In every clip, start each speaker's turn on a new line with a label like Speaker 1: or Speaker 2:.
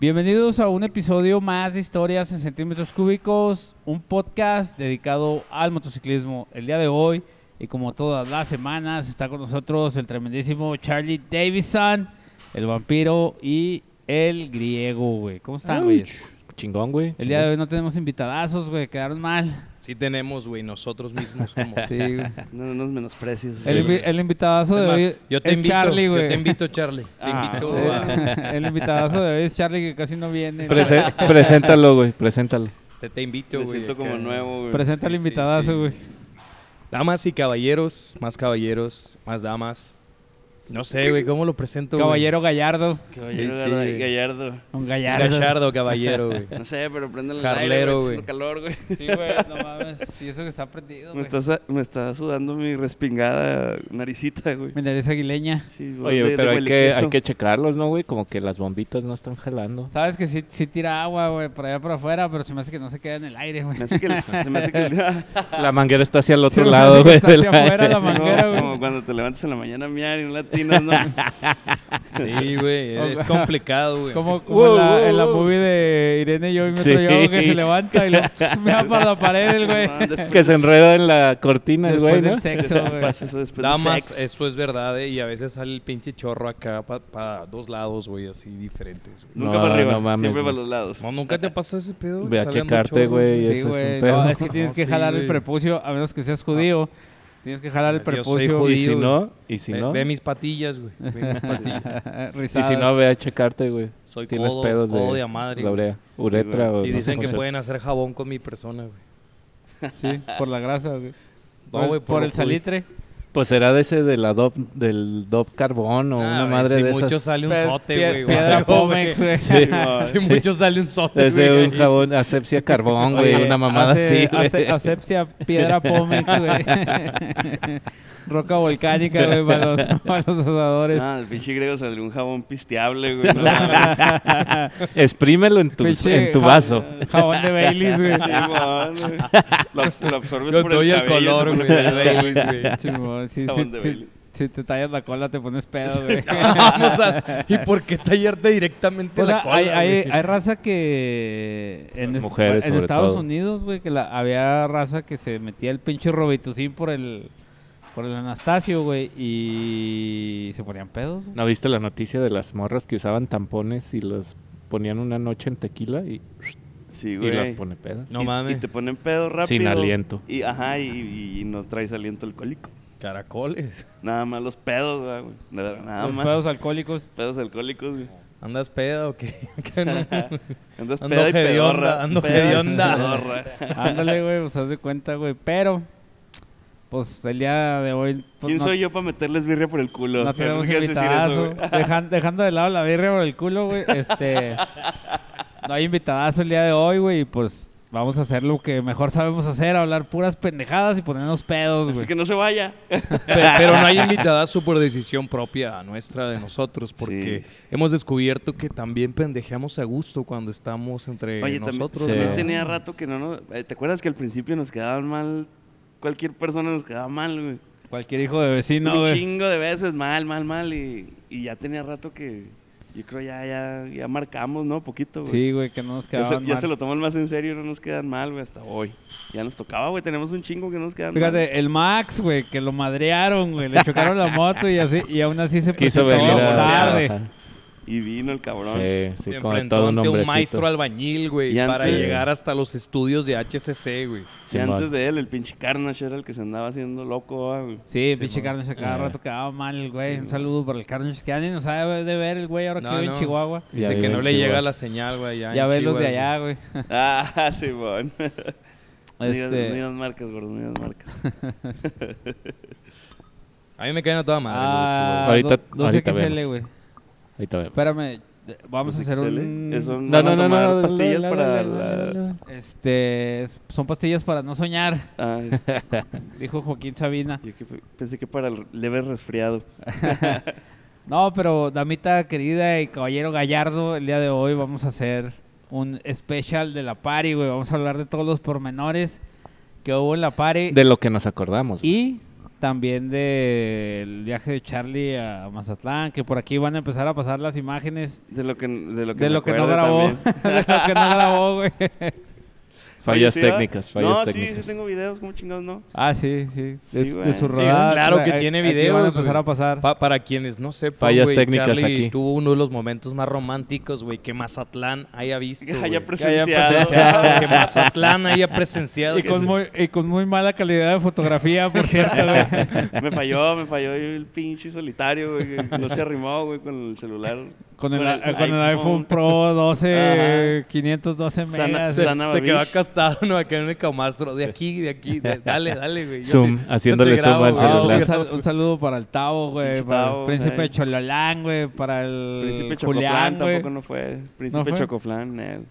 Speaker 1: Bienvenidos a un episodio más de Historias en Centímetros Cúbicos, un podcast dedicado al motociclismo. El día de hoy, y como todas las semanas, está con nosotros el tremendísimo Charlie Davison, el vampiro y el griego, güey. ¿Cómo están, güey?
Speaker 2: Chingón, güey.
Speaker 1: El día de hoy no tenemos invitadazos, güey, quedaron mal.
Speaker 3: Sí tenemos, güey, nosotros mismos como...
Speaker 1: Sí, güey.
Speaker 4: No nos menosprecios.
Speaker 1: El, invi- el invitadazo de
Speaker 3: Además,
Speaker 1: hoy
Speaker 3: yo te
Speaker 1: es
Speaker 3: invito,
Speaker 1: Charlie,
Speaker 3: yo
Speaker 1: güey.
Speaker 3: te invito, Charlie. Te
Speaker 4: Ah,
Speaker 3: invito
Speaker 4: güey.
Speaker 3: a-
Speaker 1: el invitadazo de hoy es Charlie que casi no viene.
Speaker 2: Prese- preséntalo, güey. Preséntalo.
Speaker 3: te, te invito,
Speaker 4: Me
Speaker 3: güey.
Speaker 4: siento
Speaker 3: acá.
Speaker 4: como nuevo, güey.
Speaker 1: Presenta al
Speaker 3: Sí, sí, sí.
Speaker 1: invitadazo, güey.
Speaker 3: Damas y caballeros, más caballeros, más damas. No sé, güey, ¿cómo lo presento? güey?
Speaker 1: Caballero Gallardo.
Speaker 4: Caballero
Speaker 3: Sí, sí,
Speaker 4: Gallardo-
Speaker 3: güey.
Speaker 4: Gallardo.
Speaker 1: Un
Speaker 3: Un
Speaker 1: gallardo.
Speaker 3: Gallardo, caballero, güey.
Speaker 4: No sé, pero prende el aire, güey.
Speaker 3: Jarlero, güey.
Speaker 4: haciendo calor, güey.
Speaker 1: Sí, güey, no mames. Sí, eso que está prendido, güey.
Speaker 4: Me está, sa- me está sudando mi respingada naricita, güey.
Speaker 1: Mi nariz aguileña.
Speaker 4: Sí, güey,
Speaker 2: Oye,
Speaker 4: de- de
Speaker 2: pero hay
Speaker 4: huele
Speaker 2: que, hay
Speaker 4: queso.
Speaker 2: que checarlos, ¿no, güey? Como que las bombitas no están jalando.
Speaker 1: Sabes que sí, sí tira agua, güey, por allá por afuera, pero se me hace que no se queda en el aire, güey.
Speaker 4: Me hace que el- se me hace que... el-
Speaker 2: La manguera está hacia el
Speaker 1: Se
Speaker 2: otro
Speaker 1: me
Speaker 2: lado,
Speaker 1: hace que
Speaker 2: güey.
Speaker 1: está
Speaker 2: de
Speaker 1: hacia
Speaker 2: la-
Speaker 1: afuera la
Speaker 4: Sí, como-
Speaker 1: manguera, güey.
Speaker 4: Como cuando te levantas en la mañana a miar y no latinas, ¿no?
Speaker 3: Sí, güey, es complicado, güey.
Speaker 1: Como, como en, la, en la movie de Irene y yo y me
Speaker 2: Sí.
Speaker 1: otro yo que se levanta y lo me va para la pared, el güey.
Speaker 4: No, después
Speaker 3: Pues,
Speaker 2: Que se
Speaker 4: de-
Speaker 2: enreda en la cortina,
Speaker 1: Después
Speaker 2: güey, ¿no?
Speaker 1: del sexo, güey.
Speaker 4: Pasa eso después
Speaker 3: Damas,
Speaker 4: de sexo.
Speaker 3: eso es verdad, eh, y a veces sale el pinche chorro acá para dos lados, güey, así diferentes. güey.
Speaker 4: Nunca
Speaker 2: No,
Speaker 4: para arriba,
Speaker 2: no mames,
Speaker 4: siempre
Speaker 2: güey.
Speaker 4: para los lados.
Speaker 3: No, nunca te pasó ese pedo. güey?
Speaker 2: Ve a
Speaker 3: Salen dos
Speaker 2: checarte,
Speaker 3: chorros,
Speaker 2: güey.
Speaker 1: Sí,
Speaker 2: Ese es
Speaker 1: güey.
Speaker 2: un
Speaker 1: No,
Speaker 2: pedo.
Speaker 1: es que tienes
Speaker 3: No,
Speaker 1: que
Speaker 3: sí,
Speaker 1: jalar el
Speaker 3: güey.
Speaker 1: prepucio, a menos que seas judío. Tienes que jalar el
Speaker 3: Yo soy
Speaker 1: prepucio.
Speaker 3: judío,
Speaker 2: Y si
Speaker 3: güey.
Speaker 2: no, y si
Speaker 3: Ve-
Speaker 2: no,
Speaker 3: Ve
Speaker 2: y
Speaker 3: mis patillas, güey. Ve mis patillas.
Speaker 2: si no, ve a checarte, güey.
Speaker 3: Soy
Speaker 2: Tienes
Speaker 3: codo,
Speaker 2: pedos de,
Speaker 3: codo de a madre,
Speaker 2: la
Speaker 3: güey.
Speaker 2: urea- uretra, o
Speaker 3: Y
Speaker 2: no sé
Speaker 3: dicen
Speaker 2: cómo
Speaker 3: que
Speaker 2: se-
Speaker 3: pueden hacer jabón con mi persona, güey.
Speaker 1: Sí, por la grasa, güey.
Speaker 3: No,
Speaker 1: por,
Speaker 3: güey,
Speaker 1: por
Speaker 3: lo
Speaker 1: el
Speaker 3: judi-
Speaker 1: salitre.
Speaker 2: Pues será de ese de la Dove- del Dove Carbón o
Speaker 3: Ah,
Speaker 2: una
Speaker 3: güey,
Speaker 2: madre
Speaker 3: si
Speaker 2: de
Speaker 3: mucho
Speaker 2: esas.
Speaker 3: sale un
Speaker 1: Pie-
Speaker 3: sote,
Speaker 1: pie-
Speaker 3: güey. o
Speaker 1: Piedra
Speaker 3: algo,
Speaker 1: Pomex,
Speaker 3: güey.
Speaker 1: güey.
Speaker 2: Sí.
Speaker 3: Si
Speaker 4: No,
Speaker 3: mucho sale un sote,
Speaker 2: Ese
Speaker 3: güey.
Speaker 2: un jabón, asepsia carbón, güey,
Speaker 1: Oye,
Speaker 2: una mamada
Speaker 1: ace-
Speaker 2: así. güey.
Speaker 1: ace- asepsia, piedra pómex, güey. Roca volcánica, güey, para los, para los asadores.
Speaker 4: Ah, el pinche griego salió un jabón pisteable, güey. No, mames.
Speaker 2: Exprímelo en tu,
Speaker 1: Pinche
Speaker 2: en tu
Speaker 1: ja-
Speaker 2: vaso.
Speaker 1: Jabón de Baileys, güey.
Speaker 4: Simón, güey. lo, abs- lo absorbes
Speaker 3: Yo
Speaker 4: por
Speaker 3: te doy el
Speaker 4: cabello,
Speaker 3: color,
Speaker 4: te
Speaker 3: güey.
Speaker 4: pones-
Speaker 3: del Baileys, güey.
Speaker 1: Simón, sí,
Speaker 4: Jabón de
Speaker 1: sí,
Speaker 4: Baileys.
Speaker 1: sí, si te tallas la cola te pones pedo, güey.
Speaker 3: Vamos a... ¿Y por qué tallarte directamente
Speaker 1: O sea,
Speaker 3: la cola,
Speaker 1: hay, hay-
Speaker 3: güey?
Speaker 1: hay raza que en, est-
Speaker 2: mujeres,
Speaker 1: en
Speaker 2: sobre
Speaker 1: Estados
Speaker 2: todo.
Speaker 1: Unidos, güey, que la- había raza que se metía el pinche Robitussin por el por el Anastasio, güey, y se ponían pedos. güey.
Speaker 2: ¿No viste la noticia de las morras que usaban tampones y los ponían una noche en tequila y,
Speaker 4: Sí,
Speaker 2: y
Speaker 4: güey.
Speaker 2: las pone pedas?
Speaker 3: No
Speaker 4: Y-
Speaker 3: mames.
Speaker 4: Y te ponen pedo rápido.
Speaker 2: Sin aliento.
Speaker 4: Y, ajá, y, y- y no traes aliento alcohólico.
Speaker 3: Caracoles.
Speaker 4: Nada más los pedos, güey, güey. Nada, nada
Speaker 1: Los
Speaker 4: más.
Speaker 1: pedos alcohólicos.
Speaker 4: Pedos alcohólicos, güey.
Speaker 3: ¿Andas peda o qué? ¿Qué no?
Speaker 4: Andas
Speaker 3: Ando
Speaker 4: peda y
Speaker 3: hedionda,
Speaker 4: pedorra.
Speaker 3: ando
Speaker 4: Peda y
Speaker 3: hedionda.
Speaker 4: pedorra.
Speaker 1: Ándale, güey, pues haz de cuenta, güey. Pero, pues el día de hoy. pues,
Speaker 4: ¿Quién
Speaker 1: no,
Speaker 4: soy yo para meterles birria por el culo?
Speaker 1: No tenemos
Speaker 4: ¿Qué vas a decir eso,
Speaker 1: invitadazo.
Speaker 4: güey?
Speaker 1: Dejan- dejando de lado la birria por el culo, güey. Este. no hay invitadazo el día de hoy, güey. Y pues vamos a hacer lo que mejor sabemos hacer: hablar puras pendejadas y ponernos pedos,
Speaker 4: Así
Speaker 1: güey.
Speaker 4: que no se vaya.
Speaker 3: Pe- Pero no hay invitadazo por decisión propia nuestra de nosotros, porque hemos descubierto que también pendejeamos a gusto cuando estamos entre
Speaker 4: Oye, también,
Speaker 3: nosotros.
Speaker 2: sí.
Speaker 4: también
Speaker 3: ¿no?
Speaker 4: tenía rato que no nos... eh, ¿Te acuerdas que al principio nos quedaban mal? Cualquier persona nos quedaba mal, güey.
Speaker 1: Cualquier hijo de vecino,
Speaker 4: un
Speaker 1: güey.
Speaker 4: chingo de veces, mal, mal, mal. Y, y ya tenía rato que... Yo creo ya, ya, ya marcamos, ¿no? Poquito, güey.
Speaker 1: Sí, güey, que no nos
Speaker 4: Ya
Speaker 1: quedaban
Speaker 4: se, ya
Speaker 1: mal.
Speaker 4: se lo toman más en serio, no nos quedan mal, güey, hasta hoy. Ya nos tocaba, güey, tenemos un chingo que no nos quedan mal.
Speaker 1: Fíjate, el Max, güey, que lo madrearon, güey. Le chocaron la moto y así, y aún así se
Speaker 2: Quiso
Speaker 1: presentó
Speaker 2: venir a
Speaker 1: tarde.
Speaker 2: trabajar.
Speaker 4: Y vino el cabrón.
Speaker 2: Sí, sí,
Speaker 3: Se
Speaker 2: con
Speaker 3: enfrentó
Speaker 2: todo un
Speaker 3: ante un,
Speaker 2: hombrecito.
Speaker 3: maestro albañil, güey,
Speaker 4: Y antes-
Speaker 3: para
Speaker 4: Sí.
Speaker 3: llegar hasta los estudios de HCC, güey.
Speaker 4: y
Speaker 2: Simón.
Speaker 4: antes de él, el pinche Carnage era el que se andaba haciendo loco, ah, güey.
Speaker 1: Sí,
Speaker 3: Sí, Eh.
Speaker 1: pinche
Speaker 3: mo-
Speaker 1: Carnage a cada
Speaker 2: Ah.
Speaker 1: rato quedaba mal el güey. Un saludo para el Carnage, que ya ni nos sabe de ver el güey ahora
Speaker 3: No,
Speaker 1: que vive en
Speaker 3: no.
Speaker 1: Chihuahua.
Speaker 2: Ya
Speaker 3: Dice que
Speaker 2: vive
Speaker 3: no
Speaker 2: en
Speaker 3: le llega
Speaker 2: Chihuahua.
Speaker 3: la señal, güey, allá
Speaker 1: Ya
Speaker 3: en
Speaker 1: ve los de
Speaker 3: Chihuahua,
Speaker 1: allá, güey.
Speaker 4: Ah, Simón. No digas-
Speaker 1: Este,
Speaker 4: no digas marcas, gordo, no digas marcas.
Speaker 3: güey. A mí me caen a toda madre
Speaker 1: ah,
Speaker 2: Ahorita-
Speaker 1: ahorita, no,
Speaker 2: ahorita
Speaker 1: XL,
Speaker 2: vemos.
Speaker 1: güey.
Speaker 2: Ahorita vemos.
Speaker 1: Espérame, de- vamos a hacer
Speaker 4: 2XL,
Speaker 1: un...
Speaker 4: eso
Speaker 2: No,
Speaker 4: van a
Speaker 2: no, no,
Speaker 4: tomar
Speaker 2: no.
Speaker 4: pastillas
Speaker 2: la- la-
Speaker 4: para
Speaker 2: la- la- la- la-
Speaker 1: Este, es- son pastillas para no soñar,
Speaker 4: Ay,
Speaker 1: dijo Joaquín Sabina.
Speaker 4: yo que pe- pensé que para el leve resfriado.
Speaker 1: No, pero damita querida y caballero gallardo, el día de hoy vamos a hacer un especial de la party, güey. Vamos a hablar de todos los pormenores que hubo en la party.
Speaker 2: De lo que nos acordamos. güey.
Speaker 1: Y también del viaje de Charlie a Mazatlán, que por aquí van a empezar a pasar las imágenes
Speaker 4: De lo que, de lo que,
Speaker 1: de
Speaker 4: me
Speaker 1: lo que no
Speaker 4: acuerdo
Speaker 1: grabó,
Speaker 4: también.
Speaker 1: de lo que no grabó, güey.
Speaker 2: Fallas
Speaker 4: Oye, ¿sí va?
Speaker 2: técnicas, fallas
Speaker 4: no,
Speaker 2: técnicas.
Speaker 4: sí, sí tengo videos, como chingados, ¿no?
Speaker 1: Ah, sí, sí,
Speaker 4: Sí,
Speaker 1: es de
Speaker 4: güey.
Speaker 1: su
Speaker 4: Sí,
Speaker 1: rodada.
Speaker 3: claro que
Speaker 1: Aquí-
Speaker 3: tiene
Speaker 1: aquí Van a
Speaker 3: videos,
Speaker 1: empezar
Speaker 3: güey.
Speaker 1: a pasar.
Speaker 3: Pa- para quienes no sepan,
Speaker 2: Fallas
Speaker 3: güey,
Speaker 2: técnicas
Speaker 3: Charlie
Speaker 2: aquí.
Speaker 3: tuvo uno de los momentos más románticos, güey, que Mazatlán haya visto.
Speaker 4: Que
Speaker 3: güey.
Speaker 4: haya
Speaker 3: Que-
Speaker 4: presenciado. Ah,
Speaker 3: que Mazatlán haya presenciado.
Speaker 1: y, con muy, y con muy mala calidad de fotografía, por cierto, güey.
Speaker 4: me falló, me falló yo el pinche solitario, güey. que No se arrimó, güey, con el celular.
Speaker 1: Con el, eh, con el iPhone Pro 12, 512
Speaker 4: Sana-
Speaker 1: megas.
Speaker 3: se,
Speaker 4: Sana
Speaker 3: se
Speaker 4: Babish.
Speaker 3: quedó acastado, ¿no? Acá en el camastro. De aquí, de aquí. de- dale, dale, güey. Yo
Speaker 2: Zoom,
Speaker 3: te- yo
Speaker 2: haciéndole
Speaker 3: te grabo,
Speaker 2: zoom al
Speaker 3: güey.
Speaker 1: Ah,
Speaker 2: celular.
Speaker 1: un, sal- un saludo para el Tavo, güey.
Speaker 4: Pinche
Speaker 1: Para el
Speaker 4: Tavo,
Speaker 1: príncipe
Speaker 4: güey.
Speaker 1: Chololán, güey. Para el
Speaker 4: Príncipe
Speaker 1: Julián,
Speaker 4: Chocoflan
Speaker 1: güey.
Speaker 4: tampoco no fue. Príncipe
Speaker 1: fue?
Speaker 4: Chocoflan, él.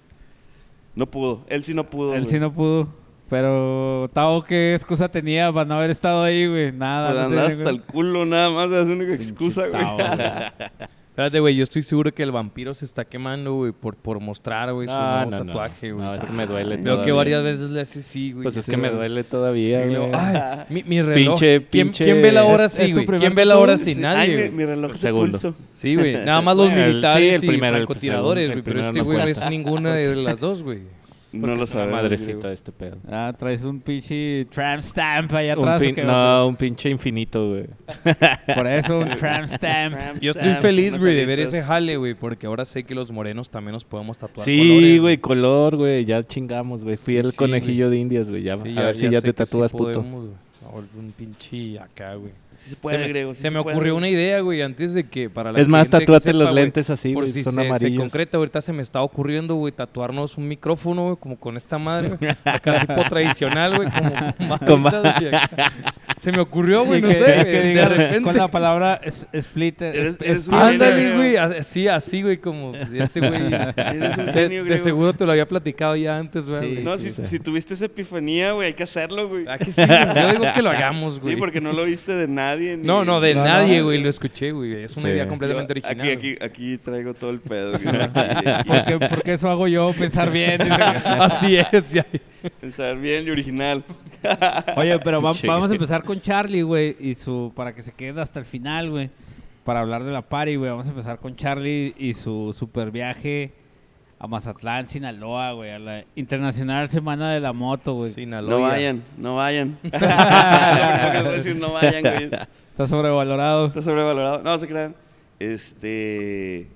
Speaker 4: No pudo. Él sí no pudo.
Speaker 1: Él
Speaker 4: güey.
Speaker 1: sí no pudo. Pero Tavo, ¿qué excusa tenía para no haber estado ahí, güey? Nada.
Speaker 4: Pues
Speaker 1: no
Speaker 4: andaba
Speaker 1: tenía,
Speaker 4: hasta el culo nada más, es la única excusa, güey.
Speaker 1: Tavo, güey.
Speaker 3: Espérate, güey. Yo estoy seguro que el vampiro se está quemando, güey, por, por mostrar, güey, su
Speaker 2: No,
Speaker 3: nuevo
Speaker 2: no, no.
Speaker 3: tatuaje, güey.
Speaker 2: No, es que me duele
Speaker 3: Veo
Speaker 2: todavía.
Speaker 3: que varias veces le hace sí, güey.
Speaker 2: Pues es
Speaker 3: se
Speaker 2: que me
Speaker 3: ve-
Speaker 2: duele
Speaker 3: Y
Speaker 2: todavía,
Speaker 3: luego,
Speaker 2: güey.
Speaker 3: ay, mi, mi reloj.
Speaker 2: Pinche-
Speaker 3: ¿Quién,
Speaker 2: pinche-
Speaker 3: quién ve la hora
Speaker 1: ¿Es- es
Speaker 3: así,
Speaker 1: tu
Speaker 3: güey?
Speaker 1: primer
Speaker 3: ¿Quién ve la
Speaker 1: tatuaje?
Speaker 3: hora sin nadie,
Speaker 4: Ay, mi-
Speaker 3: güey?
Speaker 4: mi, reloj de
Speaker 2: Segundo.
Speaker 4: pulso.
Speaker 3: Sí, güey. Nada más los
Speaker 2: Bueno, el- sí,
Speaker 3: militares
Speaker 2: el primero,
Speaker 3: y
Speaker 2: el
Speaker 3: francotiradores,
Speaker 2: segundo,
Speaker 3: güey.
Speaker 2: el
Speaker 3: Pero
Speaker 2: primero
Speaker 3: este
Speaker 2: no
Speaker 3: güey no
Speaker 2: cuenta.
Speaker 3: es ninguna de las dos, güey.
Speaker 4: No lo
Speaker 2: La
Speaker 4: sabemos.
Speaker 2: madrecita
Speaker 4: güey.
Speaker 2: de este pedo.
Speaker 1: Ah, traes un pinche tramp stamp allá
Speaker 2: Un
Speaker 1: atrás. ¿o
Speaker 2: pin-
Speaker 1: qué,
Speaker 2: no, un pinche infinito, güey.
Speaker 1: güey? Por eso, un tramp stamp.
Speaker 4: Tramp
Speaker 3: Yo estoy
Speaker 4: stamp,
Speaker 3: feliz,
Speaker 4: unas
Speaker 3: güey, de ver
Speaker 4: alitas.
Speaker 3: ese jale, güey, porque ahora sé que los morenos también nos podemos tatuar
Speaker 2: Sí,
Speaker 3: colores,
Speaker 2: güey, color, güey. Ya chingamos, güey. Fui
Speaker 3: Sí,
Speaker 2: el
Speaker 3: sí,
Speaker 2: conejillo de indias, güey. Ya,
Speaker 3: Sí,
Speaker 2: a ver si ya
Speaker 3: sé
Speaker 2: te
Speaker 3: que sí
Speaker 2: tatúas, puto.
Speaker 3: podemos, güey. O Un pinche acá, güey.
Speaker 4: Sí se puede,
Speaker 3: se me,
Speaker 4: Grego, sí
Speaker 3: se me
Speaker 4: puede.
Speaker 3: ocurrió una idea, güey, antes de que para la
Speaker 2: Es más,
Speaker 3: gente que
Speaker 2: tatúate
Speaker 3: sepa,
Speaker 2: los
Speaker 3: güey,
Speaker 2: lentes así,
Speaker 3: Por
Speaker 2: güey,
Speaker 3: si
Speaker 2: son
Speaker 3: se, se
Speaker 2: amarillos.
Speaker 3: concreta, ahorita se me está ocurriendo, güey, tatuarnos un micrófono, güey, como con esta madre, güey, acá tipo tradicional, güey, como con varitas, güey, acá. Se me ocurrió, güey,
Speaker 1: Sí,
Speaker 3: no
Speaker 1: que-
Speaker 3: sé,
Speaker 1: que
Speaker 3: güey,
Speaker 1: diga
Speaker 3: de repente.
Speaker 1: Con la palabra es- splitter.
Speaker 4: Eres-
Speaker 1: sp-
Speaker 4: eres
Speaker 1: sp-
Speaker 4: un
Speaker 3: Ándale,
Speaker 4: genio.
Speaker 3: güey, así, así, güey, como este güey.
Speaker 4: Eres un
Speaker 3: De-
Speaker 4: genio,
Speaker 3: de,
Speaker 4: Grego.
Speaker 3: seguro te lo había platicado ya antes, güey.
Speaker 1: Sí.
Speaker 4: No,
Speaker 3: sí.
Speaker 4: si, si tuviste esa epifanía, güey, hay que hacerlo, güey.
Speaker 3: ¿A que sí, güey? Yo digo que lo hagamos, Ah, güey.
Speaker 4: Sí, porque no lo viste de nadie. ni-
Speaker 3: No, no, de
Speaker 1: No, no,
Speaker 3: nadie,
Speaker 1: no.
Speaker 3: güey, lo escuché, güey. Es una
Speaker 2: Sí.
Speaker 3: idea completamente original.
Speaker 4: Aquí, aquí, aquí traigo todo el pedo. güey. Aquí, aquí.
Speaker 1: porque, porque eso hago yo, pensar bien.
Speaker 3: Así es, ya.
Speaker 4: Pensar bien y original.
Speaker 1: Oye, pero va-
Speaker 2: Che.
Speaker 1: vamos a empezar con Charlie, güey, y su para que se quede hasta el final, güey, para hablar de la party, güey. Vamos a empezar con Charlie y su super viaje a Mazatlán, Sinaloa, güey, a la Internacional Semana de la Moto, güey.
Speaker 3: Sinaloa.
Speaker 4: No vayan, no vayan. Lo primero que les voy a decir, no vayan, güey.
Speaker 1: Está sobrevalorado.
Speaker 4: Está sobrevalorado. No, se crean. Este.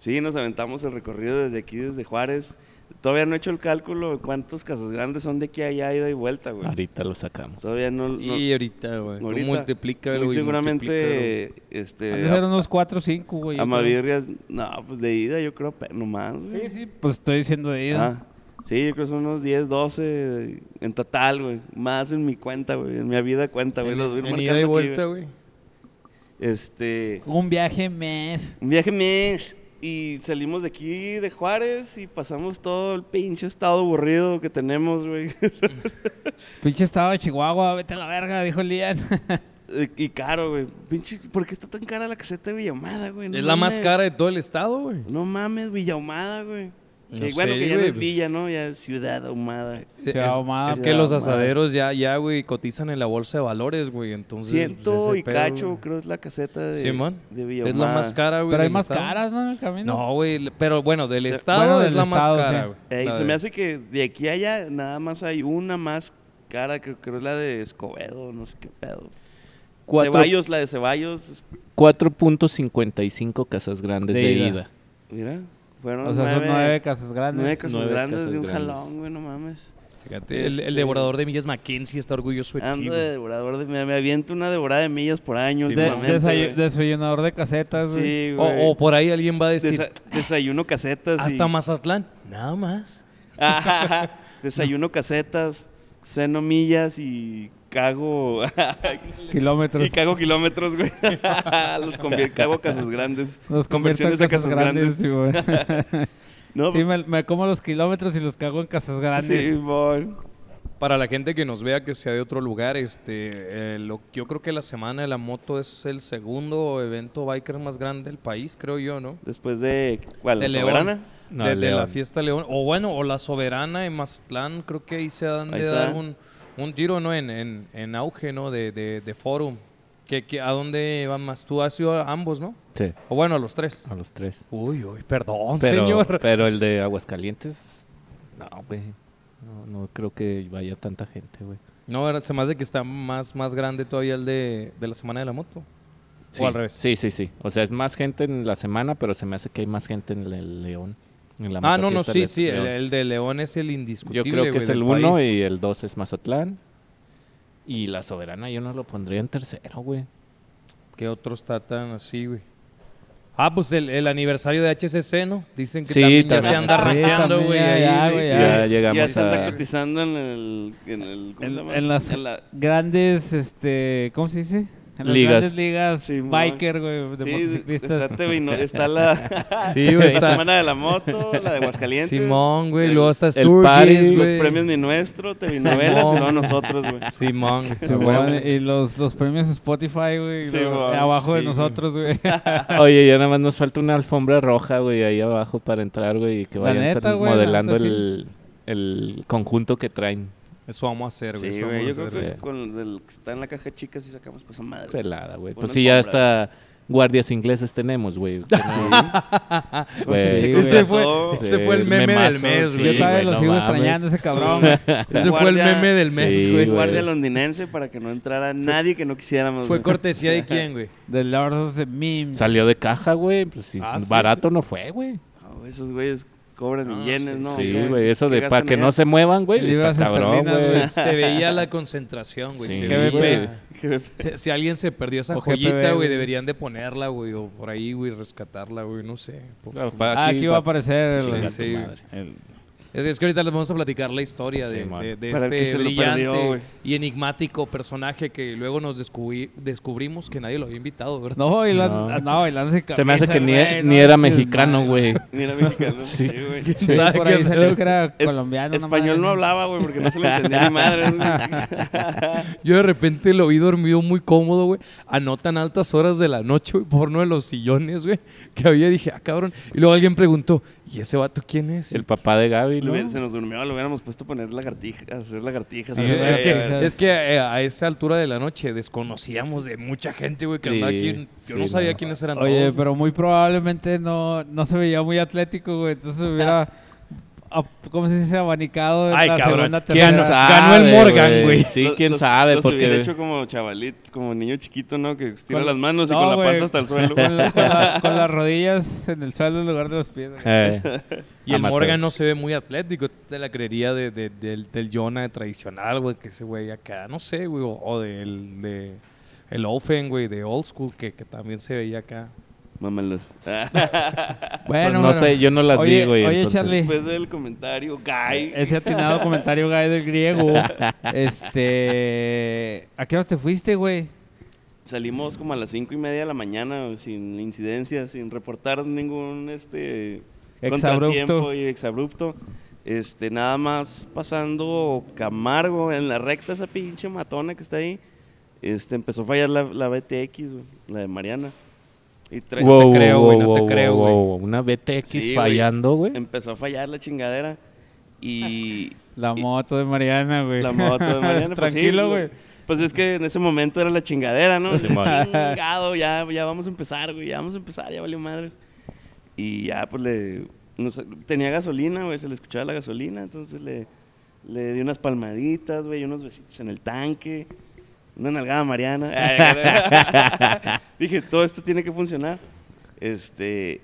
Speaker 4: Sí, nos aventamos el recorrido desde aquí, desde Juárez. Todavía no he hecho el cálculo de cuántos casas grandes son de aquí a allá, ida y vuelta, güey.
Speaker 2: Ahorita lo sacamos.
Speaker 4: Todavía no. no
Speaker 3: Y ahorita, güey. Tú
Speaker 4: Ahorita,
Speaker 3: multiplica,
Speaker 4: muy
Speaker 3: güey.
Speaker 4: seguramente.
Speaker 1: Han
Speaker 4: Este.
Speaker 1: de ser unos 4 o 5, güey. yo
Speaker 4: Amavirrias. No, pues de ida, yo creo, pe- nomás,
Speaker 1: creo.
Speaker 4: güey.
Speaker 1: Sí, sí, pues estoy diciendo de ida.
Speaker 4: Ah, sí, yo creo que son unos 10, 12 en total, güey. Más en mi cuenta, güey. En mi vida cuenta, güey. Los voy a ir
Speaker 3: En
Speaker 4: marcando
Speaker 3: ida y
Speaker 4: aquí,
Speaker 3: vuelta, güey.
Speaker 4: Este.
Speaker 1: Un viaje mes.
Speaker 4: Un viaje mes. Y salimos de aquí, de Juárez, y pasamos todo el pinche estado aburrido que tenemos, güey.
Speaker 1: Pinche estado de Chihuahua, vete a la verga, dijo Lian.
Speaker 4: y caro, güey. Pinche, ¿por qué está tan cara la caseta de Villamada, güey? No
Speaker 3: Es la más
Speaker 4: mames.
Speaker 3: cara de todo el estado, güey.
Speaker 4: No mames, Villamada, güey.
Speaker 3: No
Speaker 4: que bueno,
Speaker 3: sé,
Speaker 4: que ya no
Speaker 3: güey,
Speaker 4: es
Speaker 3: pues.
Speaker 4: villa, ¿no? Ya es ciudad ahumada.
Speaker 1: Se
Speaker 3: Es,
Speaker 1: va ahumada.
Speaker 3: es que los
Speaker 4: Se va ahumada.
Speaker 3: asaderos ya, ya, güey, cotizan en la bolsa de valores, güey. Entonces.
Speaker 4: Ciento
Speaker 3: Pues ese
Speaker 4: y
Speaker 3: pedo,
Speaker 4: cacho,
Speaker 3: güey.
Speaker 4: creo es la caseta de,
Speaker 3: Simón.
Speaker 4: de Villa
Speaker 3: Es la más
Speaker 4: Ahumada.
Speaker 3: cara, güey.
Speaker 1: Pero hay
Speaker 3: del
Speaker 1: más
Speaker 3: estado.
Speaker 1: caras, ¿no? En el camino.
Speaker 3: No, güey. le- Pero bueno, del
Speaker 4: Se-
Speaker 3: estado
Speaker 1: Bueno,
Speaker 3: es
Speaker 1: del
Speaker 3: la más
Speaker 1: estado, sí.
Speaker 3: cara, güey.
Speaker 4: Ey,
Speaker 3: La
Speaker 4: Eh, se
Speaker 3: de-
Speaker 4: me hace que de aquí a allá nada más hay una más cara, que creo es la de Escobedo, no sé qué pedo.
Speaker 2: Cuatro-
Speaker 4: Ceballos, la de Ceballos, es-
Speaker 2: 4.55 casas grandes
Speaker 1: De
Speaker 2: de,
Speaker 1: ida.
Speaker 2: ida.
Speaker 4: mira, fueron
Speaker 1: o sea,
Speaker 4: nueve,
Speaker 1: son nueve casas grandes.
Speaker 4: nueve casas
Speaker 2: Nueve
Speaker 4: grandes
Speaker 2: casas
Speaker 4: de un
Speaker 2: grandes.
Speaker 4: jalón, güey, no mames.
Speaker 3: Fíjate, el, el
Speaker 4: Este-
Speaker 3: devorador de millas Mackenzie está orgulloso de ti,
Speaker 4: Ando
Speaker 3: güey.
Speaker 4: de devorador, de, me, me aviento una devorada de millas por año
Speaker 3: Sí,
Speaker 1: De-
Speaker 4: últimamente,
Speaker 1: desayu-
Speaker 4: güey.
Speaker 1: desayunador de casetas, güey.
Speaker 4: Sí, güey.
Speaker 3: O, o por ahí alguien va a decir,
Speaker 4: Desa- desayuno casetas y-
Speaker 3: hasta Mazatlán, nada más.
Speaker 4: desayuno casetas, ceno millas y cago
Speaker 1: Kilómetros.
Speaker 4: Y cago kilómetros, güey. los convier- cago casas grandes.
Speaker 1: Los convierto en
Speaker 4: Conversiones a
Speaker 1: casas
Speaker 4: casas
Speaker 1: grandes,
Speaker 4: grandes.
Speaker 1: sí, güey.
Speaker 4: No, pues,
Speaker 1: Sí, me, me como los kilómetros y los cago en casas grandes.
Speaker 4: sí, bon.
Speaker 3: Para la gente que nos vea que sea de otro lugar, este, eh, lo- yo creo que la Semana de la Moto es el segundo evento biker más grande del país, creo yo, ¿no?
Speaker 4: Después de. ¿Cuál?
Speaker 3: De
Speaker 4: ¿La
Speaker 3: León.
Speaker 4: soberana?
Speaker 2: No,
Speaker 3: de, de la
Speaker 2: León.
Speaker 3: fiesta León. O bueno, o la Soberana en Mazatlán, creo que ahí se han
Speaker 4: Ahí
Speaker 3: de
Speaker 4: se
Speaker 3: dar
Speaker 4: da.
Speaker 3: un, un tiro ¿no? en, en, en auge ¿no? de, de, de forum. ¿Qué- qué- a dónde van más? Tú has ido a ambos, ¿no?
Speaker 2: Sí,
Speaker 3: O bueno, a los tres.
Speaker 2: a los tres.
Speaker 3: Uy, uy, perdón,
Speaker 2: Pero,
Speaker 3: señor.
Speaker 2: pero el de Aguascalientes, no, güey. No, no creo que vaya tanta gente, güey.
Speaker 3: No, era- se me hace que está más, más grande todavía el de, de la semana de la moto.
Speaker 2: Sí,
Speaker 3: al revés.
Speaker 2: Sí, sí, sí. O sea, es más gente en la semana, pero se me hace que hay más gente en el León. en la
Speaker 3: Ah, no, no,
Speaker 2: motofiesta
Speaker 3: sí,
Speaker 2: de
Speaker 3: sí. El,
Speaker 2: León.
Speaker 3: el de León es el
Speaker 2: Yo
Speaker 3: indiscutible.
Speaker 2: creo que
Speaker 3: güey,
Speaker 2: es
Speaker 3: del
Speaker 2: el 1
Speaker 3: país.
Speaker 2: y el 2 es Mazatlán. Y la Soberana yo no lo pondría en tercero, güey.
Speaker 3: ¿Qué otro está tan así, güey? Ah, pues el, el aniversario de HCC, ¿no? Dicen que
Speaker 2: Sí,
Speaker 3: también ya se
Speaker 2: también.
Speaker 3: anda
Speaker 1: Sí,
Speaker 3: rankeando,
Speaker 1: también,
Speaker 3: güey.
Speaker 1: ya,
Speaker 3: ahí,
Speaker 1: ya,
Speaker 3: sí,
Speaker 1: güey,
Speaker 3: sí.
Speaker 1: ya.
Speaker 2: Ya llegamos
Speaker 4: Ya se está
Speaker 2: a-
Speaker 4: cotizando en el. En, el, ¿cómo
Speaker 1: En-
Speaker 4: se llama?
Speaker 1: en las-
Speaker 4: la-
Speaker 1: Grandes, este, ¿cómo se dice? En las
Speaker 2: Ligas.
Speaker 1: grandes ligas
Speaker 4: Sí, mo-
Speaker 1: biker, güey, de
Speaker 4: sí,
Speaker 1: motociclistas.
Speaker 4: Está, Tevino- está la,
Speaker 3: Sí, güey,
Speaker 4: la
Speaker 3: está-
Speaker 4: semana de la moto, la de Aguascalientes.
Speaker 3: Simón, güey.
Speaker 4: el-
Speaker 3: Luego está
Speaker 2: el Paris,
Speaker 3: Sturgis,
Speaker 4: Los
Speaker 3: güey.
Speaker 4: premios Mi Nuestro, Telenovelas y
Speaker 3: Simón.
Speaker 4: luego nosotros, güey.
Speaker 3: Simón.
Speaker 1: Simón,
Speaker 3: güey.
Speaker 1: y los, los premios Spotify, güey,
Speaker 4: Sí,
Speaker 1: los-
Speaker 4: mo-
Speaker 1: abajo de
Speaker 3: sí,
Speaker 1: nosotros, güey.
Speaker 2: Oye, ya nada más nos falta una alfombra roja, güey, ahí abajo para entrar, güey, y que
Speaker 1: La
Speaker 2: vayan
Speaker 1: neta,
Speaker 2: sal-
Speaker 1: güey, la
Speaker 2: modelando
Speaker 1: neta, sí.
Speaker 2: el, el conjunto que traen.
Speaker 3: Eso vamos a hacer, güey.
Speaker 4: Sí,
Speaker 3: eso
Speaker 4: güey. Yo
Speaker 3: vamos a
Speaker 4: creo
Speaker 3: hacer.
Speaker 4: que
Speaker 2: güey.
Speaker 4: con el que está en la caja chica sí sacamos pues a madre.
Speaker 2: Pelada, güey.
Speaker 4: Una
Speaker 2: Pues sí, ya
Speaker 4: alfombra.
Speaker 2: hasta guardias ingleses tenemos, güey. que no- güey. este
Speaker 4: Sí,
Speaker 3: Ese fue,
Speaker 4: contrató.
Speaker 3: ese fue el
Speaker 2: Sí,
Speaker 3: meme del
Speaker 2: memazo,
Speaker 3: mes,
Speaker 2: sí,
Speaker 1: Yo
Speaker 3: güey.
Speaker 1: todavía
Speaker 2: güey,
Speaker 1: lo
Speaker 2: no
Speaker 1: sigo
Speaker 2: mames.
Speaker 1: extrañando, ese cabrón, güey.
Speaker 3: Ese fue el
Speaker 4: Guardia-
Speaker 3: meme del mes,
Speaker 2: Sí,
Speaker 3: güey.
Speaker 2: güey.
Speaker 4: Guardia londinense para que no entrara nadie que no quisiéramos.
Speaker 3: Fue
Speaker 4: güey.
Speaker 3: cortesía de quién, güey.
Speaker 1: The Lord of the Memes.
Speaker 2: Salió de caja, güey. Pues sí,
Speaker 3: Ah, sí,
Speaker 2: barato no fue, güey.
Speaker 4: No, esos güeyes cobran
Speaker 3: Ah,
Speaker 4: en yenes,
Speaker 3: sí,
Speaker 4: ¿no?
Speaker 2: sí,
Speaker 4: ¿Qué-
Speaker 2: güey. Eso
Speaker 4: qué
Speaker 2: de para
Speaker 4: gastan
Speaker 2: que no
Speaker 4: allá?
Speaker 2: se muevan, güey. Está
Speaker 1: Libras
Speaker 2: cabrón,
Speaker 1: esterlinas,
Speaker 2: güey.
Speaker 1: güey.
Speaker 3: Se veía la concentración, güey.
Speaker 2: Sí,
Speaker 3: se
Speaker 1: GBP.
Speaker 3: veía. Si, si alguien se perdió esa
Speaker 1: O
Speaker 3: joyita,
Speaker 1: GPB, güey.
Speaker 3: güey, deberían de ponerla, güey, o por ahí, güey, rescatarla, güey, no sé. Por-
Speaker 1: Ah, aquí va a aparecer
Speaker 3: Sí,
Speaker 1: el,
Speaker 3: sí, güey. Es, es que ahorita les vamos a platicar la historia
Speaker 2: Sí,
Speaker 3: de,
Speaker 2: man.
Speaker 3: de- de
Speaker 4: Para el que
Speaker 3: este
Speaker 4: se lo
Speaker 3: brillante
Speaker 4: perdió, güey.
Speaker 3: y enigmático personaje que luego nos descubrí- descubrimos que nadie lo había invitado, ¿verdad?
Speaker 1: No, y la,
Speaker 2: No.
Speaker 1: no, y la hace
Speaker 2: Se me hace
Speaker 1: cabeza,
Speaker 2: que ni, e-
Speaker 1: güey,
Speaker 2: ni
Speaker 1: no
Speaker 2: era
Speaker 1: manches,
Speaker 2: mexicano,
Speaker 1: madre.
Speaker 2: güey.
Speaker 4: Ni era mexicano.
Speaker 2: Sí.
Speaker 4: Sí, güey.
Speaker 1: Sí,
Speaker 3: ¿Sabe
Speaker 1: por
Speaker 3: qué
Speaker 1: ahí
Speaker 3: pedo?
Speaker 1: salió que era
Speaker 4: Es-
Speaker 1: colombiano. una madre
Speaker 4: Español no
Speaker 1: así.
Speaker 4: hablaba, güey, porque no se le entendía ni madre. güey.
Speaker 3: Yo de repente lo vi dormido muy cómodo, güey. Anotan altas horas de la noche, güey, por uno de los sillones, güey, que había. Dije, ah, cabrón. Y luego alguien preguntó, ¿y ese vato quién es?
Speaker 2: El papá de Gaby,
Speaker 4: Lo hubiera- Se
Speaker 2: ¿no?
Speaker 4: nos durmió, lo hubiéramos puesto a poner lagartijas, hacer lagartijas.
Speaker 1: Sí,
Speaker 3: Sí,
Speaker 4: hacer-
Speaker 3: es,
Speaker 1: güey,
Speaker 3: que,
Speaker 1: o sea.
Speaker 3: es que eh, a esa altura de la noche desconocíamos de mucha gente, güey, que
Speaker 2: Sí,
Speaker 3: andaba aquí. Yo no
Speaker 2: sí,
Speaker 3: sabía
Speaker 2: no.
Speaker 3: quiénes eran
Speaker 1: Oye,
Speaker 3: todos.
Speaker 1: pero muy probablemente no, no se veía muy atlético, güey. Entonces hubiera, ap- ¿cómo se dice? Abanicado en
Speaker 3: Ay,
Speaker 1: la
Speaker 3: cabrón.
Speaker 1: segunda,
Speaker 3: ¿Quién
Speaker 1: tercera.
Speaker 4: Ah.
Speaker 3: sabe? Ganó el Morgan, güey.
Speaker 2: Sí,
Speaker 4: Lo-
Speaker 2: quién
Speaker 4: los-
Speaker 2: sabe,
Speaker 4: los hubiera
Speaker 2: porque...
Speaker 4: hecho como chavalit, como niño chiquito, ¿no? Que estira
Speaker 1: Con-
Speaker 4: las manos
Speaker 1: No,
Speaker 4: y con la
Speaker 1: güey.
Speaker 4: panza hasta el suelo. güey.
Speaker 1: Con, la- con la- con las rodillas en el suelo en lugar de los pies. güey.
Speaker 2: Eh,
Speaker 3: y el
Speaker 2: amateur.
Speaker 3: Morgan no se ve muy atlético. Te la creería de, de- del, del Jonah tradicional, güey, que ese güey acá, no sé, güey, o, o del de, el Offen, güey, de Old School, que, que también se veía acá.
Speaker 4: Mámalas.
Speaker 2: pues
Speaker 1: Bueno,
Speaker 2: no
Speaker 1: bueno.
Speaker 2: sé, yo no las
Speaker 1: Oye,
Speaker 2: vi, güey.
Speaker 1: oye,
Speaker 2: entonces-
Speaker 1: Charlie.
Speaker 4: Después del comentario, guy.
Speaker 1: Ese atinado comentario, Guy, del griego. Este. ¿A qué hora te fuiste, güey?
Speaker 4: Salimos como a las cinco y media de la mañana sin incidencia, sin reportar ningún este
Speaker 1: Exabrupto.
Speaker 4: contratiempo y exabrupto. Este, nada más pasando Camargo en la recta esa pinche matona que está ahí. Este, empezó a fallar la, la BTX, güey, la de Mariana. Y tra-
Speaker 2: Wow, wow,
Speaker 3: creo, güey, no te
Speaker 2: wow,
Speaker 3: creo,
Speaker 2: wow,
Speaker 3: güey.
Speaker 2: wow, Una BTX
Speaker 4: Sí, güey.
Speaker 2: fallando, güey.
Speaker 4: empezó a fallar la chingadera y
Speaker 1: La
Speaker 4: Y-
Speaker 1: moto de Mariana, güey.
Speaker 4: la moto de Mariana pues, sí,
Speaker 1: Tranquilo,
Speaker 4: lo-
Speaker 1: güey.
Speaker 4: Pues es que en ese momento era la chingadera, ¿no?
Speaker 2: Simón.
Speaker 4: Chingado, ya, ya vamos a empezar, güey, ya vamos a empezar, ya valió madre. Y ya, pues le. no sé, tenía gasolina, güey, se le escuchaba la gasolina, entonces le, le di unas palmaditas, güey, unos besitos en el tanque, una nalgada a mariana. Ay, Dije, todo esto tiene que funcionar. Este.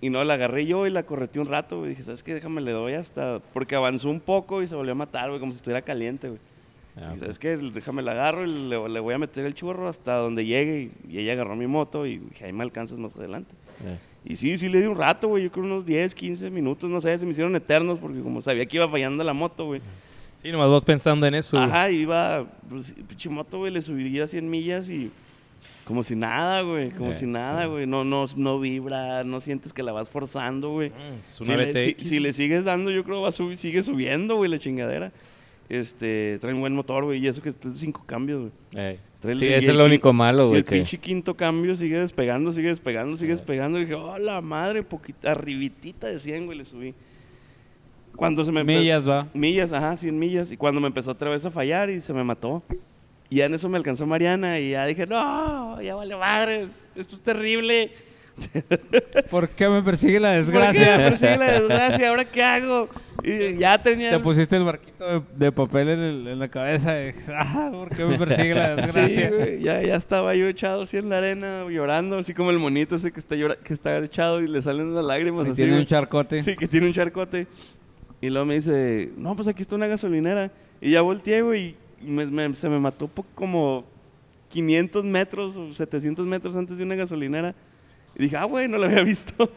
Speaker 4: Y no, la agarré yo y la correteé un rato, güey. Dije, ¿sabes qué? Déjame, le doy hasta. Porque avanzó un poco y se volvió a matar, güey, como si estuviera caliente, güey.
Speaker 2: Ah,
Speaker 4: Y, ¿Sabes qué? Déjame la agarro y le, le voy a meter el churro hasta donde llegue. Y, y ella agarró mi moto y dije, ahí me alcanzas más adelante.
Speaker 2: eh.
Speaker 4: Y sí, sí le di un rato, güey. Yo creo unos 10, 15 minutos, no sé, se me hicieron eternos porque como sabía que iba fallando la moto, güey.
Speaker 3: Sí, nomás vos pensando en eso. güey.
Speaker 4: Ajá, iba, pues, pinche moto, güey, le subiría 100 millas y como si nada, güey, como
Speaker 2: Eh,
Speaker 4: si nada, güey. No, no, no vibra, no sientes que la vas forzando, güey.
Speaker 3: Mm, Es
Speaker 4: Si
Speaker 3: una
Speaker 4: le, si-
Speaker 3: BTX.
Speaker 4: si le sigues dando, yo creo va a subir, sigue subiendo, güey, la chingadera. Este, trae un buen motor, güey, y eso que está en cinco cambios, güey.
Speaker 2: Eh.
Speaker 4: Trae
Speaker 2: Sí,
Speaker 4: y
Speaker 2: ese es lo
Speaker 4: quin-
Speaker 2: único malo,
Speaker 4: y
Speaker 2: güey.
Speaker 4: el
Speaker 2: que- Eh.
Speaker 4: pinche quinto cambio sigue despegando, sigue despegando, sigue despegando. Y dije, oh, la madre, poquita, arribitita de 100, güey, le subí. Cuando se me empe-
Speaker 1: Millas, va.
Speaker 4: Millas, ajá, 100 millas. Y cuando me empezó otra vez a fallar y se me mató. Y ya en eso me alcanzó Mariana y ya dije, no, ya vale madres, esto es terrible.
Speaker 1: ¿Por qué me persigue la
Speaker 4: ¿Por qué me
Speaker 1: desgracia?
Speaker 4: persigue la desgracia? ¿Ahora qué hago? Y ya tenía...
Speaker 1: Te pusiste el barquito de, de papel en, el- en la cabeza. y, ah, ¿Por qué me persigue la
Speaker 4: Sí,
Speaker 1: desgracia?
Speaker 4: güey, ya, ya estaba yo echado así en la arena, llorando, así como el monito ese que está, llora- que está echado y le salen unas lágrimas
Speaker 1: Y
Speaker 4: Pues así.
Speaker 1: tiene
Speaker 4: güey.
Speaker 1: un charcote.
Speaker 4: Sí, que tiene un charcote. Y luego me dice, no, pues aquí está una gasolinera. Y ya volteé, güey, y me- me- se me mató po- como 500 metros o 700 metros antes de una gasolinera. Y dije, ah, güey, no lo había visto.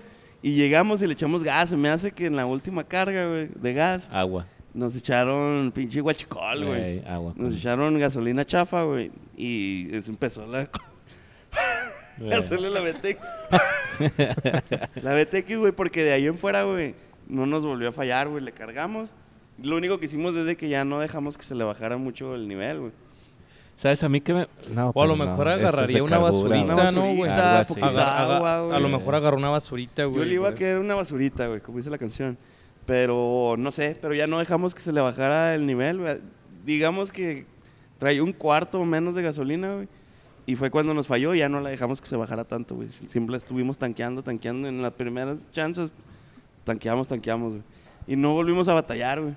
Speaker 4: Y llegamos y le echamos gas. Se me hace que en la última carga, güey, de gas,
Speaker 2: Agua.
Speaker 4: nos echaron pinche guachicol, güey.
Speaker 2: Ey, agua.
Speaker 4: Nos echaron gasolina chafa, güey. Y es- empezó la...
Speaker 2: Ey.
Speaker 4: a hacerle la BTX. la BTX, güey, porque de ahí en fuera, güey, no nos volvió a fallar, güey. Le cargamos. Lo único que hicimos es de que ya no dejamos que se le bajara mucho el nivel, güey.
Speaker 2: ¿Sabes? A mí que me. No,
Speaker 3: O a lo
Speaker 2: pero no,
Speaker 3: mejor
Speaker 2: eso es de
Speaker 3: agarraría una
Speaker 2: carbura,
Speaker 3: basurita,
Speaker 2: güey.
Speaker 3: ¿no, güey?
Speaker 2: Algo así.
Speaker 4: poquita
Speaker 3: Agar- aga-
Speaker 4: agua,
Speaker 3: a lo
Speaker 4: güey.
Speaker 3: mejor agarró una basurita, güey.
Speaker 4: Yo le iba a
Speaker 3: por
Speaker 4: quedar una basurita, güey, como dice la canción. Pero no sé, pero ya no dejamos que se le bajara el nivel, güey. Digamos que traía un cuarto o menos de gasolina, güey. Y fue cuando nos falló, ya no la dejamos que se bajara tanto, güey. Siempre la estuvimos tanqueando, tanqueando. En las primeras chances, tanqueamos, tanqueamos, güey. Y no volvimos a batallar, güey.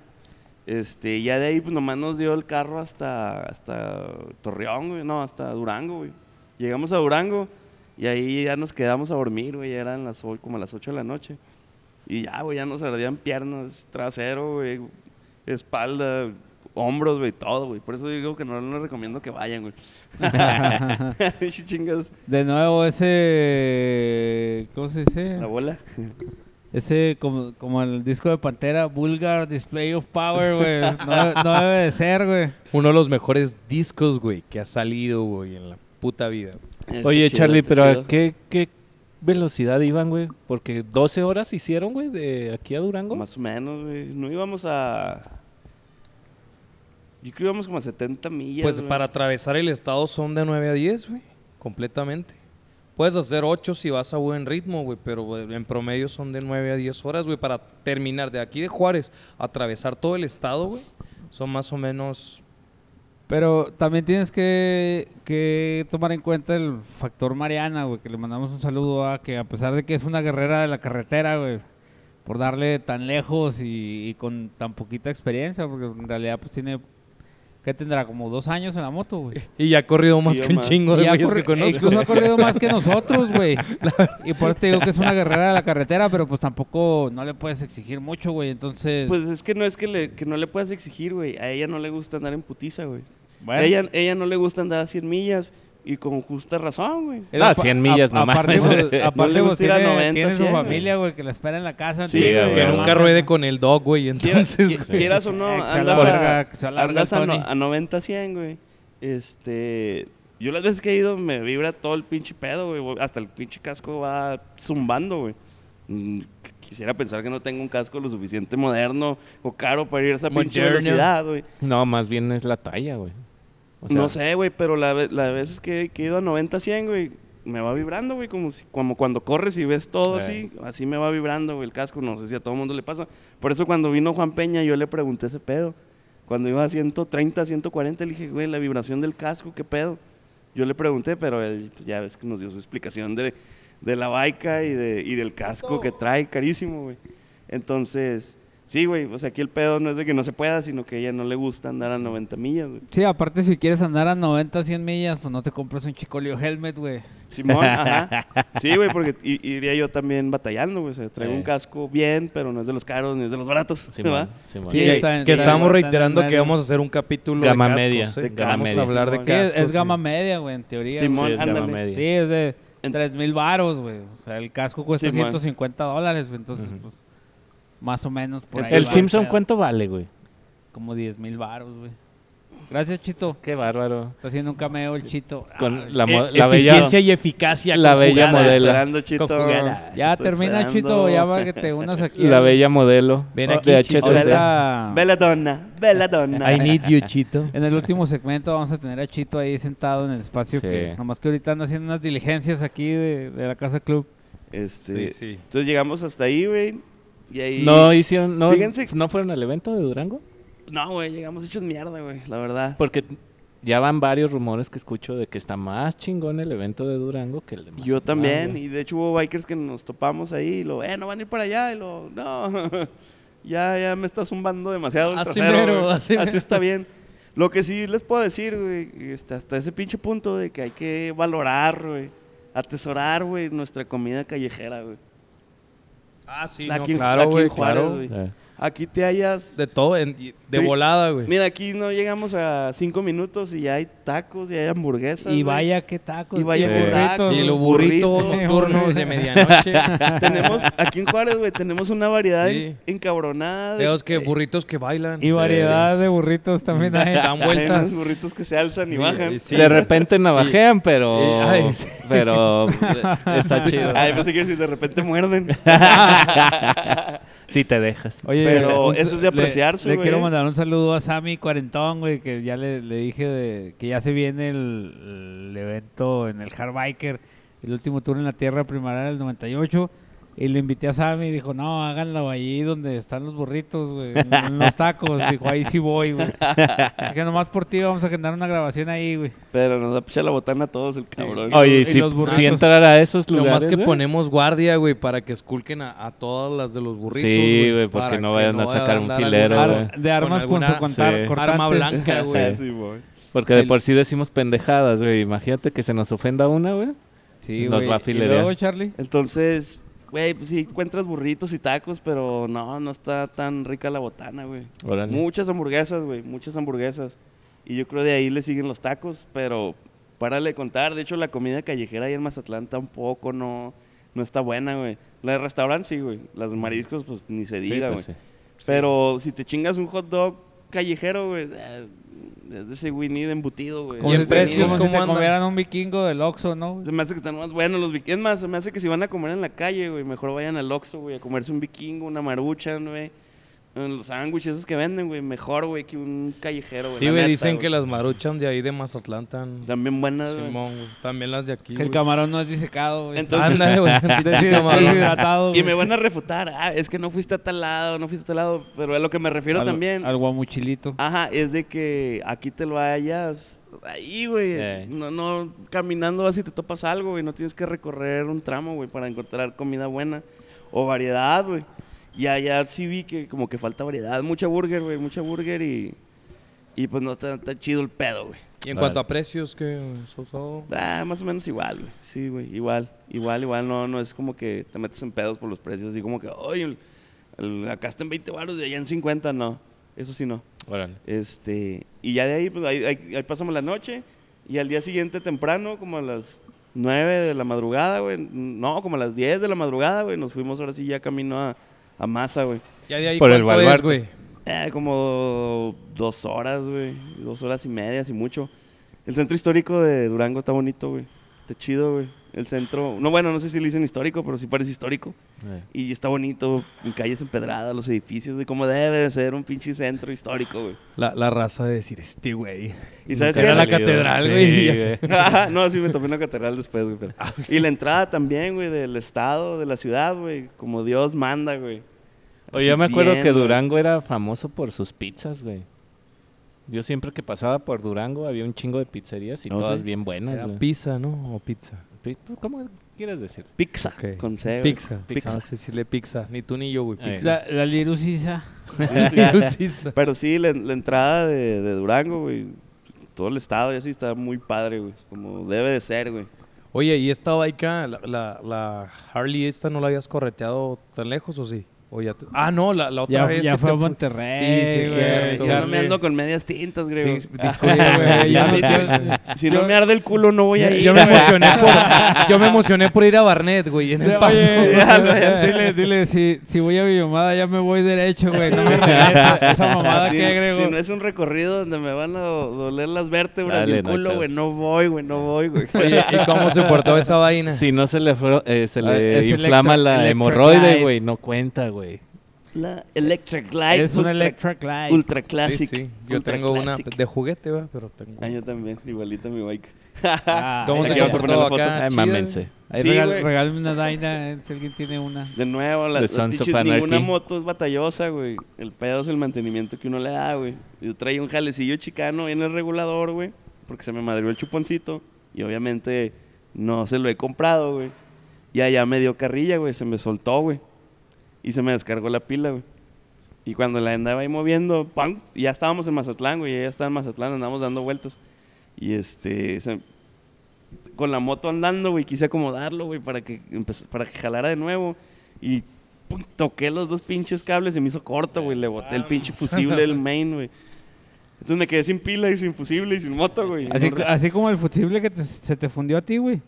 Speaker 4: Este, ya de ahí, pues nomás nos dio el carro hasta, hasta Torreón, güey. No, hasta Durango, güey. Llegamos a Durango y ahí ya nos quedamos a dormir, güey. Ya eran las, o- como las 8 de la noche. Y ya, güey, ya nos ardían piernas, trasero, güey, espalda, hombros, güey, todo, güey. Por eso digo que no les recomiendo que vayan, güey. Pinche chingas.
Speaker 1: De nuevo, ese. ¿Cómo se dice?
Speaker 4: La bola.
Speaker 1: Ese, como, como el disco de Pantera, Vulgar Display of Power, güey. No, no debe de ser, güey.
Speaker 3: eso. Uno de los mejores discos, güey, que ha salido, güey, en la puta vida.
Speaker 4: Está
Speaker 2: Oye,
Speaker 4: Este, chido,
Speaker 2: Charlie,
Speaker 4: está
Speaker 2: pero
Speaker 4: chido.
Speaker 2: ¿a qué, qué velocidad iban, güey? Porque 12 horas hicieron, güey, de aquí a Durango.
Speaker 4: Más o menos, güey. No íbamos a... Yo creo que íbamos como a 70 millas,
Speaker 3: Pues
Speaker 4: güey.
Speaker 3: para atravesar el estado son de 9 a 10, güey, completamente. Puedes hacer 8 si vas a buen ritmo, güey, pero güey, en promedio son de 9 a 10 horas, güey, para terminar de aquí de Juárez, atravesar todo el estado, güey. Son más o menos
Speaker 1: Pero también tienes que, que tomar en cuenta el factor Mariana, güey, que le mandamos un saludo a que a pesar de que es una guerrera de la carretera, güey, por darle tan lejos y, y con tan poquita experiencia, porque en realidad pues tiene, ¿qué tendrá? Como dos años en la moto, güey.
Speaker 3: y ya ha corrido más
Speaker 4: Y ya
Speaker 3: que un
Speaker 4: más.
Speaker 3: chingo
Speaker 1: Y
Speaker 3: de
Speaker 1: ha
Speaker 3: güeyes que
Speaker 1: corri- e
Speaker 3: conozco.
Speaker 1: Incluso ha corrido más que nosotros, güey. Y por eso te digo que es una guerrera de la carretera, pero pues tampoco no le puedes exigir mucho, güey. Entonces,
Speaker 4: Pues es que no es que, le- que no le puedas exigir, güey. A ella no le gusta andar en putiza, güey.
Speaker 1: bueno.
Speaker 4: Ella, ella no le gusta andar a 100 millas y con justa razón, güey.
Speaker 1: Era
Speaker 2: Ah,
Speaker 1: pa-
Speaker 2: 100 millas nomás.
Speaker 1: Aparte, pues,
Speaker 2: No
Speaker 1: aparte,
Speaker 4: le
Speaker 1: pues,
Speaker 4: gusta ir a
Speaker 1: tiene,
Speaker 4: 90,
Speaker 1: tiene su
Speaker 4: 100, güey.
Speaker 1: familia, güey, que la espera en la casa.
Speaker 4: Sí,
Speaker 1: entonces,
Speaker 2: güey.
Speaker 3: Que
Speaker 2: güey.
Speaker 1: no
Speaker 3: nunca
Speaker 1: mames.
Speaker 3: ruede con el dog, güey,
Speaker 4: Quieras,
Speaker 3: entonces.
Speaker 4: qui- quieras o no,
Speaker 1: Eh, que se
Speaker 4: andas,
Speaker 1: alarga,
Speaker 4: a,
Speaker 1: que se alarga el
Speaker 4: andas a, no-
Speaker 1: Tony.
Speaker 4: a 90, 100, güey. Este, yo las veces que he ido me vibra todo el pinche pedo, güey. Hasta el pinche casco va zumbando, güey. Mm, qu- Quisiera pensar que no tengo un casco lo suficiente moderno o caro para ir a esa pinche
Speaker 3: Moderno.
Speaker 4: velocidad, güey.
Speaker 2: No, más bien es la talla, güey. O sea,
Speaker 4: no sé, güey, pero la, ve- la veces que, que he ido a 90, 100, güey, me va vibrando, güey, como, si- como cuando corres y ves todo
Speaker 2: Eh.
Speaker 4: así, así me va vibrando, güey, el casco, no sé si a todo mundo le pasa. Por eso cuando vino Juan Peña yo le pregunté ese pedo. Cuando iba a 130, 140, le dije, güey, la vibración del casco, ¿qué pedo? Yo le pregunté, pero él pues, ya ves que nos dio su explicación de, de la baica y, de, y del casco que trae, carísimo, güey. Entonces, sí, güey, o sea, aquí el pedo no es de que no se pueda, sino que a ella no le gusta andar a 90 millas, güey.
Speaker 1: Sí, aparte, si quieres andar a 90, 100 millas, pues no te compras un chicolio helmet, güey.
Speaker 4: Simón, ajá. Sí, güey, porque i- iría yo también batallando, güey. O sea, traigo
Speaker 2: Eh.
Speaker 4: un casco bien, pero no es de los caros ni es de los baratos,
Speaker 2: Simón,
Speaker 4: ¿verdad?
Speaker 2: Simón.
Speaker 1: Sí,
Speaker 3: que
Speaker 1: está en-
Speaker 3: que
Speaker 1: está en-
Speaker 3: estábamos
Speaker 1: está en
Speaker 3: reiterando que
Speaker 1: medio.
Speaker 3: vamos a hacer un capítulo
Speaker 2: Gama
Speaker 3: de cascos,
Speaker 2: media,
Speaker 3: eh,
Speaker 2: de
Speaker 3: que
Speaker 2: gama
Speaker 3: vamos
Speaker 2: media.
Speaker 3: a hablar de
Speaker 4: Sí,
Speaker 1: Sí, es,
Speaker 3: cascos.
Speaker 1: es gama
Speaker 3: sí.
Speaker 1: media, güey, en teoría.
Speaker 4: Simón,
Speaker 1: güey.
Speaker 2: Sí, es gama
Speaker 4: ándale.
Speaker 2: media.
Speaker 1: Sí, es de
Speaker 4: En-
Speaker 1: 3 mil baros, güey. O sea, el casco cuesta
Speaker 4: Simón.
Speaker 1: 150 dólares, güey. Entonces, pues, más o menos por ahí.
Speaker 2: ¿El
Speaker 1: va
Speaker 2: Simpson
Speaker 1: pedo.
Speaker 2: cuánto vale, güey?
Speaker 1: Como 10 mil baros, güey. Gracias, Chito.
Speaker 2: Qué bárbaro.
Speaker 1: Está haciendo un cameo el Chito. Ah,
Speaker 2: Con la, mo-
Speaker 3: Eh,
Speaker 2: la bella,
Speaker 3: y eficacia.
Speaker 2: la bella
Speaker 4: Estaba
Speaker 2: modelo.
Speaker 4: Esperando, Chito.
Speaker 2: Conjugada.
Speaker 1: ya
Speaker 4: Estoy
Speaker 1: termina,
Speaker 4: esperando.
Speaker 1: Chito. Ya va que te unas aquí.
Speaker 2: La
Speaker 1: al-
Speaker 2: bella modelo. Oh,
Speaker 3: Ven
Speaker 2: de
Speaker 3: aquí, Chito.
Speaker 2: HTC.
Speaker 1: Ahorita,
Speaker 4: Belladonna, belladonna.
Speaker 2: I need you, Chito.
Speaker 1: en el último segmento vamos a tener a Chito ahí sentado en el espacio.
Speaker 2: Sí.
Speaker 1: Que, nomás que ahorita anda haciendo unas diligencias aquí de, de la Casa Club.
Speaker 4: Este,
Speaker 3: Sí, sí.
Speaker 4: Entonces llegamos hasta ahí, güey. Y ahí...
Speaker 2: No hicieron, no,
Speaker 4: Fíjense-
Speaker 2: no fueron al evento de Durango.
Speaker 4: No, güey, llegamos hechos mierda, güey, la verdad.
Speaker 2: Porque ya van varios rumores que escucho de que está más chingón el evento de Durango que el de
Speaker 4: Yo
Speaker 2: Mazatlán,
Speaker 4: también,
Speaker 2: güey.
Speaker 4: y de hecho hubo bikers que nos topamos ahí y lo, eh, no van a ir para allá, y lo, no, ya, ya me estás zumbando demasiado. el
Speaker 3: Así
Speaker 4: trasero,
Speaker 3: mero,
Speaker 4: güey.
Speaker 3: así mero.
Speaker 4: está bien. Lo que sí les puedo decir, güey, este, hasta ese pinche punto de que hay que valorar, güey, atesorar, güey, nuestra comida callejera, güey.
Speaker 3: Ah, sí,
Speaker 4: Aquí en-
Speaker 3: claro,
Speaker 4: aquí en
Speaker 3: güey,
Speaker 4: Juárez,
Speaker 3: claro.
Speaker 4: güey.
Speaker 2: Eh,
Speaker 4: Aquí te hallas...
Speaker 3: De todo, en- y- de
Speaker 4: Sí.
Speaker 3: volada, güey.
Speaker 4: Mira, aquí no llegamos a cinco minutos y ya hay tacos, y hay hamburguesas.
Speaker 1: Y
Speaker 4: güey.
Speaker 1: vaya qué tacos.
Speaker 4: Y vaya
Speaker 2: qué
Speaker 4: tacos.
Speaker 3: Y los
Speaker 4: burritos,
Speaker 3: burritos
Speaker 1: güey.
Speaker 3: nocturnos de medianoche.
Speaker 2: Ah,
Speaker 4: Tenemos, aquí en Juárez, güey, tenemos una variedad
Speaker 3: Sí.
Speaker 4: en- encabronada de
Speaker 3: Deos que burritos que bailan.
Speaker 1: Y variedad de burritos también hay.
Speaker 3: Dan
Speaker 4: Hay
Speaker 3: vueltas.
Speaker 4: unos burritos que se alzan y bajan.
Speaker 3: sí.
Speaker 2: De repente navajean, pero.
Speaker 3: y- ay, sí.
Speaker 2: Pero. eh, Está chido.
Speaker 4: Ay, pensé que si de repente muerden.
Speaker 2: Si te dejas.
Speaker 1: Oye,
Speaker 4: Pero
Speaker 1: un-
Speaker 4: eso es de
Speaker 1: le-
Speaker 4: apreciarse,
Speaker 1: Le,
Speaker 4: güey.
Speaker 1: quiero mandar un saludo a Sammy Cuarentón, güey, que ya le, le dije de- que ya se viene el, el evento en el Hard Biker, el último tour en la Tierra Primavera del 98. Y le invité a Sammy y dijo, no, háganlo ahí donde están los burritos, güey, en- en los tacos. Dijo, ahí sí voy, güey. Así que nomás por ti vamos a generar una grabación ahí, güey.
Speaker 4: Pero nos da picha la botana a todos el cabrón.
Speaker 2: Oye,
Speaker 1: y
Speaker 2: si,
Speaker 1: los burritos.
Speaker 2: si entrar a esos
Speaker 3: Lo
Speaker 2: lugares.
Speaker 3: más que
Speaker 2: güey.
Speaker 3: ponemos guardia, güey, para que esculquen a, a todas las de los burritos.
Speaker 2: Sí, güey, porque
Speaker 3: para
Speaker 2: no
Speaker 3: que
Speaker 2: vayan a
Speaker 3: vaya
Speaker 2: sacar un
Speaker 3: andar
Speaker 2: filero,
Speaker 3: alguna-
Speaker 2: güey.
Speaker 1: Ar- de armas con,
Speaker 3: alguna-
Speaker 1: su contar,
Speaker 2: sí.
Speaker 1: cortantes.
Speaker 3: Arma blanca, güey.
Speaker 4: Sí, güey.
Speaker 2: Porque de
Speaker 3: el-
Speaker 2: por sí decimos pendejadas, güey. Imagínate que se nos ofenda una, güey.
Speaker 1: Sí,
Speaker 2: Nos
Speaker 1: güey.
Speaker 2: va a
Speaker 1: ¿Y
Speaker 2: filerear.
Speaker 1: luego, Charlie?
Speaker 4: Entonces, güey, pues sí encuentras burritos y tacos, pero no, no está tan rica la botana, güey.
Speaker 2: Órale.
Speaker 4: Muchas hamburguesas, güey, muchas hamburguesas. Y yo creo de ahí le siguen los tacos, pero párale de contar. De hecho, la comida callejera ahí en Mazatlán tampoco no, no está buena, güey. La de restaurante sí, güey. Las de mariscos, pues ni se
Speaker 2: Sí,
Speaker 4: diga, güey.
Speaker 2: pues sí.
Speaker 4: Pero si te chingas un hot dog callejero, güey, eh, es de ese Winnie de embutido, güey.
Speaker 1: Como
Speaker 3: Y
Speaker 1: si
Speaker 3: el
Speaker 1: te-
Speaker 3: precio
Speaker 1: como
Speaker 3: es
Speaker 1: si
Speaker 3: como
Speaker 1: te
Speaker 3: anda.
Speaker 1: comieran un vikingo del Oxxo, ¿no?
Speaker 4: Se me hace que están más buenos los vikingos. Es más, se me hace que si van a comer en la calle, güey, mejor vayan al Oxxo, güey, a comerse un vikingo, una marucha, güey. Eh, Los sándwiches esos que venden, güey, mejor, güey, que un callejero, güey.
Speaker 3: Sí,
Speaker 4: la
Speaker 3: güey,
Speaker 4: neta,
Speaker 3: dicen
Speaker 4: güey.
Speaker 3: que las maruchan de ahí de Mazatlán están...
Speaker 4: También buenas, güey.
Speaker 3: Simón, güey. También las de aquí,
Speaker 1: Que el
Speaker 3: güey.
Speaker 1: camarón no es disecado, güey.
Speaker 4: Entonces-
Speaker 3: Ándale, güey. tantito
Speaker 1: Deshidrata-
Speaker 3: camarón.
Speaker 1: deshidratado,
Speaker 4: Y
Speaker 1: güey.
Speaker 4: me van a refutar. Ah, es que no fuiste a tal lado, no fuiste a tal lado. Pero a lo que me refiero
Speaker 1: Al-
Speaker 4: también...
Speaker 1: Al guamuchilito.
Speaker 4: Ajá, es de que aquí te lo hallas ahí, güey.
Speaker 2: Ey.
Speaker 4: No, no, caminando vas y te topas algo, güey. No tienes que recorrer un tramo, güey, para encontrar comida buena o variedad, güey. Y allá sí vi que como que falta variedad. Mucha burger, güey, mucha burger y, y pues no está, está chido el pedo, güey.
Speaker 3: Y en cuanto a precios, ¿qué? So, so.
Speaker 4: Ah, más o menos igual, güey. Sí, güey, igual, igual, igual. No, no es como que te metes en pedos por los precios. Así como que, oye, el- el- acá está en 20 baros de allá en 50. No, eso sí no.
Speaker 2: Órale.
Speaker 4: Este, y ya de ahí, pues ahí, ahí- ahí pasamos la noche. Y al día siguiente temprano, como a las 9 de la madrugada, güey. No, como a las 10 de la madrugada, güey. Nos fuimos ahora sí ya camino a, a Masa, güey.
Speaker 3: Ya de ahí
Speaker 2: Por el
Speaker 3: cuánto es,
Speaker 2: baluarte.
Speaker 3: güey.
Speaker 4: Eh, como dos horas, güey. Dos horas y media, así mucho. El centro histórico de Durango está bonito, güey. Está chido, güey. El centro... No, bueno, no sé si le dicen histórico, pero sí parece histórico.
Speaker 2: Eh.
Speaker 4: Y está bonito. En calles empedradas, los edificios, güey. Como debe de ser un pinche centro histórico, güey.
Speaker 3: La, la raza de decir, este güey.
Speaker 4: Y sabes
Speaker 3: Nunca
Speaker 4: qué?
Speaker 3: era la
Speaker 2: Salido.
Speaker 3: catedral,
Speaker 2: Sí,
Speaker 3: güey.
Speaker 4: Ajá, no, sí, me topé una catedral después, güey. pero- Y la entrada también, güey, del estado, de la ciudad, güey. Como Dios manda, güey.
Speaker 2: Oye, yo me acuerdo que
Speaker 4: Durán
Speaker 2: Durango era famoso por sus pizzas, güey. Yo siempre que pasaba por Durango había un chingo de pizzerías y
Speaker 4: No,
Speaker 2: todas
Speaker 4: sí.
Speaker 2: bien buenas,
Speaker 3: Era
Speaker 2: güey.
Speaker 3: pizza, ¿no? O pizza.
Speaker 2: Pi- ¿Cómo quieres decir?
Speaker 4: Pizza.
Speaker 3: Ok.
Speaker 4: Con C. güey.
Speaker 3: Pizza. Ah,
Speaker 2: Pizza.
Speaker 3: Vamos a decirle pizza. Ni tú ni yo, güey.
Speaker 2: Eh.
Speaker 3: Pizza.
Speaker 1: La, la lirucisa.
Speaker 3: Pizza.
Speaker 4: Pero sí, la, la entrada de, de Durango, güey. Todo el estado y así está muy padre, güey. Como debe de ser, güey.
Speaker 3: Oye, ¿y esta baica, la, la, la Harley esta no la habías correteado tan lejos o sí? O ya te- Ah, no, la, la otra
Speaker 1: Ya,
Speaker 3: vez
Speaker 1: ya
Speaker 3: que
Speaker 1: fue
Speaker 3: te
Speaker 1: a
Speaker 3: fu-
Speaker 1: Monterrey.
Speaker 3: Sí, sí,
Speaker 1: güey,
Speaker 4: Yo
Speaker 3: cierto.
Speaker 4: no
Speaker 1: Charlie.
Speaker 4: me ando con medias tintas, güey.
Speaker 1: Sí, disculpe, güey.
Speaker 4: Ya
Speaker 1: yo
Speaker 4: me
Speaker 1: no-
Speaker 4: si no me arde el culo, no voy a ir.
Speaker 3: Yo me
Speaker 4: güey.
Speaker 3: emocioné por, yo me emocioné por ir a Barnett, güey, en el
Speaker 1: Oye,
Speaker 3: paso.
Speaker 1: dile, dile, si, si voy a Villomada ya me voy derecho, güey. No me regresa esa mamada
Speaker 4: Si-
Speaker 1: que agrego.
Speaker 4: si Ah, no es un recorrido donde me van a do- doler las vértebras y
Speaker 2: Dale,
Speaker 4: el
Speaker 2: no,
Speaker 4: culo,
Speaker 2: claro.
Speaker 4: güey, no voy, güey, no voy, güey.
Speaker 3: Oye, ¿y cómo se portó esa vaina?
Speaker 2: Si no se le, afro- eh, se
Speaker 1: Ah,
Speaker 2: le
Speaker 1: es
Speaker 2: inflama
Speaker 1: electro-
Speaker 2: la
Speaker 1: electrolyte.
Speaker 2: hemorroide, güey, no cuenta, güey.
Speaker 4: la Electric Light.
Speaker 1: es un
Speaker 4: ultra-
Speaker 1: electric light.
Speaker 4: Ultra
Speaker 3: Sí,
Speaker 4: Classic.
Speaker 3: sí. Yo
Speaker 4: ultra
Speaker 3: tengo una
Speaker 4: classic.
Speaker 3: de juguete, güey, pero tengo.
Speaker 4: Ah, yo también, igualita mi bike.
Speaker 1: Ah,
Speaker 3: ¿Cómo
Speaker 1: ahí
Speaker 4: se
Speaker 1: está.
Speaker 4: llama? poner la foto.
Speaker 3: acá?
Speaker 2: Ay,
Speaker 3: chida,
Speaker 2: mámense.
Speaker 1: Ahí
Speaker 4: Sí,
Speaker 1: regal-
Speaker 4: güey.
Speaker 1: regálame una Daina, eh, si alguien tiene una.
Speaker 4: De nuevo, la,
Speaker 2: The
Speaker 4: las
Speaker 2: Sons of
Speaker 4: pinches- ninguna
Speaker 2: Anarchy.
Speaker 4: moto es batallosa, güey. El pedo es el mantenimiento que uno le da, güey. Yo traía un jalecillo chicano en el regulador, güey, porque se me madrió el chuponcito y obviamente no se lo he comprado, güey. Y allá me dio carrilla, güey, se me soltó, güey. Y se me descargó la pila, güey. Y cuando la andaba ahí moviendo, ¡pam! ya estábamos en Mazatlán, güey, ya estaba en Mazatlán, andábamos dando vueltas. Y este, se- con la moto andando, güey, quise acomodarlo, güey, para que, empe- para que jalara de nuevo. Y pum, toqué los dos pinches cables y me hizo corto, güey. Le boté el pinche fusible del main, güey. Entonces me quedé sin pila y sin fusible y sin moto, güey.
Speaker 1: Así,
Speaker 4: No re-
Speaker 1: así como el fusible que te- se te fundió a ti, güey.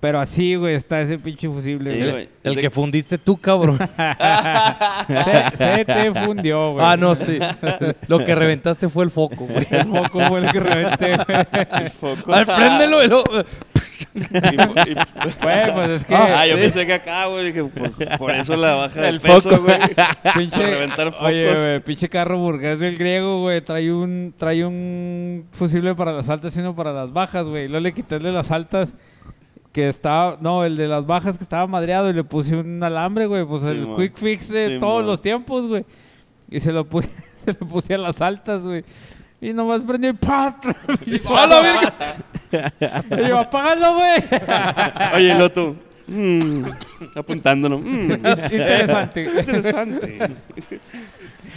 Speaker 1: Pero así, güey, está ese pinche fusible,
Speaker 4: Sí,
Speaker 1: güey.
Speaker 4: güey.
Speaker 3: El que fundiste tú, cabrón.
Speaker 1: se, se te fundió, güey.
Speaker 3: ah, no, sí. Lo que reventaste fue el foco, güey.
Speaker 1: El foco fue el que reventé, güey.
Speaker 4: El foco.
Speaker 3: A ver, préndelo. y luego-
Speaker 4: Y- y-
Speaker 1: Güey, pues es que.
Speaker 4: Ah, yo pensé que acá, güey, dije, pues, por, por eso la baja del
Speaker 2: El
Speaker 4: peso,
Speaker 2: foco.
Speaker 4: güey.
Speaker 1: pinche,
Speaker 4: por reventar focos.
Speaker 1: Oye, güey, pinche carro burgués del griego, güey. Trae un, trae un fusible para las altas y uno para las bajas, güey. Luego le quité el de las altas que estaba. No, el de las bajas que estaba madreado y le puse un alambre, güey. Pues el
Speaker 4: Simón.
Speaker 1: quick fix de
Speaker 4: Simón.
Speaker 1: todos los tiempos, güey. Y se lo puse, se lo puse a las altas, güey. Y nomás prendí el pastro. ¡A la verga! Y yo, apágalo, güey.
Speaker 4: Oye, el otro. mm, apuntándolo. mm,
Speaker 1: Interesante.
Speaker 4: interesante.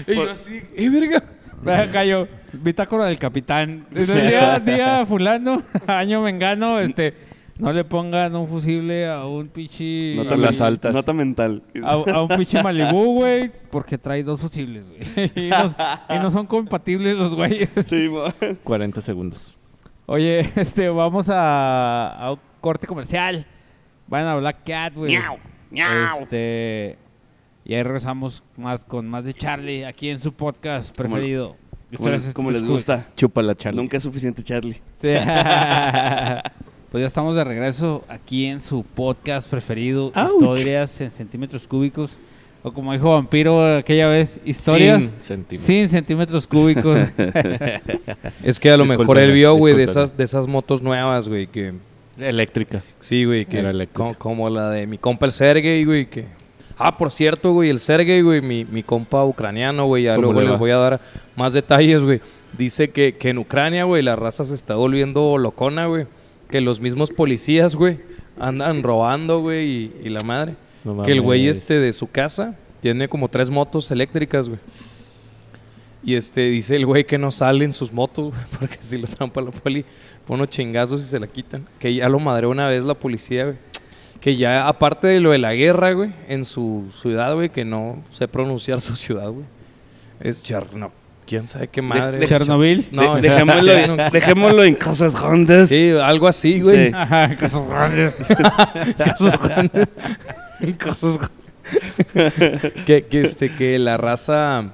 Speaker 3: Y yo así, ¡eh, verga!
Speaker 1: Ve Acá yo, bitácora del capitán. Desde día, día fulano, año mengano, este, no le pongan un fusible a un pichi...
Speaker 4: Nota
Speaker 2: Las
Speaker 4: men-
Speaker 2: altas.
Speaker 4: Nota mental.
Speaker 1: A, a un pichi Malibú, güey, porque trae dos fusibles, güey. Y, nos- y no son compatibles los güeyes.
Speaker 4: Sí, mo-
Speaker 2: 40 segundos.
Speaker 1: Oye, este, vamos a, a un corte comercial. Van a Black Cat, güey. Este, y ahí regresamos más con más de Charlie aquí en su podcast
Speaker 4: Como-
Speaker 1: preferido.
Speaker 4: como, les-
Speaker 1: Ustedes
Speaker 4: como les
Speaker 1: escuchen.
Speaker 4: gusta.
Speaker 2: Chupa la charla.
Speaker 4: Nunca es suficiente, Charlie.
Speaker 1: Sí. pues ya estamos de regreso aquí en su podcast preferido, Historias en centímetros cúbicos. O como dijo Vampiro aquella vez, historias
Speaker 2: Sin
Speaker 1: sin,
Speaker 2: centímetros.
Speaker 1: centímetros cúbicos.
Speaker 3: Es que a lo mejor
Speaker 2: Discúlpame,
Speaker 3: él vio, güey, de
Speaker 2: discúlpame.
Speaker 3: esas, de esas motos nuevas, güey, que...
Speaker 2: Eléctrica.
Speaker 3: Sí, güey, que
Speaker 2: Era eléctrica.
Speaker 3: co- como la de mi compa el Sergey, güey, que... Ah, por cierto, güey, el Sergey, güey, mi, mi compa ucraniano, güey, ya
Speaker 2: ¿Cómo
Speaker 3: luego
Speaker 2: le
Speaker 3: les
Speaker 2: va?
Speaker 3: voy a dar más detalles, güey. Dice que, que en Ucrania, güey, la raza se está volviendo locona, güey. Que los mismos policías, güey, andan robando, güey, y, y la madre.
Speaker 2: No
Speaker 3: que el güey
Speaker 2: mames.
Speaker 3: este de su casa tiene como tres motos eléctricas, güey. Y este, dice el güey que no salen sus motos, güey, porque si los trampa la poli, pone unos chingazos y se la quitan. Que ya lo madreó una vez la policía, güey. Que ya, aparte de lo de la guerra, güey, en su ciudad, güey, que no sé pronunciar su ciudad, güey. Es Cherno. ¿Quién sabe qué madre?
Speaker 4: de-
Speaker 1: Chernobyl.
Speaker 3: no,
Speaker 4: De- dejémoslo,
Speaker 3: Cherno-
Speaker 4: dejémoslo en cosas hondas.
Speaker 3: Sí, algo así, güey.
Speaker 4: Sí.
Speaker 1: Ajá, cosas grandes.
Speaker 3: Cosas- que, que, este, que la raza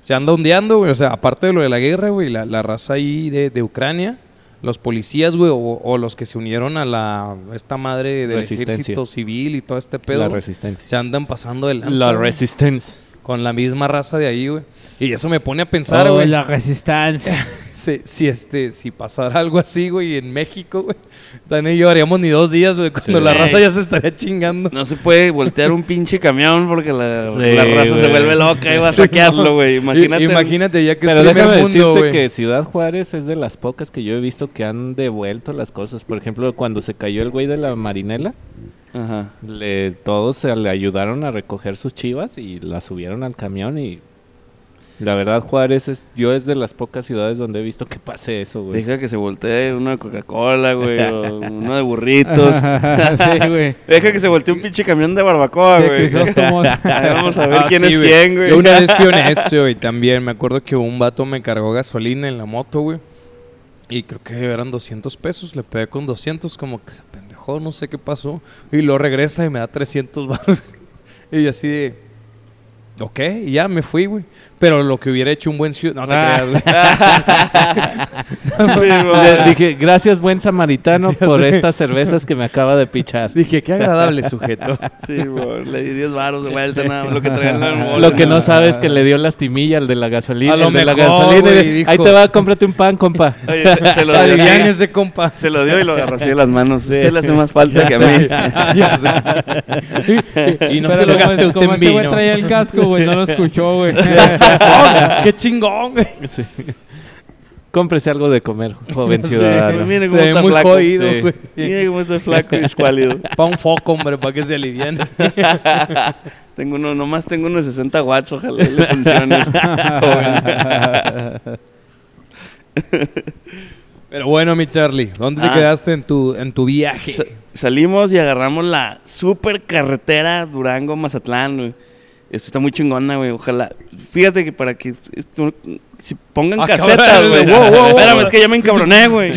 Speaker 3: se anda ondeando, güey. O sea, aparte de lo de la guerra, güey, la, la raza ahí de, de Ucrania, los policías, güey, o, o los que se unieron a la esta madre del
Speaker 2: Resistencia.
Speaker 3: ejército civil y todo este pedo,
Speaker 2: la
Speaker 3: güey,
Speaker 2: resistencia.
Speaker 3: se andan pasando de lanza,
Speaker 2: La
Speaker 3: güey,
Speaker 2: resistencia.
Speaker 3: con la misma raza de ahí, güey. Y eso me pone a pensar,
Speaker 1: Oh,
Speaker 3: güey,
Speaker 1: la resistencia.
Speaker 3: si, si, este, si pasara algo así, güey, en México, güey, tan y llevaríamos ni dos días, güey, cuando
Speaker 2: Sí.
Speaker 3: la raza ya se estaría chingando.
Speaker 4: No se puede voltear un pinche camión porque la,
Speaker 2: Sí,
Speaker 4: la raza se
Speaker 2: güey.
Speaker 4: vuelve loca y va a saquearlo, güey. Imagínate.
Speaker 3: Imagínate, imagínate ya que
Speaker 2: Pero
Speaker 3: es primer
Speaker 2: déjame
Speaker 3: mundo,
Speaker 2: decirte
Speaker 3: güey.
Speaker 2: que Ciudad Juárez es de las pocas que yo he visto que han devuelto las cosas. Por ejemplo, cuando se cayó el güey de la marinela,
Speaker 4: Ajá.
Speaker 2: le, todos se le ayudaron a recoger sus chivas y las subieron al camión y... La verdad, Juárez es... Yo es de las pocas ciudades donde he visto que pase eso, güey.
Speaker 4: Deja que se voltee uno de Coca-Cola, güey, o uno de burritos.
Speaker 1: sí, güey.
Speaker 4: Deja que se voltee un pinche camión de barbacoa,
Speaker 1: De
Speaker 4: güey.
Speaker 1: Crisóstomos.
Speaker 4: Ahí Vamos a ver
Speaker 3: Ah,
Speaker 4: quién
Speaker 3: sí,
Speaker 4: es quién, güey.
Speaker 3: Yo una vez fui honesto, güey, también. Me acuerdo que un vato me cargó gasolina en la moto, güey. Y creo que eran 200 pesos. Le pegué con 200, como que se pendejó, no sé qué pasó. Y lo regresa y me da 300 baros. y yo así de... Ok, y ya me fui, güey. Pero lo que hubiera hecho un buen ciudadano. No te
Speaker 2: Ah.
Speaker 3: creas, güey.
Speaker 2: Le
Speaker 3: "Ah".
Speaker 2: dije, gracias buen samaritano por estas cervezas que me acaba de pichar.
Speaker 3: Dije, qué agradable sujeto.
Speaker 4: Sí, güey, le di 10 baros de vuelta, nada más, lo que traía en el bolso.
Speaker 2: Lo que no
Speaker 4: nada.
Speaker 2: sabes que le dio lastimilla al de la gasolina.
Speaker 3: A lo
Speaker 2: el de la
Speaker 3: mejor,
Speaker 2: gasolina.
Speaker 3: güey,
Speaker 2: y-
Speaker 3: dijo.
Speaker 2: Ahí te va, cómprate un pan, compa.
Speaker 4: Oye, se, se lo dio así,
Speaker 3: Alivian ese compa.
Speaker 4: se lo dio y lo agarró así de las manos. Usted le hace más falta que a mí.
Speaker 3: Y no
Speaker 1: Pero
Speaker 3: se lo
Speaker 1: como
Speaker 3: gasté
Speaker 1: este- como
Speaker 3: en
Speaker 1: este güey
Speaker 3: vino.
Speaker 1: traía el casco, güey, no lo escuchó, güey.
Speaker 3: ¡Qué chingón, güey!
Speaker 2: Cómprese algo de comer, joven ciudadano.
Speaker 4: mire
Speaker 3: Se
Speaker 4: cómo
Speaker 3: ve
Speaker 4: está
Speaker 3: muy
Speaker 4: flaco.
Speaker 3: jodido,
Speaker 2: sí.
Speaker 3: güey.
Speaker 4: Mire cómo está flaco y escuálido.
Speaker 3: Pa' un foco, hombre, para que se aliviane.
Speaker 4: Tengo uno, nomás tengo uno de 60 watts, ojalá y le funcione.
Speaker 3: Pero bueno, mi Charlie, ¿dónde
Speaker 4: Ah.
Speaker 3: te quedaste en tu, en tu viaje?
Speaker 4: Sa- salimos y agarramos la super carretera Durango-Mazatlán, güey. Esto está muy chingona, güey. Ojalá. Fíjate que para que. esto- si pongan
Speaker 3: Ah, cabrón,
Speaker 4: casetas, güey.
Speaker 3: wow, wow, wow.
Speaker 4: Espérame, es que ya me encabroné, güey.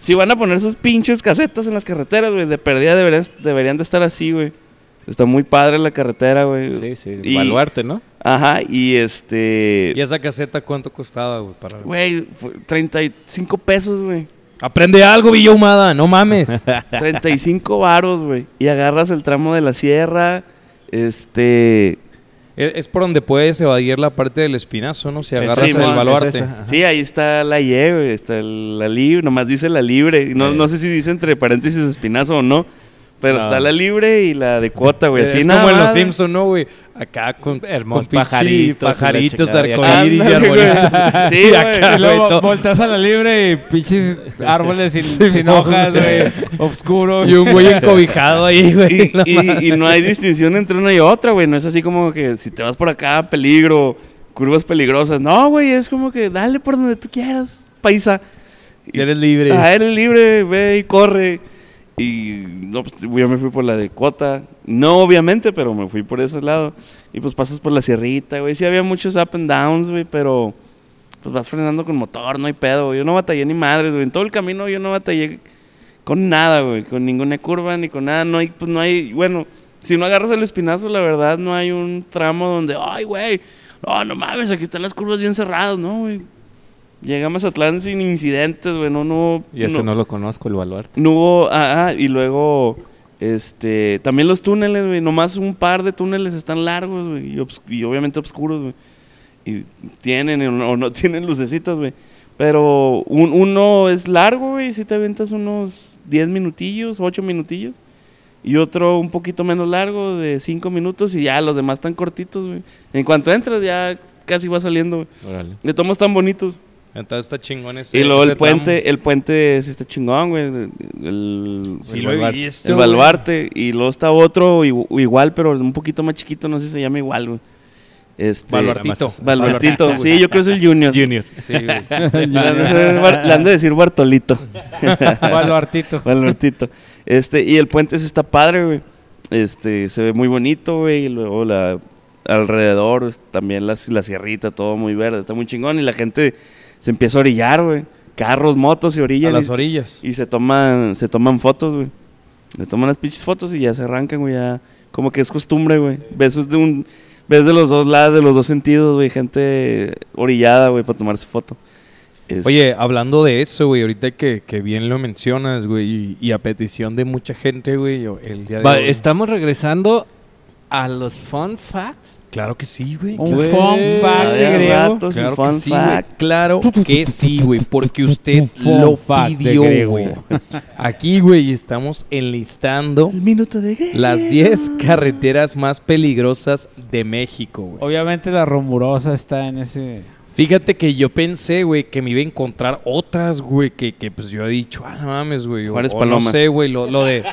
Speaker 4: si van a poner sus pinches casetas en las carreteras, güey, de perdida deberían, deberían de estar así, güey. Está muy padre la carretera, güey.
Speaker 2: Sí, sí.
Speaker 4: Y-
Speaker 2: Baluarte, ¿no?
Speaker 4: Ajá, y este.
Speaker 3: ¿Y esa caseta cuánto costaba, güey? para-
Speaker 4: Güey, fue 35 pesos, güey.
Speaker 3: Aprende algo, Villa Humada, no mames.
Speaker 4: 35 varos, güey. Y agarras el tramo de la sierra. Este.
Speaker 3: Es, es por donde puedes evadir la parte del espinazo, ¿no? Si
Speaker 2: Es-
Speaker 3: agarras
Speaker 4: sí,
Speaker 3: el
Speaker 4: mon, es
Speaker 3: baluarte.
Speaker 2: esa. Ajá.
Speaker 4: Sí, ahí está la Y, güey. Está el- la libre. Nomás dice la libre. No, no sé si dice entre paréntesis espinazo o no. Pero
Speaker 2: No.
Speaker 4: está la libre y la de cuota, güey.
Speaker 3: es
Speaker 4: Así
Speaker 3: como
Speaker 4: nada
Speaker 3: en los
Speaker 4: más.
Speaker 3: Simpsons, ¿no, güey? Acá con
Speaker 2: Hermosos
Speaker 3: con pinche
Speaker 2: pajaritos y la
Speaker 3: pajaritos,
Speaker 2: chingada, y acá-
Speaker 3: arcoíris y
Speaker 4: Ándale, güey.
Speaker 3: arbolitos.
Speaker 4: Sí,
Speaker 3: Y
Speaker 4: güey.
Speaker 3: acá,
Speaker 1: Y luego
Speaker 3: güey, todo.
Speaker 1: volteas a la libre y pinches árboles sin,
Speaker 3: Sí,
Speaker 1: sin
Speaker 3: mo-
Speaker 1: hojas, güey. Oscuro.
Speaker 3: Y un güey
Speaker 2: Ah,
Speaker 3: encobijado ahí, güey.
Speaker 4: Y, y- y no hay distinción entre una y otra, güey. No es así como que si te vas por acá, peligro, curvas peligrosas. No, güey, es como que dale por donde tú quieras, paisa. Y-
Speaker 3: Eres libre.
Speaker 4: Ah, eres libre, ve y corre. Y no, pues, yo me fui por la de Cota. No, obviamente, pero me fui por ese lado. Y pues pasas por la sierrita, güey. Sí había muchos up and downs, güey, pero pues vas frenando con motor, no hay pedo. güey. Yo no batallé ni madres, güey. En todo el camino yo no batallé con nada, güey. Con ninguna curva ni con nada. No hay, pues no hay, bueno, si no agarras el espinazo, la verdad, no hay un tramo donde, ay, güey, oh, no, no mames, aquí están las curvas bien cerradas, ¿no, güey? Llegué a Mazatlán sin incidentes, güey. No, no,
Speaker 2: Y ese no. lo conozco, el baluarte.
Speaker 4: no hubo, ah, ah, y luego, este, también los túneles, güey, nomás un par de túneles están largos, güey, y, obs- y obviamente oscuros, güey. Y tienen o no, o no tienen lucecitas, güey. Pero un- uno es largo, güey, si te aventas unos 10 minutillos, 8 minutillos. Y otro un poquito menos largo, de 5 minutos, y ya los demás están cortitos, güey. En cuanto entras, ya casi va saliendo, güey.
Speaker 2: Órale.
Speaker 4: De todos modos están bonitos.
Speaker 3: Entonces está chingón ese.
Speaker 4: Y luego
Speaker 3: ese
Speaker 4: el puente, el puente sí está chingón, güey. El, el-
Speaker 3: Sí,
Speaker 4: el
Speaker 3: lo he
Speaker 4: baluarte.
Speaker 3: visto,
Speaker 4: El
Speaker 3: güey.
Speaker 4: baluarte. Y luego está otro igu- igual, pero un poquito más chiquito, no sé si se llama igual, güey. Este,
Speaker 3: Baluartito.
Speaker 4: Baluartito, sí, yo creo que es el Junior.
Speaker 2: Junior.
Speaker 3: tramo. Sí, güey. sí.
Speaker 4: Le
Speaker 1: Ah,
Speaker 4: han de ser Bar- le han de decir Bartolito.
Speaker 1: Baluartito.
Speaker 4: Valortito. Este, y el puente ese está padre, güey. Este, se ve muy bonito, güey. Y luego la alrededor, pues, también la, la sierrita, todo muy verde, está muy chingón. Y la gente se empieza a orillar, güey. Carros, motos se
Speaker 3: A
Speaker 4: orillan.
Speaker 3: las
Speaker 4: Y,
Speaker 3: orillas.
Speaker 4: y se toman, se toman fotos, güey. Le toman las pinches fotos y ya se arrancan, güey. Ya, como que es costumbre, güey. Ves de un, ves de los dos lados, de los dos sentidos, güey, gente orillada, güey, para tomarse foto. Este, Es-
Speaker 3: Oye, hablando de eso, güey, ahorita que, que bien lo mencionas, güey, y, y a petición de mucha gente, güey, yo- el día de
Speaker 2: Va,
Speaker 3: hoy.
Speaker 2: estamos regresando a los fun facts.
Speaker 3: Claro que sí, güey.
Speaker 1: Un
Speaker 3: claro-
Speaker 1: fun fact de
Speaker 4: había
Speaker 1: griego.
Speaker 4: ratos y
Speaker 3: ah, Claro que
Speaker 4: Oh, fun
Speaker 3: sí,
Speaker 4: fact.
Speaker 3: güey. Claro que sí, güey, porque usted
Speaker 1: Fun
Speaker 3: lo
Speaker 1: fact de
Speaker 3: pidió,
Speaker 1: griego.
Speaker 3: güey. Aquí, güey, estamos enlistando
Speaker 4: minuto de
Speaker 3: las 10 carreteras más peligrosas de México, güey.
Speaker 1: Obviamente la romurosa está en ese...
Speaker 3: Fíjate que yo pensé, güey, que me iba a encontrar otras, güey, que, que pues yo he dicho, ah, no mames, güey. o-
Speaker 4: Juárez
Speaker 3: o No
Speaker 4: Palomas.
Speaker 3: sé, güey, lo, lo de.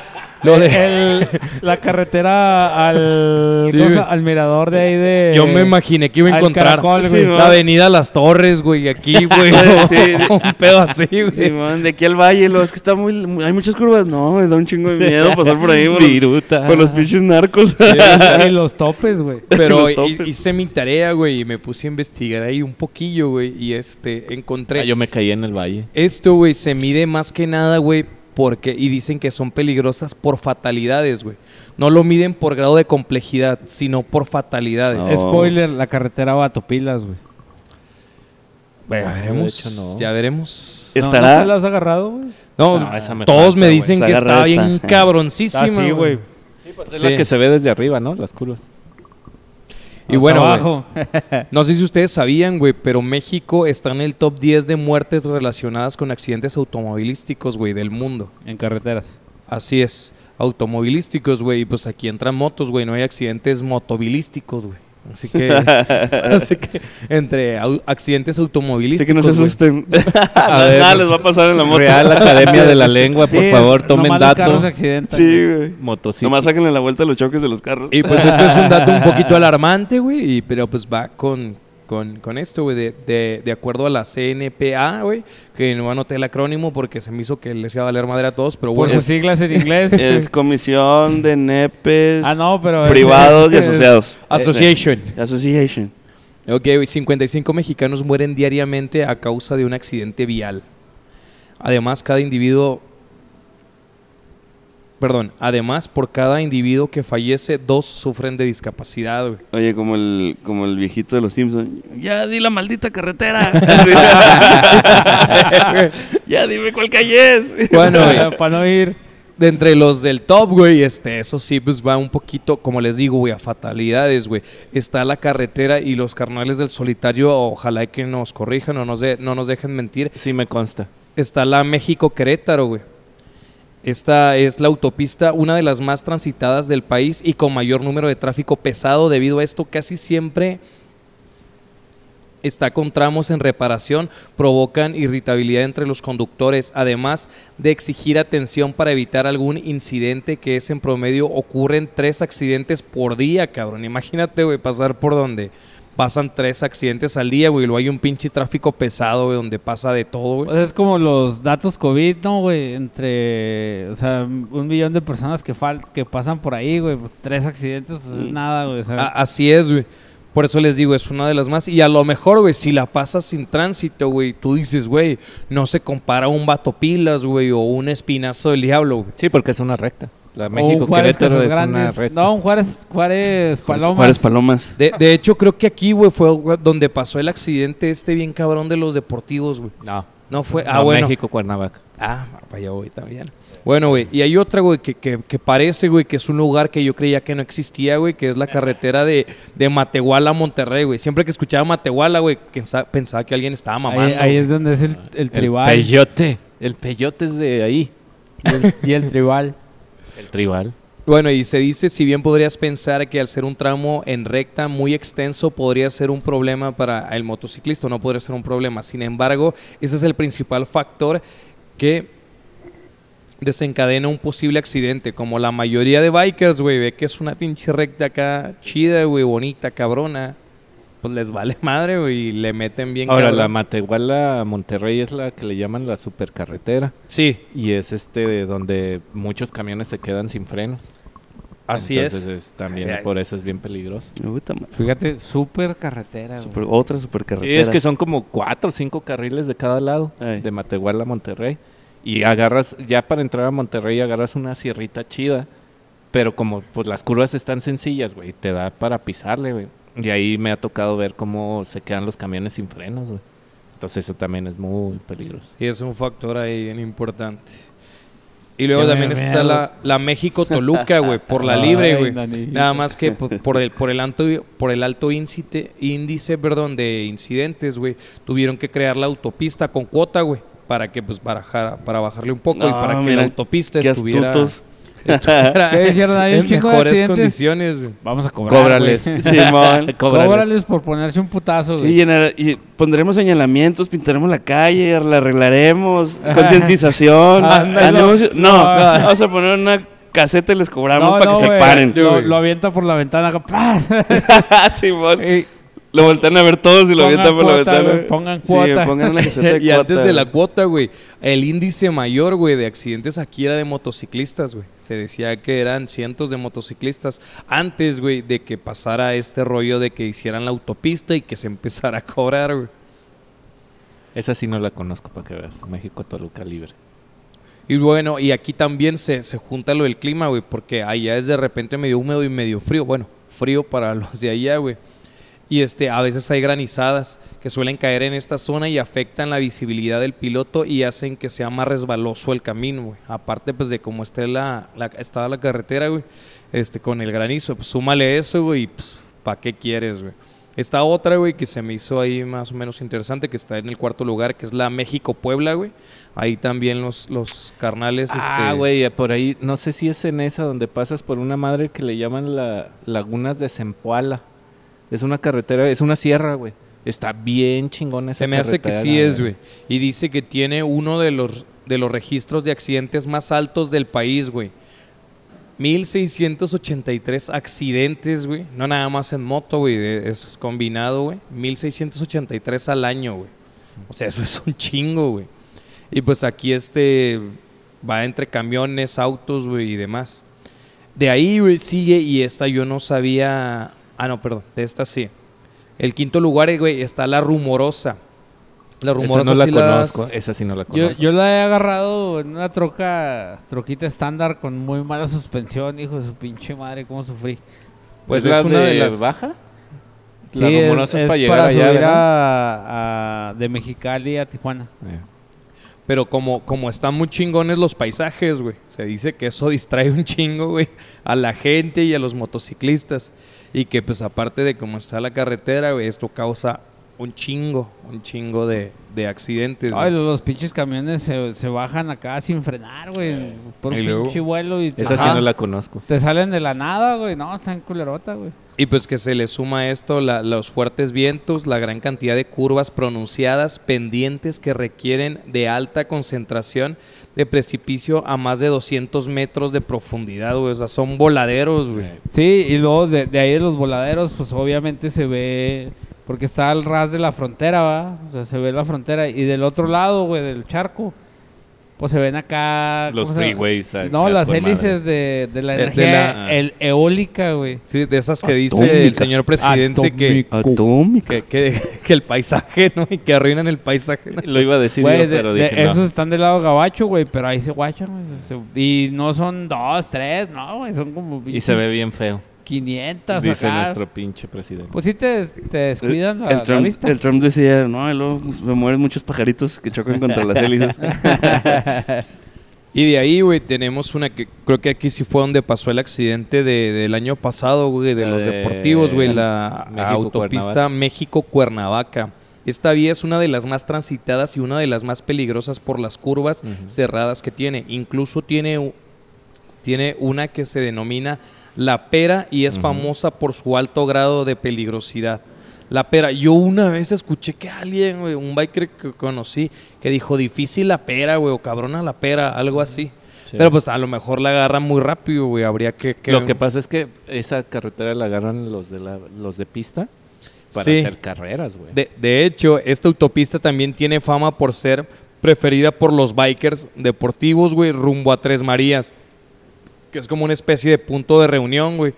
Speaker 3: Lo de
Speaker 1: El- la carretera al,
Speaker 3: Sí,
Speaker 1: ¿cómo se
Speaker 3: güey.
Speaker 1: llama? al mirador de ahí de...
Speaker 3: yo me imaginé que iba a
Speaker 1: al
Speaker 3: encontrar
Speaker 1: caracol,
Speaker 4: Sí,
Speaker 1: güey.
Speaker 4: ¿no?
Speaker 3: la avenida Las Torres, güey, aquí, güey. o-
Speaker 4: Sí.
Speaker 3: un pedo así, güey.
Speaker 4: Simón, de aquí al valle, lo es que está muy, muy- Hay muchas curvas. No, me da un chingo de miedo pasar por ahí, por los,
Speaker 2: Viruta.
Speaker 4: por los pinches narcos.
Speaker 1: y los topes, güey.
Speaker 3: Pero
Speaker 4: Los
Speaker 3: hi-
Speaker 4: topes.
Speaker 3: hice mi tarea, güey, y me puse a investigar ahí un poquillo, güey, y este, encontré.
Speaker 2: Ah, yo me caí en el valle.
Speaker 3: Esto, güey, se mide más que nada, güey, porque y dicen que son peligrosas por fatalidades, güey. No lo miden por grado de complejidad, sino por fatalidades.
Speaker 4: No.
Speaker 1: Spoiler, la carretera va a Topilas, güey.
Speaker 3: Bueno, ya
Speaker 2: de
Speaker 3: veremos,
Speaker 2: hecho, no.
Speaker 3: ya veremos.
Speaker 1: No,
Speaker 4: Estará.
Speaker 1: ¿No se la has agarrado, güey?
Speaker 3: No,
Speaker 2: No, esa me
Speaker 3: todos
Speaker 2: falta,
Speaker 3: me
Speaker 2: güey.
Speaker 3: dicen
Speaker 4: Esa
Speaker 3: que
Speaker 4: agarra
Speaker 3: está
Speaker 4: esta.
Speaker 3: bien
Speaker 1: Está
Speaker 3: cabroncísima,
Speaker 1: así,
Speaker 3: güey.
Speaker 1: güey.
Speaker 2: Es la que se ve desde arriba, ¿no? Las curvas.
Speaker 3: Y
Speaker 1: Hasta
Speaker 3: bueno, güey,
Speaker 1: abajo.
Speaker 3: no sé si ustedes sabían, güey, pero México está en el top 10 de muertes relacionadas con accidentes automovilísticos, güey, del mundo.
Speaker 1: en carreteras.
Speaker 3: Así es, automovilísticos, güey. Y pues aquí entran motos, güey. No hay accidentes motovilísticos, güey. Así que, así que entre au- accidentes
Speaker 4: Así
Speaker 3: automovilísticos.
Speaker 4: que no se
Speaker 3: güey.
Speaker 4: asusten.
Speaker 2: A ver,
Speaker 4: Nada les va a pasar en la moto.
Speaker 2: Real Academia de la Lengua, por
Speaker 1: Sí,
Speaker 2: favor, tomen
Speaker 1: nomás los carros se
Speaker 2: datos.
Speaker 1: accidentan, güey.
Speaker 4: Sí, güey.
Speaker 2: Motocicleta.
Speaker 4: Nomás sáquenle la vuelta a los choques de los carros.
Speaker 3: Y pues esto es un dato un poquito alarmante, güey. y- Pero pues va con, con, con esto, güey. De, de, de acuerdo a la CNPA, güey. Que no anoté el acrónimo porque se me hizo que les iba a valer madre a todos. Pero
Speaker 1: Por
Speaker 3: bueno,
Speaker 1: sus siglas en inglés.
Speaker 4: Es comisión de nepes
Speaker 1: ah, no, pero...
Speaker 4: privados y asociados.
Speaker 3: Association.
Speaker 4: Eh, Association.
Speaker 3: Ok, güey, 55 mexicanos mueren diariamente a causa de un accidente vial. Además, cada individuo... Perdón, además por cada individuo que fallece, dos sufren de discapacidad, güey.
Speaker 4: Oye, como el, como el viejito de los Simpsons. Ya di la maldita carretera. ya dime cuál calle es.
Speaker 3: Bueno, güey,
Speaker 1: Para, para no ir...
Speaker 3: de entre los del top, güey, este, eso sí, pues va un poquito, como les digo, güey, a fatalidades, güey. Está la carretera y los carnales del solitario, ojalá que nos corrijan o nos de- no nos dejen mentir,
Speaker 2: Sí me consta.
Speaker 3: está la México Querétaro, güey. Esta es la autopista, una de las más transitadas del país y con mayor número de tráfico pesado. Debido a esto, casi siempre está con tramos en reparación, provocan irritabilidad entre los conductores, además de exigir atención para evitar algún incidente que es en promedio ocurren tres accidentes por día, cabrón. Imagínate, güey, pasar por donde pasan tres accidentes al día, güey, y luego hay un pinche tráfico pesado, güey, donde pasa de todo, güey.
Speaker 1: O sea, Pues es como los datos COVID, ¿no, güey? Entre, o sea, un millón de personas que fal que pasan por ahí, güey. pues, Tres accidentes, pues es nada, güey. o sea,
Speaker 3: A- así es, güey. Por eso les digo, es una de las más. Y a lo mejor, güey, si la pasas sin tránsito, güey, tú dices, güey, no se compara un vato pilas, güey, o un espinazo del diablo, güey.
Speaker 2: Sí, porque es una recta. La
Speaker 1: o
Speaker 2: México
Speaker 1: un Juárez
Speaker 2: Querétaro
Speaker 1: Casas
Speaker 2: es una
Speaker 1: Grandes.
Speaker 2: recta.
Speaker 1: No, un Juárez, Juárez Palomas.
Speaker 4: Juárez Palomas.
Speaker 3: De, de hecho, creo que aquí, güey, fue güey, donde pasó el accidente este bien cabrón de los deportivos, güey.
Speaker 2: No.
Speaker 3: No fue. Ah,
Speaker 2: No,
Speaker 3: bueno.
Speaker 2: México Cuernavaca.
Speaker 3: Ah, para allá voy también. Bueno, güey, y hay otra, güey, que, que, que parece, güey, que es un lugar que yo creía que no existía, güey, que es la carretera de, de Matehuala a Monterrey, güey. Siempre que escuchaba Matehuala, güey, pensa- pensaba que alguien estaba mamando.
Speaker 1: Ahí, ahí
Speaker 3: güey.
Speaker 1: es donde es el, el tribal.
Speaker 2: El peyote. El peyote es de ahí.
Speaker 1: y el tribal.
Speaker 2: El tribal.
Speaker 3: Bueno, y se dice, si bien podrías pensar que al ser un tramo en recta muy extenso podría ser un problema para el motociclista, no podría ser un problema. Sin embargo, ese es el principal factor que desencadena un posible accidente. Como la mayoría de bikers, güey, ve que es una pinche recta acá chida, güey, bonita, cabrona. Pues les vale madre, güey, y le meten bien.
Speaker 2: Ahora,
Speaker 3: cabrón.
Speaker 2: la Matehuala Monterrey es la que le llaman la supercarretera.
Speaker 3: Sí,
Speaker 2: Y es este de donde muchos camiones se quedan sin frenos.
Speaker 3: así es.
Speaker 2: Entonces también
Speaker 3: Ay, ay.
Speaker 2: por eso es bien peligroso.
Speaker 4: Me gusta más.
Speaker 1: Fíjate, súper carretera,
Speaker 4: Super- otra supercarretera.
Speaker 2: Sí, es que son como cuatro o cinco carriles de cada lado,
Speaker 4: Ey.
Speaker 2: de Matehuala a Monterrey. Y agarras, ya para entrar a Monterrey agarras una sierrita chida, pero como pues las curvas están sencillas, güey, te da para pisarle, güey. Y ahí me ha tocado ver cómo se quedan los camiones sin frenos, güey. Entonces eso también es muy peligroso.
Speaker 3: Y es un factor ahí bien importante. Y luego
Speaker 1: Qué
Speaker 3: también
Speaker 1: miedo.
Speaker 3: está la, la México-Toluca, güey, por la
Speaker 1: Ay,
Speaker 3: libre, güey.
Speaker 1: nanito.
Speaker 3: Nada más que por, por el, por, el alto, por el alto íncite- índice perdón, de incidentes, güey, tuvieron que crear la autopista con cuota, güey, para que, pues, barajar, para bajarle un
Speaker 1: Ah,
Speaker 3: poco y
Speaker 4: No,
Speaker 3: para que
Speaker 4: mira,
Speaker 3: la autopista
Speaker 4: Qué
Speaker 3: estuviera,
Speaker 4: astutos.
Speaker 3: estuviera
Speaker 1: ¿Qué dijeron? Hay un
Speaker 3: en
Speaker 1: chingo de
Speaker 3: mejores
Speaker 1: accidentes.
Speaker 3: condiciones, güey.
Speaker 1: Vamos a cobrar.
Speaker 2: Cóbrales.
Speaker 1: güey.
Speaker 4: Simón.
Speaker 2: Cóbrales.
Speaker 1: Cóbrales por ponerse un putazo,
Speaker 4: Sí,
Speaker 1: güey.
Speaker 4: llenar- y pondremos señalamientos, pintaremos la calle, la arreglaremos, concientización,
Speaker 1: Ándale.
Speaker 4: anuncios. No,
Speaker 1: No.
Speaker 4: vamos a poner una caseta y les cobramos
Speaker 1: No,
Speaker 4: para
Speaker 1: no,
Speaker 4: que
Speaker 1: güey.
Speaker 4: se paren.
Speaker 1: Lo, lo avienta por la ventana. acá, ¡pah! Eh,
Speaker 4: Simón.
Speaker 1: Y-
Speaker 4: Lo voltean a ver todos y
Speaker 1: Pongan
Speaker 4: lo avientan por la
Speaker 1: cuota,
Speaker 4: ventana.
Speaker 1: güey, pongan cuota.
Speaker 4: Sí, pongan una caseta de
Speaker 3: Y antes
Speaker 4: cuota,
Speaker 3: de la
Speaker 4: güey.
Speaker 3: cuota, güey, el índice mayor, güey, de accidentes aquí era de motociclistas, güey. Se decía que eran cientos de motociclistas antes, güey, de que pasara este rollo de que hicieran la autopista y que se empezara a cobrar, güey.
Speaker 2: Esa sí no la conozco para que veas. México Toluca libre.
Speaker 3: Y bueno, y aquí también se, se junta lo del clima, güey, porque allá es de repente medio húmedo y medio frío. Bueno, frío para los de allá, güey. Y este, a veces hay granizadas que suelen caer en esta zona y afectan la visibilidad del piloto y hacen que sea más resbaloso el camino, güey. Aparte, pues, de cómo esté la, la, está la carretera, güey, este, con el granizo. Pues, súmale eso, güey, y, pues, ¿para qué quieres, güey? Esta otra, güey, que se me hizo ahí más o menos interesante, que está en el cuarto lugar, que es la México-Puebla, güey. Ahí también los, los carnales,
Speaker 2: Ah,
Speaker 3: este...
Speaker 2: güey, por ahí, no sé si es en esa donde pasas por una madre que le llaman la Lagunas de Zempoala. Es una carretera, es una sierra, güey. Está bien chingón esa
Speaker 3: Se me hace que
Speaker 2: carretera,
Speaker 3: sí es, güey. Y dice que tiene uno de los, de los registros de accidentes más altos del país, güey. 1683 accidentes, güey. No nada más en moto, güey. de- Eso es combinado, güey. 1683 al año, güey. O sea, eso es un chingo, güey. Y pues aquí este va entre camiones, autos, güey, y demás. De ahí, güey, sigue y esta yo no sabía... Ah, no, perdón. De esta sí. El quinto lugar, eh, güey, está la rumorosa. La
Speaker 2: Esa
Speaker 3: rumorosa
Speaker 2: no la
Speaker 3: sí las-
Speaker 2: conozco, esa sí no la
Speaker 1: Yo,
Speaker 2: conozco.
Speaker 1: yo la he agarrado en una troca, troquita estándar con muy mala suspensión, hijo de su pinche madre, cómo sufrí.
Speaker 3: Pues
Speaker 2: ¿Es
Speaker 3: es,
Speaker 2: la
Speaker 3: una de,
Speaker 2: de
Speaker 3: las...
Speaker 2: baja?
Speaker 1: Sí,
Speaker 2: La
Speaker 1: es,
Speaker 2: rumorosa es
Speaker 1: es
Speaker 2: para llegar
Speaker 1: para
Speaker 2: allá,
Speaker 1: subir
Speaker 2: ¿verdad?
Speaker 1: a- a- de Mexicali a Tijuana.
Speaker 2: Eh.
Speaker 3: Pero como, como están muy chingones los paisajes, güey. Se dice que eso distrae un chingo, güey, a la gente y a los motociclistas. Y que pues aparte de cómo está la carretera, güey, esto causa un chingo, un chingo de, de accidentes.
Speaker 1: Ay,
Speaker 3: güey.
Speaker 1: los, los pinches camiones se, se bajan acá sin frenar, güey. Por un
Speaker 3: Y luego-
Speaker 1: pinche vuelo y te,
Speaker 2: Esa sí
Speaker 3: Ajá.
Speaker 2: no la conozco.
Speaker 1: te salen de la nada, güey. No, están culerota, güey.
Speaker 3: Y pues que se le suma a esto la- los fuertes vientos, la gran cantidad de curvas pronunciadas, pendientes que requieren de alta concentración de precipicio a más de 200 metros de profundidad, güey. O sea, son voladeros, güey.
Speaker 1: Sí, y luego de, de ahí de los voladeros, pues obviamente se ve, porque está al ras de la frontera, ¿va? O sea, se ve la frontera. Y del otro lado, güey, del charco, pues se ven acá...
Speaker 2: Los
Speaker 1: ¿cómo se llama?
Speaker 2: freeways acá,
Speaker 1: No, las
Speaker 2: con
Speaker 1: hélices de, de la
Speaker 2: Eh,
Speaker 3: De- de
Speaker 1: energía
Speaker 3: la-
Speaker 1: el, eólica, güey.
Speaker 3: Sí, de esas que
Speaker 2: Atómica.
Speaker 3: dice el señor presidente que,
Speaker 2: Ah,
Speaker 4: Ah, Atómica.
Speaker 3: que, que, que el paisaje, ¿no? Y que arruinan el paisaje. ¿no?
Speaker 2: Lo iba a decir
Speaker 1: Güey,
Speaker 2: yo,
Speaker 1: de-
Speaker 2: pero
Speaker 1: de-
Speaker 2: dije no.
Speaker 1: esos están del lado gabacho, güey, pero ahí se guachan, güey. Se- Y no son dos, tres, no, güey, son como...
Speaker 2: Y se ve bien feo,
Speaker 1: 500
Speaker 2: dice
Speaker 1: acá.
Speaker 2: nuestro pinche presidente.
Speaker 1: Pues sí te, te descuidan la,
Speaker 4: el,
Speaker 1: la
Speaker 4: Trump,
Speaker 1: vista.
Speaker 4: el Trump decía, no, y luego me mueren muchos pajaritos que chocan contra las hélices.
Speaker 3: Y de ahí, güey, tenemos una que creo que aquí sí fue donde pasó el accidente de- del año pasado, güey, de
Speaker 2: La
Speaker 3: los
Speaker 2: de-
Speaker 3: deportivos, güey, la
Speaker 2: México,
Speaker 3: autopista
Speaker 2: Cuernavaca.
Speaker 3: México-Cuernavaca. Esta vía es una de las más transitadas y una de las más peligrosas por las curvas
Speaker 2: Ujú.
Speaker 3: cerradas que tiene. Incluso tiene, u- tiene una que se denomina La Pera y es
Speaker 2: Ujú.
Speaker 3: famosa por su alto grado de peligrosidad. La pera, yo una vez escuché que alguien, güey, un biker que conocí, que dijo difícil la pera, güey, o cabrona la pera, algo así.
Speaker 2: Sí.
Speaker 3: Pero pues a lo mejor la agarran muy rápido, güey, habría que...
Speaker 2: Lo que pasa es que esa carretera la agarran los de, la, los de pista para
Speaker 3: Sí.
Speaker 2: hacer carreras, güey.
Speaker 3: De, de hecho, esta autopista también tiene fama por ser preferida por los bikers deportivos, güey, rumbo a Tres Marías, que es como una especie de punto de reunión, güey,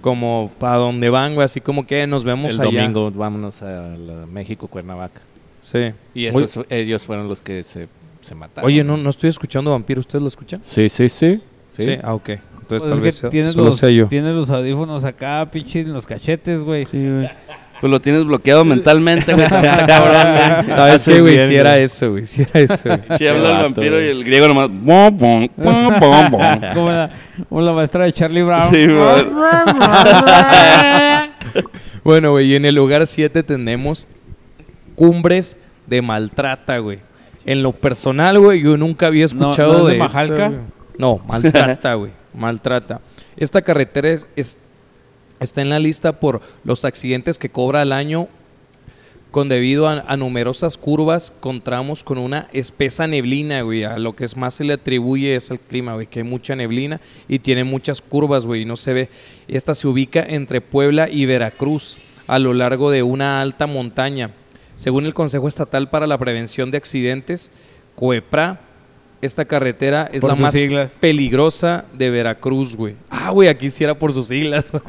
Speaker 3: como para donde van, güey, así como que nos vemos
Speaker 2: El
Speaker 3: allá.
Speaker 2: domingo vámonos a la México Cuernavaca.
Speaker 3: Sí.
Speaker 2: Y
Speaker 3: Oye,
Speaker 2: esos, ellos fueron los que se, se mataron.
Speaker 3: Oye, no, no estoy escuchando Vampiro, ¿ustedes lo escuchan?
Speaker 2: Sí, sí, sí.
Speaker 3: Sí, ah, ok. Entonces
Speaker 1: Pues
Speaker 3: tal
Speaker 1: es que
Speaker 3: vez sea-
Speaker 1: tienes,
Speaker 3: solo
Speaker 1: los,
Speaker 3: sea yo.
Speaker 1: tienes los audífonos acá, pinche, en los cachetes, güey.
Speaker 4: Sí, güey. Pues lo tienes bloqueado mentalmente, güey. también, cabrón, güey.
Speaker 3: ¿Sabes
Speaker 2: Haces
Speaker 3: qué, güey?
Speaker 2: bien,
Speaker 3: Si era
Speaker 2: güey.
Speaker 3: eso, güey. Si era eso, güey.
Speaker 4: Sí, habla el
Speaker 2: vato,
Speaker 4: vampiro
Speaker 2: güey.
Speaker 4: y el griego nomás. "Bom, bom, bom, bom, bom".
Speaker 1: Como la, como la maestra de Charlie Brown.
Speaker 4: Sí, güey.
Speaker 3: Bueno, güey, y en el lugar 7 tenemos cumbres de maltrata, güey. En lo personal, güey, yo nunca había
Speaker 1: No, ¿no
Speaker 3: escuchado
Speaker 1: es de
Speaker 3: de, esto,
Speaker 1: Majalca?
Speaker 3: güey. no, maltrata, güey. Maltrata. Esta carretera es- es- está en la lista por los accidentes que cobra al año con debido a, a numerosas curvas con tramos con una espesa neblina, güey. A lo que es más se le atribuye es el clima, güey, que hay mucha neblina y tiene muchas curvas, güey, y no se ve. Esta se ubica entre Puebla y Veracruz, a lo largo de una alta montaña. Según el Consejo Estatal para la Prevención de Accidentes, COEPRA, esta carretera es
Speaker 1: Por
Speaker 3: la
Speaker 1: sus
Speaker 3: más
Speaker 1: siglas.
Speaker 3: peligrosa de Veracruz, güey. Ah, güey, aquí sí era por sus siglas. güey.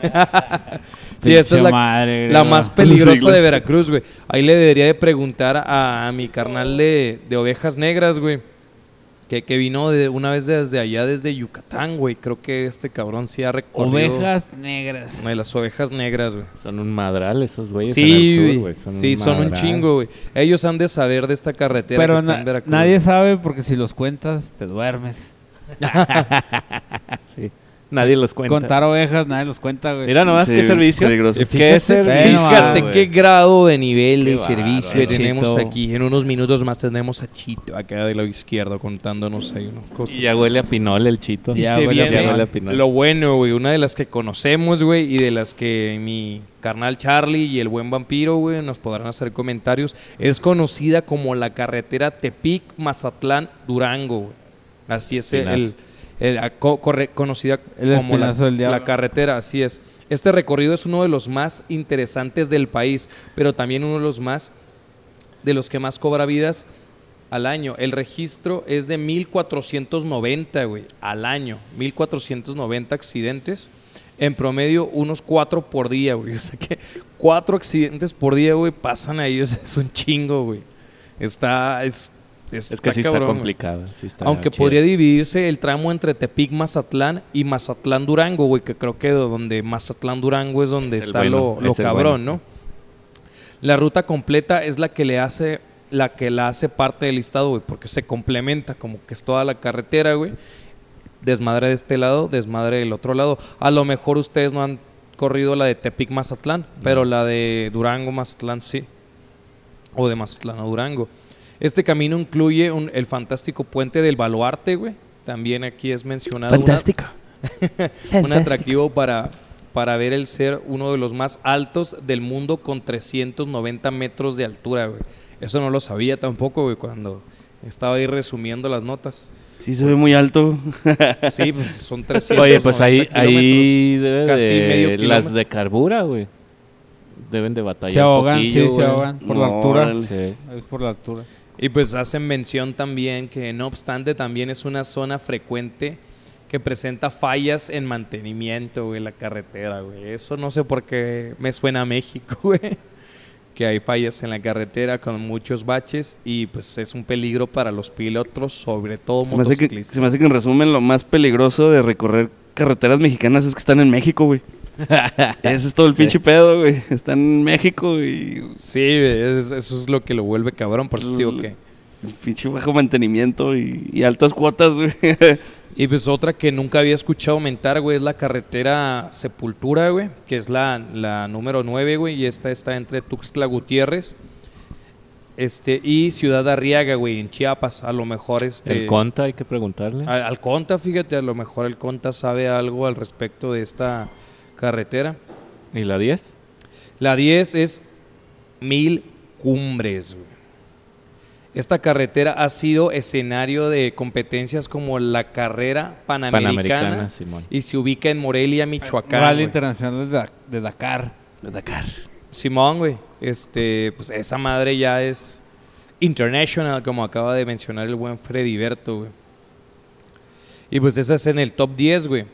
Speaker 3: sí, esta es la,
Speaker 1: Pinche madre,
Speaker 3: la
Speaker 1: güey.
Speaker 3: más peligrosa de Veracruz, güey. Ahí le debería de preguntar a, a mi carnal de, de ovejas negras, güey. Que, que vino de una vez desde allá, desde Yucatán, güey. Creo que este cabrón sí ha recorrido...
Speaker 1: Ovejas negras.
Speaker 3: No, y las ovejas negras, güey.
Speaker 2: Son un madral esos güeyes. en
Speaker 3: Sí,
Speaker 2: el sur,
Speaker 3: güey.
Speaker 2: güey,
Speaker 3: sí, son un
Speaker 2: madral.
Speaker 3: chingo, güey. Ellos han de saber de esta carretera
Speaker 1: Pero
Speaker 3: que está
Speaker 1: na-
Speaker 3: en Veracruz.
Speaker 1: nadie sabe porque si los cuentas te duermes.
Speaker 2: Sí. Nadie los cuenta.
Speaker 1: Contar ovejas nadie los cuenta, güey.
Speaker 2: Mira nomás
Speaker 4: Sí,
Speaker 2: qué servicio.
Speaker 4: peligroso.
Speaker 2: Qué
Speaker 3: Fíjate,
Speaker 2: servicio.
Speaker 3: fíjate
Speaker 2: güey.
Speaker 3: qué grado de nivel
Speaker 2: Qué
Speaker 3: de servicio
Speaker 2: bárbaro.
Speaker 3: tenemos
Speaker 1: Chito.
Speaker 3: aquí. En unos minutos más tendremos a Chito acá del lado izquierdo contándonos ahí unas cosas.
Speaker 2: Y ya huele a pinol el chito.
Speaker 3: Y
Speaker 1: Ya
Speaker 3: se
Speaker 1: huele a
Speaker 3: viene
Speaker 1: pinol.
Speaker 3: lo bueno, güey. Una de las que conocemos, güey, y de las que mi carnal Charlie y el buen vampiro, güey, nos podrán hacer comentarios. Es conocida como la carretera Tepic, Mazatlán, Durango, güey. Así es el,
Speaker 2: Espinazo.
Speaker 3: el- a- co- corre- conocida
Speaker 1: El
Speaker 3: como la,
Speaker 1: espinazo del diablo.
Speaker 3: la carretera, así es. Este recorrido es uno de los más interesantes del país, pero también uno de los más de los que más cobra vidas al año. El registro es de 1490, güey, al año. 1490 accidentes. En promedio, unos cuatro por día, güey. O sea que cuatro accidentes por día, güey, pasan ahí. O sea, es un chingo, güey. Está. Es,
Speaker 2: Es que sí está
Speaker 3: cabrón, güey.
Speaker 2: complicado. sí está
Speaker 3: Aunque
Speaker 2: chido.
Speaker 3: podría dividirse el tramo entre Tepic Mazatlán y Mazatlán Durango, güey, que creo que do- donde Mazatlán Durango es donde
Speaker 2: Es el
Speaker 3: está
Speaker 2: bueno,
Speaker 3: lo, lo
Speaker 2: es el
Speaker 3: cabrón,
Speaker 2: bueno.
Speaker 3: ¿no? La ruta completa es la que le hace la que la hace parte del listado, güey, porque se complementa como que es toda la carretera, güey. Desmadre de este lado, desmadre del otro lado. A lo mejor ustedes no han corrido la de Tepic Mazatlán, pero la de Durango Mazatlán sí o de Mazatlán a Durango. Este camino incluye un- el fantástico puente del Baluarte, güey. También aquí es mencionado. una- Un atractivo para, para ver el ser uno de los más altos del mundo con 390 metros de altura, güey. Eso no lo sabía tampoco, güey, cuando estaba ahí resumiendo las notas.
Speaker 4: Sí, se ve muy alto.
Speaker 3: Sí, pues son 390
Speaker 2: Oye, pues ahí, ahí
Speaker 3: kilómetros,
Speaker 2: debe
Speaker 3: casi
Speaker 2: de-
Speaker 3: medio
Speaker 2: las
Speaker 3: kilómetro.
Speaker 2: de carbura, güey. Deben de batallar
Speaker 1: se ahogan,
Speaker 2: un
Speaker 1: sí,
Speaker 2: poquillo,
Speaker 1: se
Speaker 2: güey.
Speaker 1: ahogan por la
Speaker 4: No,
Speaker 1: altura.
Speaker 4: órale.
Speaker 2: Sí.
Speaker 1: Es por la altura.
Speaker 3: Y pues hacen mención también que no obstante también es una zona frecuente que presenta fallas en mantenimiento, güey, la carretera, güey. Eso no sé por qué me suena a México, güey. Que hay fallas en la carretera con muchos baches y pues es un peligro para los pilotos, sobre todo
Speaker 4: Se me, hace que,
Speaker 3: motociclistas.
Speaker 4: se me hace que en resumen lo más peligroso de recorrer carreteras mexicanas es que están en México, güey. Ese es todo el pinche pedo, güey. Están en México y
Speaker 3: Sí, güey, es- eso es lo que lo vuelve cabrón, por eso te digo que...
Speaker 4: pinche bajo mantenimiento y, y altas cuotas, güey.
Speaker 3: Y pues otra que nunca había escuchado aumentar, güey, es la carretera Sepultura, güey, que es la, la número 9, güey, y esta está entre Tuxtla Gutiérrez este, y Ciudad Arriaga, güey, en Chiapas. A lo mejor este...
Speaker 2: El conta hay que preguntarle.
Speaker 3: Al, al Conta, fíjate, a lo mejor el Conta sabe algo al respecto de esta carretera.
Speaker 2: ¿Y la 10?
Speaker 3: La 10 es Mil Cumbres. güey. Esta carretera ha sido escenario de competencias como la carrera
Speaker 2: Panamericana,
Speaker 3: panamericana
Speaker 2: Simón.
Speaker 3: y se ubica en Morelia, Michoacán.
Speaker 1: Rally
Speaker 3: güey.
Speaker 1: Internacional de, Da- de Dakar.
Speaker 4: Dakar.
Speaker 3: Simón, güey. Este, pues esa madre ya es international, como acaba de mencionar el buen Freddy Berto, güey. Y pues esa es en el top 10, güey.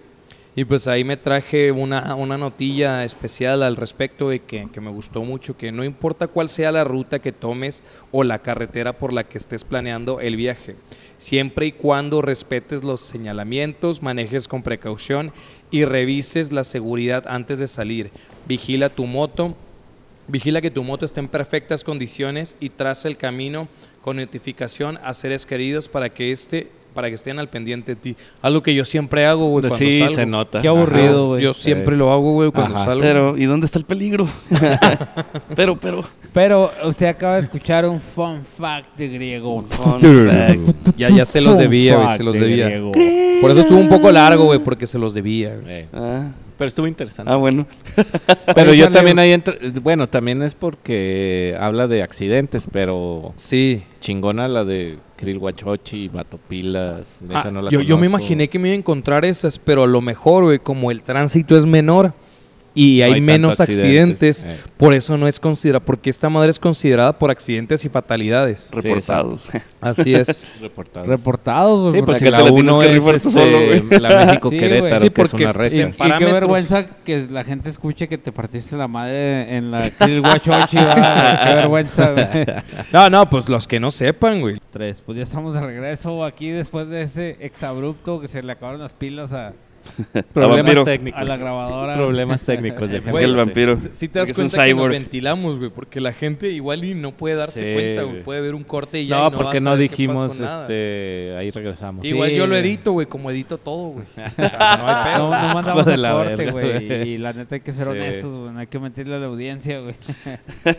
Speaker 3: Y pues ahí me traje una, una notilla especial al respecto, güey, que, que me gustó mucho, que no importa cuál sea la ruta que tomes o la carretera por la que estés planeando el viaje, siempre y cuando respetes los señalamientos, manejes con precaución y revises la seguridad antes de salir. Vigila tu moto, Vigila que tu moto esté en perfectas condiciones y traza el camino con notificación a seres queridos para que este, para que estén al pendiente de ti. Algo que yo siempre hago, güey, cuando
Speaker 2: sí,
Speaker 3: salgo.
Speaker 2: se nota.
Speaker 1: Qué aburrido, güey.
Speaker 3: Yo siempre lo hago, güey, cuando
Speaker 2: Ajá.
Speaker 3: salgo.
Speaker 4: Pero, ¿y dónde está el peligro? pero, pero.
Speaker 1: Pero usted acaba de escuchar un fun fact de griego.
Speaker 4: Fun fact.
Speaker 3: ya, ya se los
Speaker 1: Fun
Speaker 3: debía, güey,
Speaker 1: fact
Speaker 3: se los
Speaker 1: de
Speaker 3: debía.
Speaker 1: griego.
Speaker 3: Por eso estuvo un poco largo, güey, porque se los debía. güey.
Speaker 2: Eh,
Speaker 4: Ah,
Speaker 2: Pero estuvo interesante.
Speaker 4: ah, bueno.
Speaker 2: pero
Speaker 1: Oye,
Speaker 2: yo
Speaker 1: sale-
Speaker 2: también ahí entro- Bueno, también es porque habla de accidentes, pero
Speaker 3: Sí.
Speaker 2: chingona la de Krill Guachochi, Batopilas.
Speaker 3: Ah,
Speaker 2: esa no la
Speaker 3: yo, yo me
Speaker 2: conozco.
Speaker 3: imaginé que me iba a encontrar esas, pero a lo mejor, güey, como el tránsito es menor, y hay,
Speaker 2: hay
Speaker 3: menos
Speaker 2: tanto accidentes,
Speaker 3: accidentes.
Speaker 2: eh.
Speaker 3: Por eso no es considerada, porque esta madre es considerada por accidentes y fatalidades.
Speaker 2: sí.
Speaker 4: Reportados.
Speaker 3: Así es.
Speaker 2: Reportados.
Speaker 1: Reportados, güey.
Speaker 2: Sí, pues
Speaker 1: porque-
Speaker 2: si
Speaker 4: que
Speaker 2: la
Speaker 4: te la tienes
Speaker 2: uno
Speaker 4: que
Speaker 2: es
Speaker 4: rifar tú solo,
Speaker 2: este, la México
Speaker 1: Sí,
Speaker 2: Querétaro,
Speaker 1: güey.
Speaker 3: Sí,
Speaker 2: que es
Speaker 3: porque-
Speaker 2: una
Speaker 1: y,
Speaker 2: recia.
Speaker 1: y qué
Speaker 3: parámetros.
Speaker 1: vergüenza que la gente escuche que te partiste la madre en la Guachochi, Qué vergüenza, güey.
Speaker 3: No, no, pues los que no sepan, güey.
Speaker 1: Tres, pues ya estamos de regreso aquí después de ese exabrupto que se le acabaron las pilas a,
Speaker 4: vampiro.
Speaker 5: Problemas técnicos.
Speaker 1: a la grabadora.
Speaker 5: Problemas técnicos. de
Speaker 4: Es que el
Speaker 3: sí.
Speaker 4: vampiro.
Speaker 3: Si te
Speaker 4: Porque es
Speaker 3: das
Speaker 4: un
Speaker 3: cuenta que nos
Speaker 4: cyborg.
Speaker 3: ventilamos, güey, porque la gente igual y no puede darse
Speaker 5: Sí,
Speaker 3: cuenta, güey.
Speaker 5: güey.
Speaker 3: Puede ver un corte y ya.
Speaker 5: No,
Speaker 3: y va
Speaker 5: porque
Speaker 3: a
Speaker 5: no
Speaker 3: saber qué
Speaker 5: dijimos,
Speaker 3: pasó nada.
Speaker 5: este, ahí regresamos.
Speaker 3: Igual yo lo
Speaker 1: güey.
Speaker 3: edito, güey, como edito todo, güey. O sea, no hay pedo.
Speaker 1: No, no mandamos
Speaker 5: Hijo de
Speaker 1: el
Speaker 5: la
Speaker 1: corte,
Speaker 5: verga,
Speaker 1: güey.
Speaker 5: güey.
Speaker 1: Y la neta hay que ser
Speaker 5: Sí.
Speaker 1: honestos, güey. No hay que mentirle a la audiencia, güey.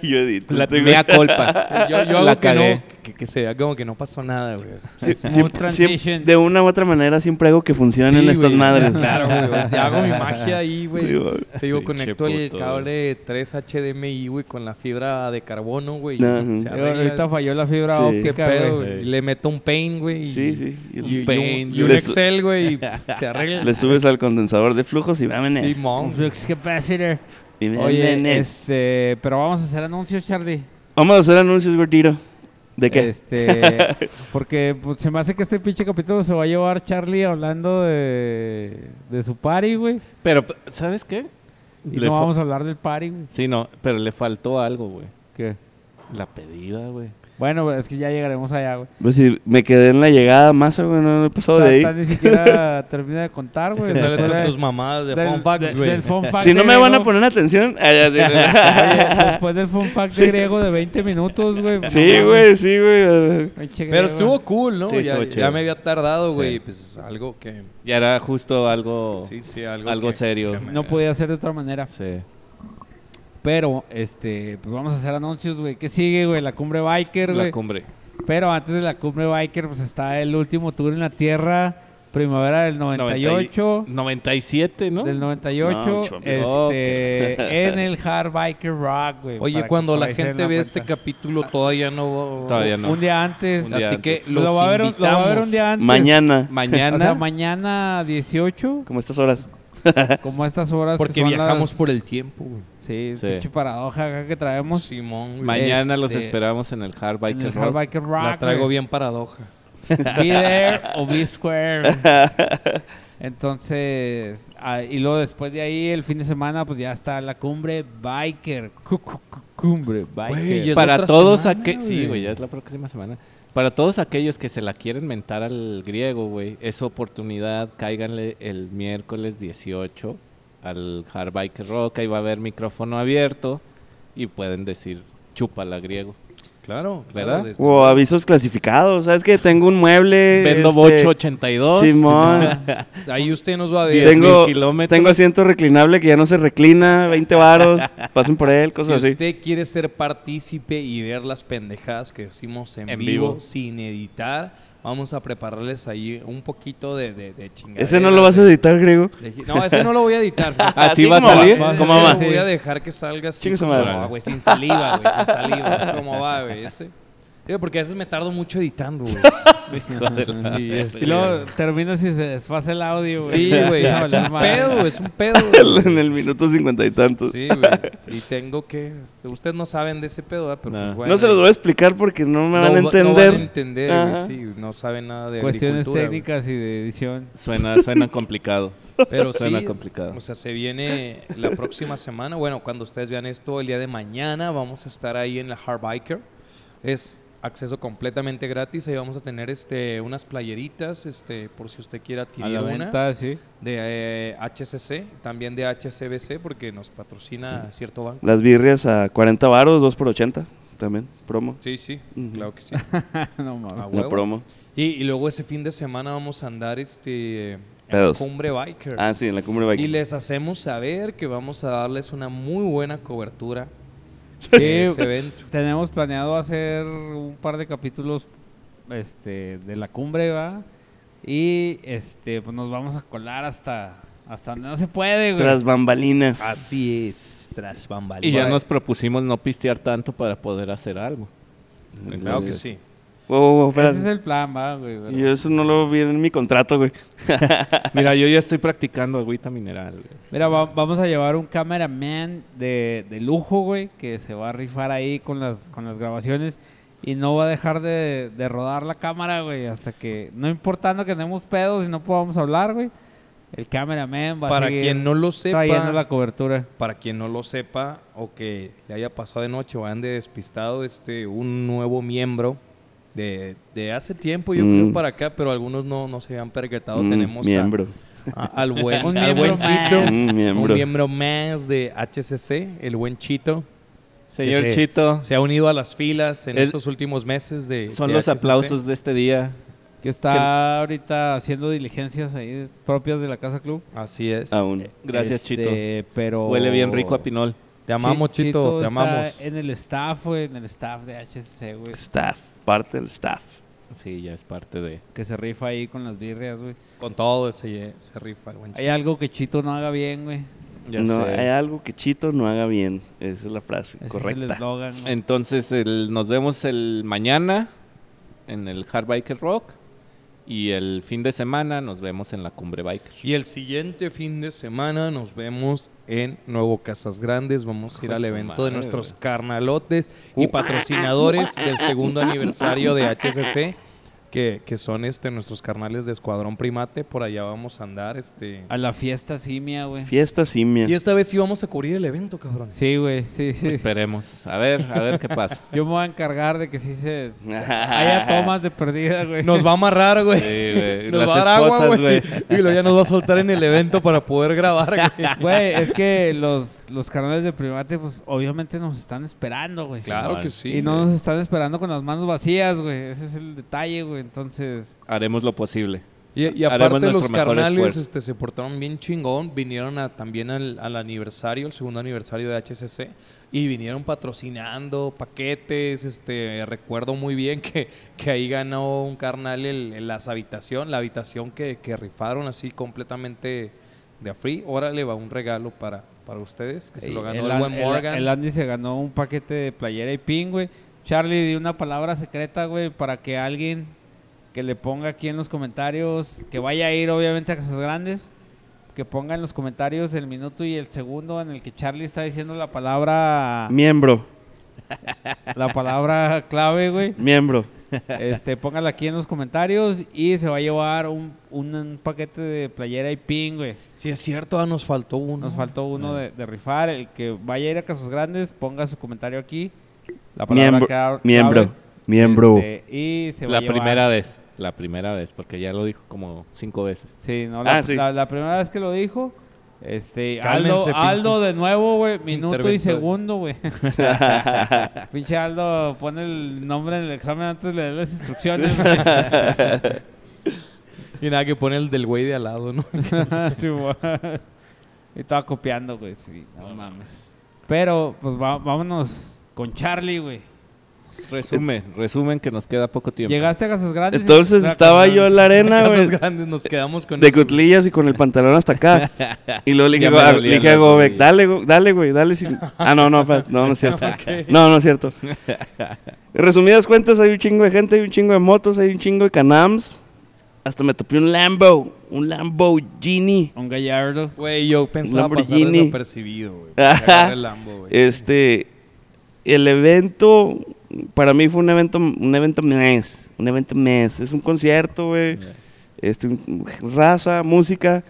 Speaker 4: Yo edito.
Speaker 5: La
Speaker 4: este, güey.
Speaker 5: mea culpa.
Speaker 3: Yo, yo
Speaker 5: La
Speaker 3: hago que
Speaker 5: cagué.
Speaker 3: no, que, que sea como que no pasó nada, güey.
Speaker 4: Sí,
Speaker 1: Smooth
Speaker 4: siempre- siempre-
Speaker 1: transition.
Speaker 4: de una u otra manera siempre hago que funcionen
Speaker 3: Sí,
Speaker 4: estas
Speaker 3: güey,
Speaker 4: madres.
Speaker 3: Claro, güey. Te hago mi magia ahí, güey.
Speaker 4: Sí, güey.
Speaker 3: Te digo,
Speaker 2: Pinche
Speaker 3: conecto el
Speaker 2: puto,
Speaker 3: cable 3 HDMI, güey, con la fibra de carbono, güey.
Speaker 4: Ajá.
Speaker 3: Se
Speaker 1: Yo-
Speaker 3: arregla
Speaker 1: ahorita
Speaker 3: esto.
Speaker 1: falló la fibra
Speaker 4: Sí.
Speaker 3: ¿Qué
Speaker 1: óptica,
Speaker 3: pedo,
Speaker 1: güey.
Speaker 3: güey? Y Le meto un paint, güey. y-
Speaker 4: Sí, sí. Y-
Speaker 3: Y, y un-
Speaker 2: paint,
Speaker 3: y un
Speaker 4: güey.
Speaker 3: Excel, güey, y se arregla.
Speaker 4: Le subes al condensador de flujos y vámonos.
Speaker 3: Simón,
Speaker 1: Un
Speaker 3: güey.
Speaker 1: flux capacitor.
Speaker 4: Y vámonos.
Speaker 1: Oye, este, pero vamos a hacer anuncios, Charlie.
Speaker 4: Vamos a hacer anuncios, gordito. ¿De qué?
Speaker 1: Este, porque pues, se me hace que este pinche capítulo se va a llevar Charlie hablando de, de su party, güey.
Speaker 2: Pero, ¿sabes qué?
Speaker 1: Y
Speaker 2: Le
Speaker 1: no
Speaker 2: fa-
Speaker 1: vamos a hablar del party, güey.
Speaker 2: Sí, no, pero le faltó algo, güey.
Speaker 1: ¿Qué?
Speaker 2: La pedida, güey.
Speaker 1: Bueno, es que ya llegaremos allá, güey.
Speaker 4: Pues si me quedé en la llegada más, güey, no he pasado
Speaker 1: Tan-
Speaker 4: de
Speaker 1: tan
Speaker 4: ahí.
Speaker 1: ni siquiera termina de contar, güey.
Speaker 3: Que sales
Speaker 1: Después
Speaker 3: con
Speaker 1: de-
Speaker 3: tus mamadas de
Speaker 1: del-
Speaker 3: fun facts,
Speaker 1: de-
Speaker 3: güey.
Speaker 1: del fun fact
Speaker 4: Si no
Speaker 1: de
Speaker 4: me van a
Speaker 1: Griego-
Speaker 4: poner atención. Ah, ya, sí.
Speaker 1: Oye,
Speaker 3: pues,
Speaker 1: después del fun fact de
Speaker 4: Sí.
Speaker 1: griego de 20 minutos, güey. no
Speaker 4: Sí,
Speaker 1: mames.
Speaker 4: güey, sí, güey.
Speaker 1: Pinche
Speaker 3: Pero
Speaker 1: griego.
Speaker 3: estuvo cool, ¿no?
Speaker 2: Sí,
Speaker 3: ya,
Speaker 2: estuvo
Speaker 3: ya
Speaker 2: chido.
Speaker 3: me había tardado,
Speaker 2: Sí.
Speaker 3: güey. Pues algo que...
Speaker 2: Ya era justo algo...
Speaker 3: Sí, sí, algo
Speaker 2: Algo
Speaker 3: que-
Speaker 2: serio.
Speaker 3: que me-
Speaker 1: No podía ser de otra manera.
Speaker 2: Sí.
Speaker 1: Pero, este, pues vamos a hacer anuncios, güey. ¿Qué sigue, güey? La cumbre biker,
Speaker 2: La
Speaker 1: güey.
Speaker 2: cumbre.
Speaker 1: Pero antes de la cumbre biker, pues está el último tour en la tierra, primavera del 98.
Speaker 2: 97, ¿no?
Speaker 1: Del 98,
Speaker 4: No, chompi.
Speaker 1: este,
Speaker 2: Oh,
Speaker 1: en el Hard Biker Rock, güey.
Speaker 3: Oye,
Speaker 1: para que
Speaker 3: cuando la
Speaker 1: por ahí se
Speaker 3: gente
Speaker 1: den
Speaker 3: ve este
Speaker 1: cuenta.
Speaker 3: capítulo todavía no...
Speaker 2: Todavía no.
Speaker 1: Un día antes.
Speaker 2: Un día
Speaker 3: Así que
Speaker 2: antes.
Speaker 3: los
Speaker 1: lo, va a ver, un- lo va a ver
Speaker 3: invitamos.
Speaker 1: un día antes.
Speaker 4: Mañana,
Speaker 1: O
Speaker 2: Mañana.
Speaker 1: sea, mañana 18,
Speaker 4: como estas horas.
Speaker 1: como a estas horas. que
Speaker 3: Porque
Speaker 1: son
Speaker 3: viajamos
Speaker 1: las-
Speaker 3: por el tiempo, güey.
Speaker 1: Sí,
Speaker 2: Sí.
Speaker 1: pinche paradoja acá que traemos.
Speaker 3: Simón, güey.
Speaker 2: Mañana los
Speaker 1: este,
Speaker 2: esperamos en el Hard
Speaker 1: en
Speaker 2: Biker
Speaker 1: el
Speaker 2: Rock.
Speaker 1: Hard Biker Rock.
Speaker 3: La traigo
Speaker 1: güey.
Speaker 3: bien paradoja.
Speaker 1: Be there o be square. Entonces, ah, y luego después de ahí, el fin de semana, pues ya está la cumbre biker. Cu- cu- cu- Cumbre
Speaker 3: Güey, ya-
Speaker 1: biker.
Speaker 3: es la
Speaker 2: Para
Speaker 3: otra
Speaker 2: todos
Speaker 3: semana,
Speaker 2: aquellos... Sí,
Speaker 3: güey.
Speaker 2: güey, ya es la próxima semana. Para todos aquellos que se la quieren mentar al griego, güey, es su oportunidad. Cáiganle el miércoles 18 al Hard Biker Rock. Ahí va a haber micrófono abierto y pueden decir chúpala griego.
Speaker 3: Claro,
Speaker 2: ¿Verdad?
Speaker 3: desde-
Speaker 4: O avisos clasificados. ¿Sabes que Tengo un mueble.
Speaker 2: Vendo
Speaker 4: este,
Speaker 2: bocho 82.
Speaker 4: Simón.
Speaker 3: Ahí usted nos va a ver.
Speaker 4: tengo,
Speaker 2: 10.000 kilómetros.
Speaker 4: tengo asiento reclinable que ya no se reclina, 20 varos, pasen por él, cosas
Speaker 3: si
Speaker 4: así.
Speaker 3: usted quiere ser partícipe y ver las pendejadas que decimos en,
Speaker 2: En
Speaker 3: vivo,
Speaker 2: vivo.
Speaker 3: sin editar, vamos a prepararles ahí un poquito de, de, de chingadera,
Speaker 4: Ese no lo vas a
Speaker 3: de-
Speaker 4: editar, griego.
Speaker 3: de- No, ese no lo voy a editar.
Speaker 4: Así
Speaker 2: Así va a
Speaker 4: como va,
Speaker 2: salir.
Speaker 1: va.
Speaker 3: Ese
Speaker 1: ¿Cómo
Speaker 3: lo
Speaker 1: va?
Speaker 3: voy a dejar que salga así.
Speaker 4: Chingue su
Speaker 3: como
Speaker 4: madre.
Speaker 3: va, güey, sin saliva, güey, sin saliva. ¿Cómo va, güey? Ese. Sí, porque a veces me tardo mucho editando, güey. Sí,
Speaker 1: Y
Speaker 3: este-
Speaker 1: luego termina si se desfase el audio, güey.
Speaker 3: Sí, güey.
Speaker 1: Ya
Speaker 3: Es
Speaker 1: valió
Speaker 3: un
Speaker 1: madre.
Speaker 3: pedo, güey, es un pedo. güey.
Speaker 4: en el minuto cincuenta y tantos.
Speaker 3: Sí, güey. Y tengo que. Ustedes no saben de ese pedo, ¿verdad? Pero
Speaker 2: Nah.
Speaker 3: pues, bueno,
Speaker 4: no se los voy a explicar porque no me
Speaker 3: no
Speaker 4: van a
Speaker 3: va- No
Speaker 4: entender.
Speaker 3: van a entender, güey,
Speaker 4: Ajá.
Speaker 3: sí, no saben nada de
Speaker 1: Cuestiones
Speaker 3: agricultura,
Speaker 1: técnicas y de edición.
Speaker 2: Suena, suena complicado.
Speaker 3: güey. Pero
Speaker 2: Suena
Speaker 3: sí,
Speaker 2: complicado.
Speaker 3: o sea, se viene la próxima semana. Bueno, cuando ustedes vean esto, el día de mañana vamos a estar ahí en la Hard Biker. Es acceso completamente gratis. Ahí vamos a tener este unas playeritas, este, por si usted quiere
Speaker 1: A
Speaker 3: adquirir
Speaker 1: la
Speaker 3: una.
Speaker 1: venta, sí.
Speaker 3: De eh, HCC, también de HCBC, porque nos patrocina cierto banco.
Speaker 4: Las birrias a 40 varos, 2 por 80 también, promo.
Speaker 3: Sí, sí,
Speaker 4: Ujú.
Speaker 3: claro que sí.
Speaker 1: no
Speaker 3: Ah,
Speaker 1: mames.
Speaker 4: La
Speaker 3: huevo.
Speaker 4: promo.
Speaker 3: Y, y luego ese fin de semana vamos a andar este en
Speaker 4: Pedos.
Speaker 3: Cumbre Biker.
Speaker 4: Ah, sí, en la cumbre bike.
Speaker 3: Y les hacemos saber que vamos a darles una muy buena cobertura de
Speaker 1: Sí,
Speaker 3: ese evento.
Speaker 1: tenemos planeado hacer un par de capítulos este, de la cumbre, va. Y este, pues nos vamos a colar hasta, hasta donde no se puede, güey.
Speaker 4: Tras bambalinas.
Speaker 3: Ah, Así es, tras
Speaker 2: Y
Speaker 3: bambalinas.
Speaker 2: ya nos propusimos no pistear tanto para poder hacer algo.
Speaker 3: Claro que
Speaker 4: Entonces,
Speaker 3: sí.
Speaker 4: Wow, wow, espérate.
Speaker 1: Ese es el plan, va, güey. pero-
Speaker 4: Y eso no lo vi en mi contrato, güey.
Speaker 2: Mira, yo ya estoy practicando agüita mineral. güey.
Speaker 1: Mira, va- vamos a llevar un cameraman de, de lujo, güey, que se va a rifar ahí con las, con las grabaciones y no va a dejar de, de rodar la cámara, güey, hasta que, no importando que tenemos pedos y no podamos hablar, güey, el cameraman va a
Speaker 3: Para
Speaker 1: seguir
Speaker 3: quien no lo
Speaker 1: trayendo
Speaker 3: sepa,
Speaker 1: la cobertura.
Speaker 3: para quien no lo sepa o que le haya pasado de noche o ande despistado, este, un nuevo miembro de, de hace tiempo, yo
Speaker 4: Mm.
Speaker 3: creo, para acá, pero algunos no, no se habían percatado.
Speaker 4: Mm,
Speaker 3: Tenemos a-
Speaker 4: miembro.
Speaker 3: a- al buen,
Speaker 1: Un
Speaker 3: al
Speaker 1: miembro
Speaker 3: buen Chito,
Speaker 1: más.
Speaker 4: Mm, miembro.
Speaker 3: un miembro más de HCC, el buen Chito.
Speaker 2: Señor
Speaker 3: Ese-
Speaker 2: Chito,
Speaker 3: Se ha unido a las filas en
Speaker 2: Es-
Speaker 3: estos últimos meses de
Speaker 2: son
Speaker 3: de
Speaker 2: los
Speaker 3: HCC.
Speaker 2: aplausos de este día.
Speaker 1: Que está ahorita haciendo diligencias ahí propias de la Casa Club.
Speaker 3: Así es.
Speaker 4: Aún.
Speaker 2: Gracias, Chito.
Speaker 1: Este, oh, Pero...
Speaker 2: Huele bien rico a pinol.
Speaker 3: Te amamos,
Speaker 1: Chi-
Speaker 3: Chito,
Speaker 1: está
Speaker 3: te amamos.
Speaker 1: en el staff, güey, en el staff de HSC, güey,
Speaker 4: Staff. Parte del staff.
Speaker 2: Sí, ya es parte de...
Speaker 1: que se rifa ahí con las birrias, güey.
Speaker 3: Con todo ese, se rifa el buen Chito.
Speaker 1: Hay algo que Chito no haga bien, güey.
Speaker 4: no, hay algo que Chito no haga bien. Esa es la frase
Speaker 1: Ese es el
Speaker 4: correcta.
Speaker 1: eslogan. güey.
Speaker 2: Entonces el- nos vemos el mañana en el Hard Biker Rock y el fin de semana nos vemos en la Cumbre Biker.
Speaker 3: Y el siguiente fin de semana nos vemos en Nuevo Casas Grandes. Vamos a ir
Speaker 2: Hijo
Speaker 3: al
Speaker 2: de su
Speaker 3: evento de
Speaker 2: madre,
Speaker 3: nuestros
Speaker 2: güey.
Speaker 3: carnalotes y patrocinadores del segundo aniversario de HCC, que, que son este, nuestros carnales de Escuadrón Primate. Por allá vamos a andar. Este.
Speaker 1: A la fiesta simia, güey.
Speaker 4: Fiesta simia.
Speaker 3: Y esta vez sí vamos a cubrir el evento, cabrón.
Speaker 1: Sí, güey, sí, sí.
Speaker 2: Pues- Esperemos. A ver, a ver qué pasa.
Speaker 1: Yo me voy a encargar de que sí se haya
Speaker 4: Ah.
Speaker 1: tomas de perdida, güey.
Speaker 3: Nos va a amarrar, güey.
Speaker 2: Sí, güey.
Speaker 3: Nos
Speaker 2: Las
Speaker 3: va a dar agua,
Speaker 2: esposas,
Speaker 3: güey.
Speaker 2: güey.
Speaker 3: Y luego ya nos va a soltar en el evento para poder grabar, güey.
Speaker 1: Güey, es que los, los canales de primate, pues, obviamente nos están esperando, güey.
Speaker 3: Claro que sí.
Speaker 1: Y no nos están esperando con las manos vacías, güey. Ese es el detalle, güey. Entonces,
Speaker 2: Haremos lo posible.
Speaker 3: Y, y
Speaker 2: Haremos
Speaker 3: aparte los
Speaker 2: nuestro mejor
Speaker 3: carnales
Speaker 2: esfuerzo.
Speaker 3: este, se portaron bien chingón, vinieron a- también al, al aniversario, el segundo aniversario de HCC, y vinieron patrocinando paquetes, este, recuerdo muy bien que, que ahí ganó un carnal el, el- las habitación, la habitación que, que rifaron así completamente de a free, órale va un regalo para, para ustedes, que se lo ganó el,
Speaker 1: An-
Speaker 3: buen Morgan.
Speaker 1: eh, el Andy se ganó un paquete de playera y pin, güey. Charlie dio una palabra secreta, güey, para que alguien que le ponga aquí en los comentarios, que vaya a ir obviamente a Casas Grandes, que ponga en los comentarios el minuto y el segundo en el que Charlie está diciendo la palabra,
Speaker 4: Miembro.
Speaker 1: la palabra clave, güey.
Speaker 4: Miembro.
Speaker 1: Este, póngala aquí en los comentarios y se va a llevar un, un- un paquete de playera y pin, güey.
Speaker 3: Si es cierto, ah, nos faltó uno.
Speaker 1: Nos faltó uno de, de rifar. El que vaya a ir a Casos Grandes, ponga su comentario aquí. La
Speaker 4: Miembro.
Speaker 1: cla-
Speaker 4: Miembro.
Speaker 1: clave.
Speaker 4: Miembro.
Speaker 1: Este, y se va a
Speaker 2: La
Speaker 1: llevar-
Speaker 2: primera vez. La primera vez, porque ya lo dijo como cinco veces.
Speaker 1: Sí, no, la,
Speaker 4: Ah, sí.
Speaker 1: la- la primera vez que lo dijo. Este, Aldo,
Speaker 3: Cálmense,
Speaker 1: Aldo de
Speaker 3: pinches
Speaker 1: nuevo, güey. Minuto y
Speaker 3: interventores.
Speaker 1: segundo, güey. Pinche Aldo pone el nombre en el examen antes de leer las instrucciones.
Speaker 3: Y nada, que pone el del güey de al lado, ¿no?
Speaker 1: Sí, güey. y estaba copiando, güey. Sí, no mames. Pero, pues va- vámonos con Charlie, güey.
Speaker 2: Resumen, Eh, resumen que nos queda poco tiempo.
Speaker 1: Llegaste a Casas Grandes. y
Speaker 4: Entonces
Speaker 1: te-
Speaker 4: estaba yo en la arena,
Speaker 3: Casas
Speaker 4: güey.
Speaker 3: grandes, nos quedamos con
Speaker 4: De
Speaker 3: eso.
Speaker 4: cutlillas y con el pantalón hasta acá. Y luego le dije,
Speaker 2: Ya me
Speaker 4: a-
Speaker 2: dolían
Speaker 4: le dije a
Speaker 2: las
Speaker 4: Gobek,
Speaker 2: rodillas.
Speaker 4: dale, go- dale, güey, dale. sin- Ah, no, no, pa- no, no es cierto. No, no es cierto. En Resumidas cuentas, hay un chingo de gente, hay un chingo de motos, hay un chingo de canams. Hasta me topé un Lambo, un Lambo Genie.
Speaker 1: Un gallardo.
Speaker 3: Güey, yo pensaba pasar
Speaker 4: Lamborghini.
Speaker 3: desapercibido, güey. Agarra el Lambo, güey.
Speaker 4: Este, el evento, para mí fue un evento, un evento mes, un evento mes. Es un concierto, güey. Este, un- raza, música.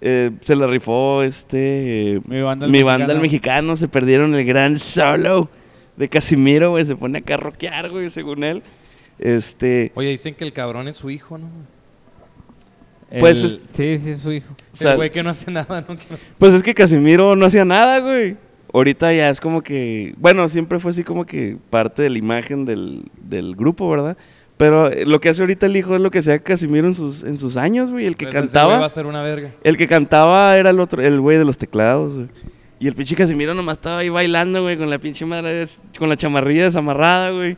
Speaker 4: Eh, se la rifó este eh,
Speaker 1: Mi banda. el
Speaker 4: Mi banda el
Speaker 1: mexicano.
Speaker 4: mexicano se perdieron el gran solo de Casimiro, güey. Se pone acá a rockear, güey, según él. Este.
Speaker 3: Oye, dicen que el cabrón es su hijo, ¿no?
Speaker 4: Pues,
Speaker 1: El-
Speaker 4: es-
Speaker 1: Sí, sí, es su hijo.
Speaker 4: o sea,
Speaker 3: el güey que no hace nada, ¿no? Que no-
Speaker 4: pues es que Casimiro no hacía nada, güey. Ahorita ya es como que. Bueno, siempre fue así como que parte de la imagen del, del grupo, ¿verdad? Pero eh, lo que hace ahorita el hijo es lo que hacía Casimiro en sus, en sus años, güey. El que
Speaker 3: Pues ese güey va a
Speaker 4: cantaba.
Speaker 3: ser una verga.
Speaker 4: El que cantaba era el otro, el güey de los teclados, güey. Y el pinche Casimiro nomás estaba ahí bailando, güey, con la pinche madre, des- con la chamarrilla desamarrada, güey.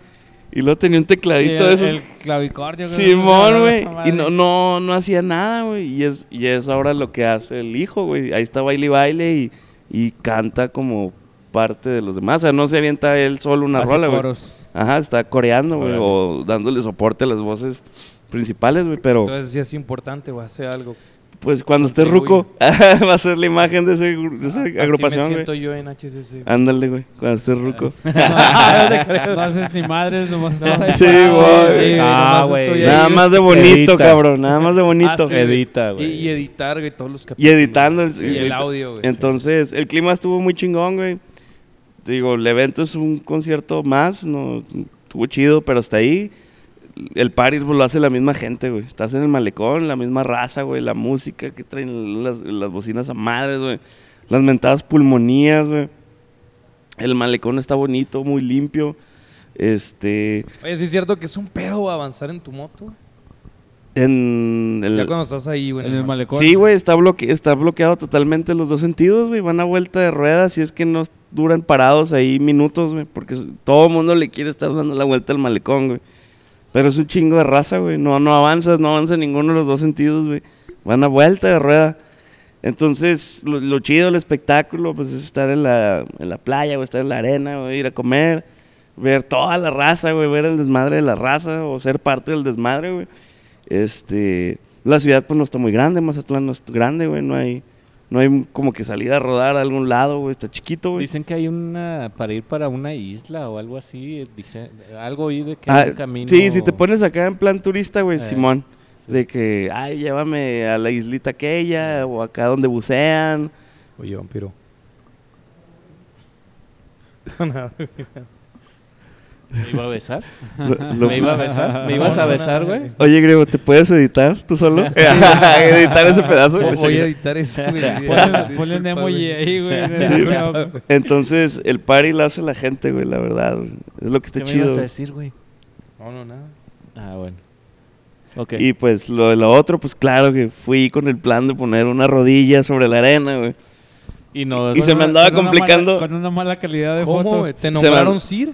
Speaker 4: Y luego tenía un
Speaker 1: Y
Speaker 4: tecladito
Speaker 1: el,
Speaker 4: de esos.
Speaker 1: el clavicordio. creo que se
Speaker 4: Simón,
Speaker 1: llama
Speaker 4: güey.
Speaker 1: esa
Speaker 4: Y
Speaker 1: madre.
Speaker 4: no, no, no hacía nada, güey. Y es, y es ahora lo que hace el hijo, güey. Ahí está baile y baile y, y canta como parte de los demás. O sea, no se avienta él solo una
Speaker 1: Hace
Speaker 4: rola, güey.
Speaker 1: coros.
Speaker 4: Ajá, está coreando, güey,
Speaker 2: Órale.
Speaker 4: o dándole soporte a las voces principales, güey, pero
Speaker 3: Entonces sí es importante, güey, hacer algo.
Speaker 4: pues cuando esté
Speaker 3: Uy.
Speaker 4: ruco va a ser la imagen de, ese gru- de esa
Speaker 3: Así me
Speaker 4: agrupación,
Speaker 3: siento
Speaker 4: güey. Ah,
Speaker 3: yo en HCC.
Speaker 4: Ándale, güey, cuando esté ruco.
Speaker 1: No, no haces ni madres, nomás estás ahí
Speaker 4: Sí,
Speaker 1: parado,
Speaker 4: güey.
Speaker 1: sí,
Speaker 5: Ah,
Speaker 1: nomás
Speaker 5: güey.
Speaker 1: estoy ahí.
Speaker 4: Nada
Speaker 5: ahí
Speaker 4: más de
Speaker 5: edita.
Speaker 4: bonito, cabrón, nada más de bonito.
Speaker 3: Ah, sí, güey.
Speaker 5: Edita,
Speaker 3: Y,
Speaker 5: güey.
Speaker 3: y editar, güey, todos los
Speaker 4: Y
Speaker 3: capítulos.
Speaker 4: editando el,
Speaker 3: Y el audio, güey.
Speaker 4: Entonces, el clima estuvo muy chingón, güey. Te Digo, el evento es un concierto más, no estuvo chido, pero hasta ahí el party pues, lo hace la misma gente, güey. Estás en el malecón, la misma raza, güey, la música que traen las, las bocinas a madres, güey. Las mentadas pulmonías, güey. El malecón está bonito, muy limpio. Este,
Speaker 3: Oye, sí es cierto que es un pedo güey, avanzar en tu moto, güey.
Speaker 4: en el,
Speaker 3: Ya cuando estás ahí, güey.
Speaker 1: En el
Speaker 3: no,
Speaker 1: malecón.
Speaker 4: Sí, güey, está, bloque está bloqueado totalmente los dos sentidos, güey. Van a vuelta de ruedas y es que no duran parados ahí minutos, güey. Porque s- todo el mundo le quiere estar dando la vuelta al malecón, güey. Pero es un chingo de raza, güey. No, no avanzas, no avanza en ninguno de los dos sentidos, güey. Van a vuelta de rueda. Entonces, lo, lo chido del espectáculo, pues, es estar en la, en la playa, güey, estar en la arena, güey, ir a comer, ver toda la raza, güey, ver el desmadre de la raza o ser parte del desmadre, güey. Este, la ciudad, pues, no está muy grande, Mazatlán no es grande, güey, no hay, no hay como que salir a rodar a algún lado, güey, está chiquito, güey.
Speaker 5: Dicen que hay una para ir para una isla o algo así. eh, dice- algo oí de que
Speaker 4: Ah,
Speaker 5: hay un camino.
Speaker 4: sí, si te pones acá en plan turista, güey,
Speaker 5: Eh,
Speaker 4: Simón.
Speaker 5: sí.
Speaker 4: De que, ay, llévame a la islita aquella o acá donde bucean.
Speaker 3: güey. Oye, vampiro.
Speaker 5: ¿Me iba a besar?
Speaker 4: Lo- lo-
Speaker 5: ¿Me iba a besar? ¿Me ibas a besar, güey?
Speaker 4: Oye, Grego, ¿te puedes editar tú solo? editar ese pedazo.
Speaker 3: Voy- Voy a editar eso, güey.
Speaker 1: Ponle- Ponle un emoji ahí, güey.
Speaker 3: güey.
Speaker 4: Entonces, el party lo hace la gente, güey, la verdad. güey. Es lo que está
Speaker 5: ¿Qué me ibas
Speaker 4: chido.
Speaker 5: a decir, güey?
Speaker 3: No, no, nada.
Speaker 5: Ah, bueno. Ok.
Speaker 4: Y pues lo de lo otro, pues claro que fui con el plan de poner una rodilla sobre la arena, güey.
Speaker 5: Y no...
Speaker 4: y se me andaba
Speaker 1: Con una
Speaker 4: complicando.
Speaker 1: mala- con una mala calidad de
Speaker 3: ¿Cómo,
Speaker 1: foto.
Speaker 3: güey? ¿Te
Speaker 4: Se
Speaker 3: nombraron
Speaker 4: me-
Speaker 3: Sir?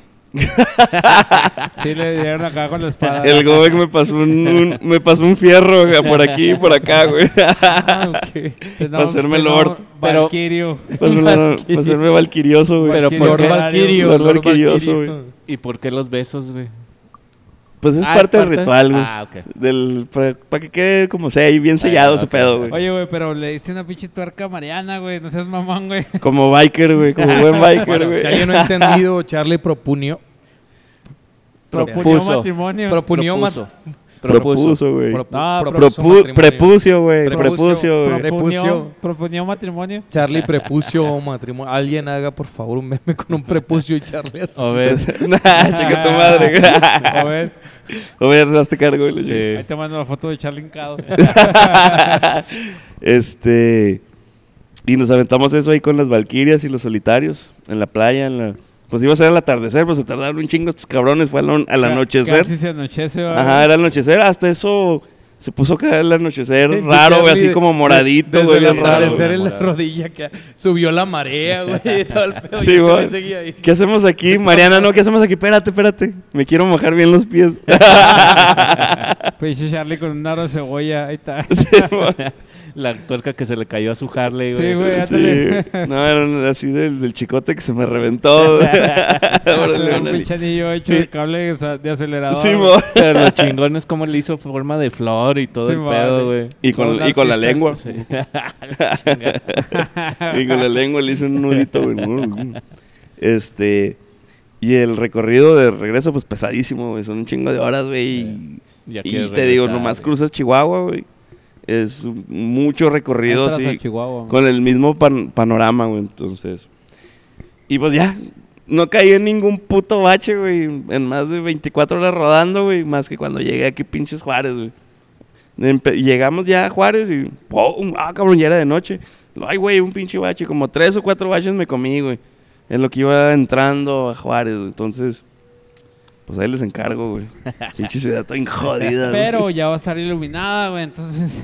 Speaker 1: Sí, le dieron acá con la espada.
Speaker 4: El Gobek me pasó un, un- me pasó un fierro güey, por aquí y por acá, güey.
Speaker 3: Ah, ok.
Speaker 1: Te
Speaker 4: para hacerme
Speaker 1: te
Speaker 4: Lord.
Speaker 5: Pero-
Speaker 1: Valquirio.
Speaker 4: Pues me la- para hacerme valquirioso, güey.
Speaker 5: Pero
Speaker 1: Valquirio.
Speaker 5: ¿por qué?
Speaker 1: Lord Valquirio.
Speaker 4: Lord Valquirioso, güey.
Speaker 5: ¿Y por qué los besos, güey?
Speaker 4: Pues es
Speaker 5: Ah,
Speaker 4: parte del ritual, güey.
Speaker 5: Ah, ok.
Speaker 4: Del, para, que quede como sea ahí bien sellado
Speaker 5: ah,
Speaker 4: ese
Speaker 5: ok.
Speaker 4: pedo, güey.
Speaker 1: Oye, güey, pero le diste una pinche tuerca a Mariana, güey. No seas mamón, güey.
Speaker 4: Como biker, güey. Como buen biker,
Speaker 3: Bueno,
Speaker 4: güey.
Speaker 3: si alguien no ha entendido, Charlie propuñó.
Speaker 1: Propuso
Speaker 5: Propuso.
Speaker 1: matrimonio.
Speaker 3: Propuñó más.
Speaker 5: Propuso.
Speaker 4: Propuso, güey.
Speaker 1: Ah,
Speaker 4: Propu- Prepucio, güey. Prepucio, güey.
Speaker 3: Pre-
Speaker 1: Propuso.
Speaker 3: Prepucio.
Speaker 1: Propuso matrimonio.
Speaker 3: Charlie prepucio matrimonio. Alguien haga, por favor, un meme con un prepucio y Charlie así.
Speaker 4: Oh,
Speaker 5: A ver.
Speaker 4: Nah, chica Ah, tu madre. güey.
Speaker 1: Ah. A ver,
Speaker 4: O ver, hazte cargo, güey. la chingada.
Speaker 1: ahí te mando la foto de Charlie Hincado.
Speaker 4: este. Y nos aventamos eso ahí con las Valquirias y los solitarios. En la playa, en la. Pues iba a ser al atardecer, pues se tardaron un chingo estos cabrones. Fue al, on- al anochecer.
Speaker 1: Casi se anochece, güey.
Speaker 4: Ajá, era el anochecer. Hasta eso se puso acá el anochecer raro, güey. Así
Speaker 3: Charlie,
Speaker 4: como moradito,
Speaker 3: desde
Speaker 4: güey.
Speaker 3: el
Speaker 4: bien raro, güey.
Speaker 3: atardecer en la
Speaker 5: Morado.
Speaker 3: rodilla que subió la marea, güey. y Todo el pedo.
Speaker 4: Sí,
Speaker 3: y Charlie
Speaker 4: güey.
Speaker 3: seguía ahí.
Speaker 4: ¿Qué hacemos aquí? Mariana, no, ¿qué hacemos aquí? Espérate, espérate. Me quiero mojar bien los pies.
Speaker 1: Pinche Charlie con un aro de cebolla. Ahí está.
Speaker 4: Sí, güey.
Speaker 5: La tuerca que se le cayó a su Harley, güey.
Speaker 1: Sí, güey.
Speaker 4: Sí.
Speaker 1: ándale.
Speaker 4: No, era así del, del chicote que se me reventó. Órale,
Speaker 1: un
Speaker 4: órale.
Speaker 1: pinche anillo hecho de cable o sea, de acelerador.
Speaker 4: Sí, mo.
Speaker 5: Pero lo chingón es cómo le hizo forma de flor y todo
Speaker 1: Sí,
Speaker 5: el
Speaker 1: madre.
Speaker 5: pedo, güey.
Speaker 4: Y con, y con la lengua.
Speaker 5: Chinga.
Speaker 4: Y con la lengua le hizo un nudito. güey. Este. Y el recorrido de regreso, pues pesadísimo, güey. Son un chingo de horas, güey. y-
Speaker 5: Ya
Speaker 4: Y,
Speaker 5: quieres
Speaker 4: te digo,
Speaker 5: regresar,
Speaker 4: nomás
Speaker 5: güey.
Speaker 4: cruzas Chihuahua, güey. Es un- mucho recorrido,
Speaker 1: Entras a
Speaker 4: así.
Speaker 1: Chihuahua.
Speaker 4: Con el mismo pan- panorama, güey, entonces. Y pues ya, no caí en ningún puto bache, güey. En más de 24 horas rodando, güey. Más que cuando llegué aquí, pinches Juárez, güey. Empe- Llegamos ya a Juárez y... ¡pum! ¡Ah, cabrón! Ya era de noche. Ay, güey, un pinche bache. Como tres o cuatro baches me comí, güey. En lo que iba entrando a Juárez, güey. Entonces... Pues ahí les encargo, güey. Pinche ciudad tan jodida, güey.
Speaker 1: Pero ya va a estar iluminada, güey. Entonces.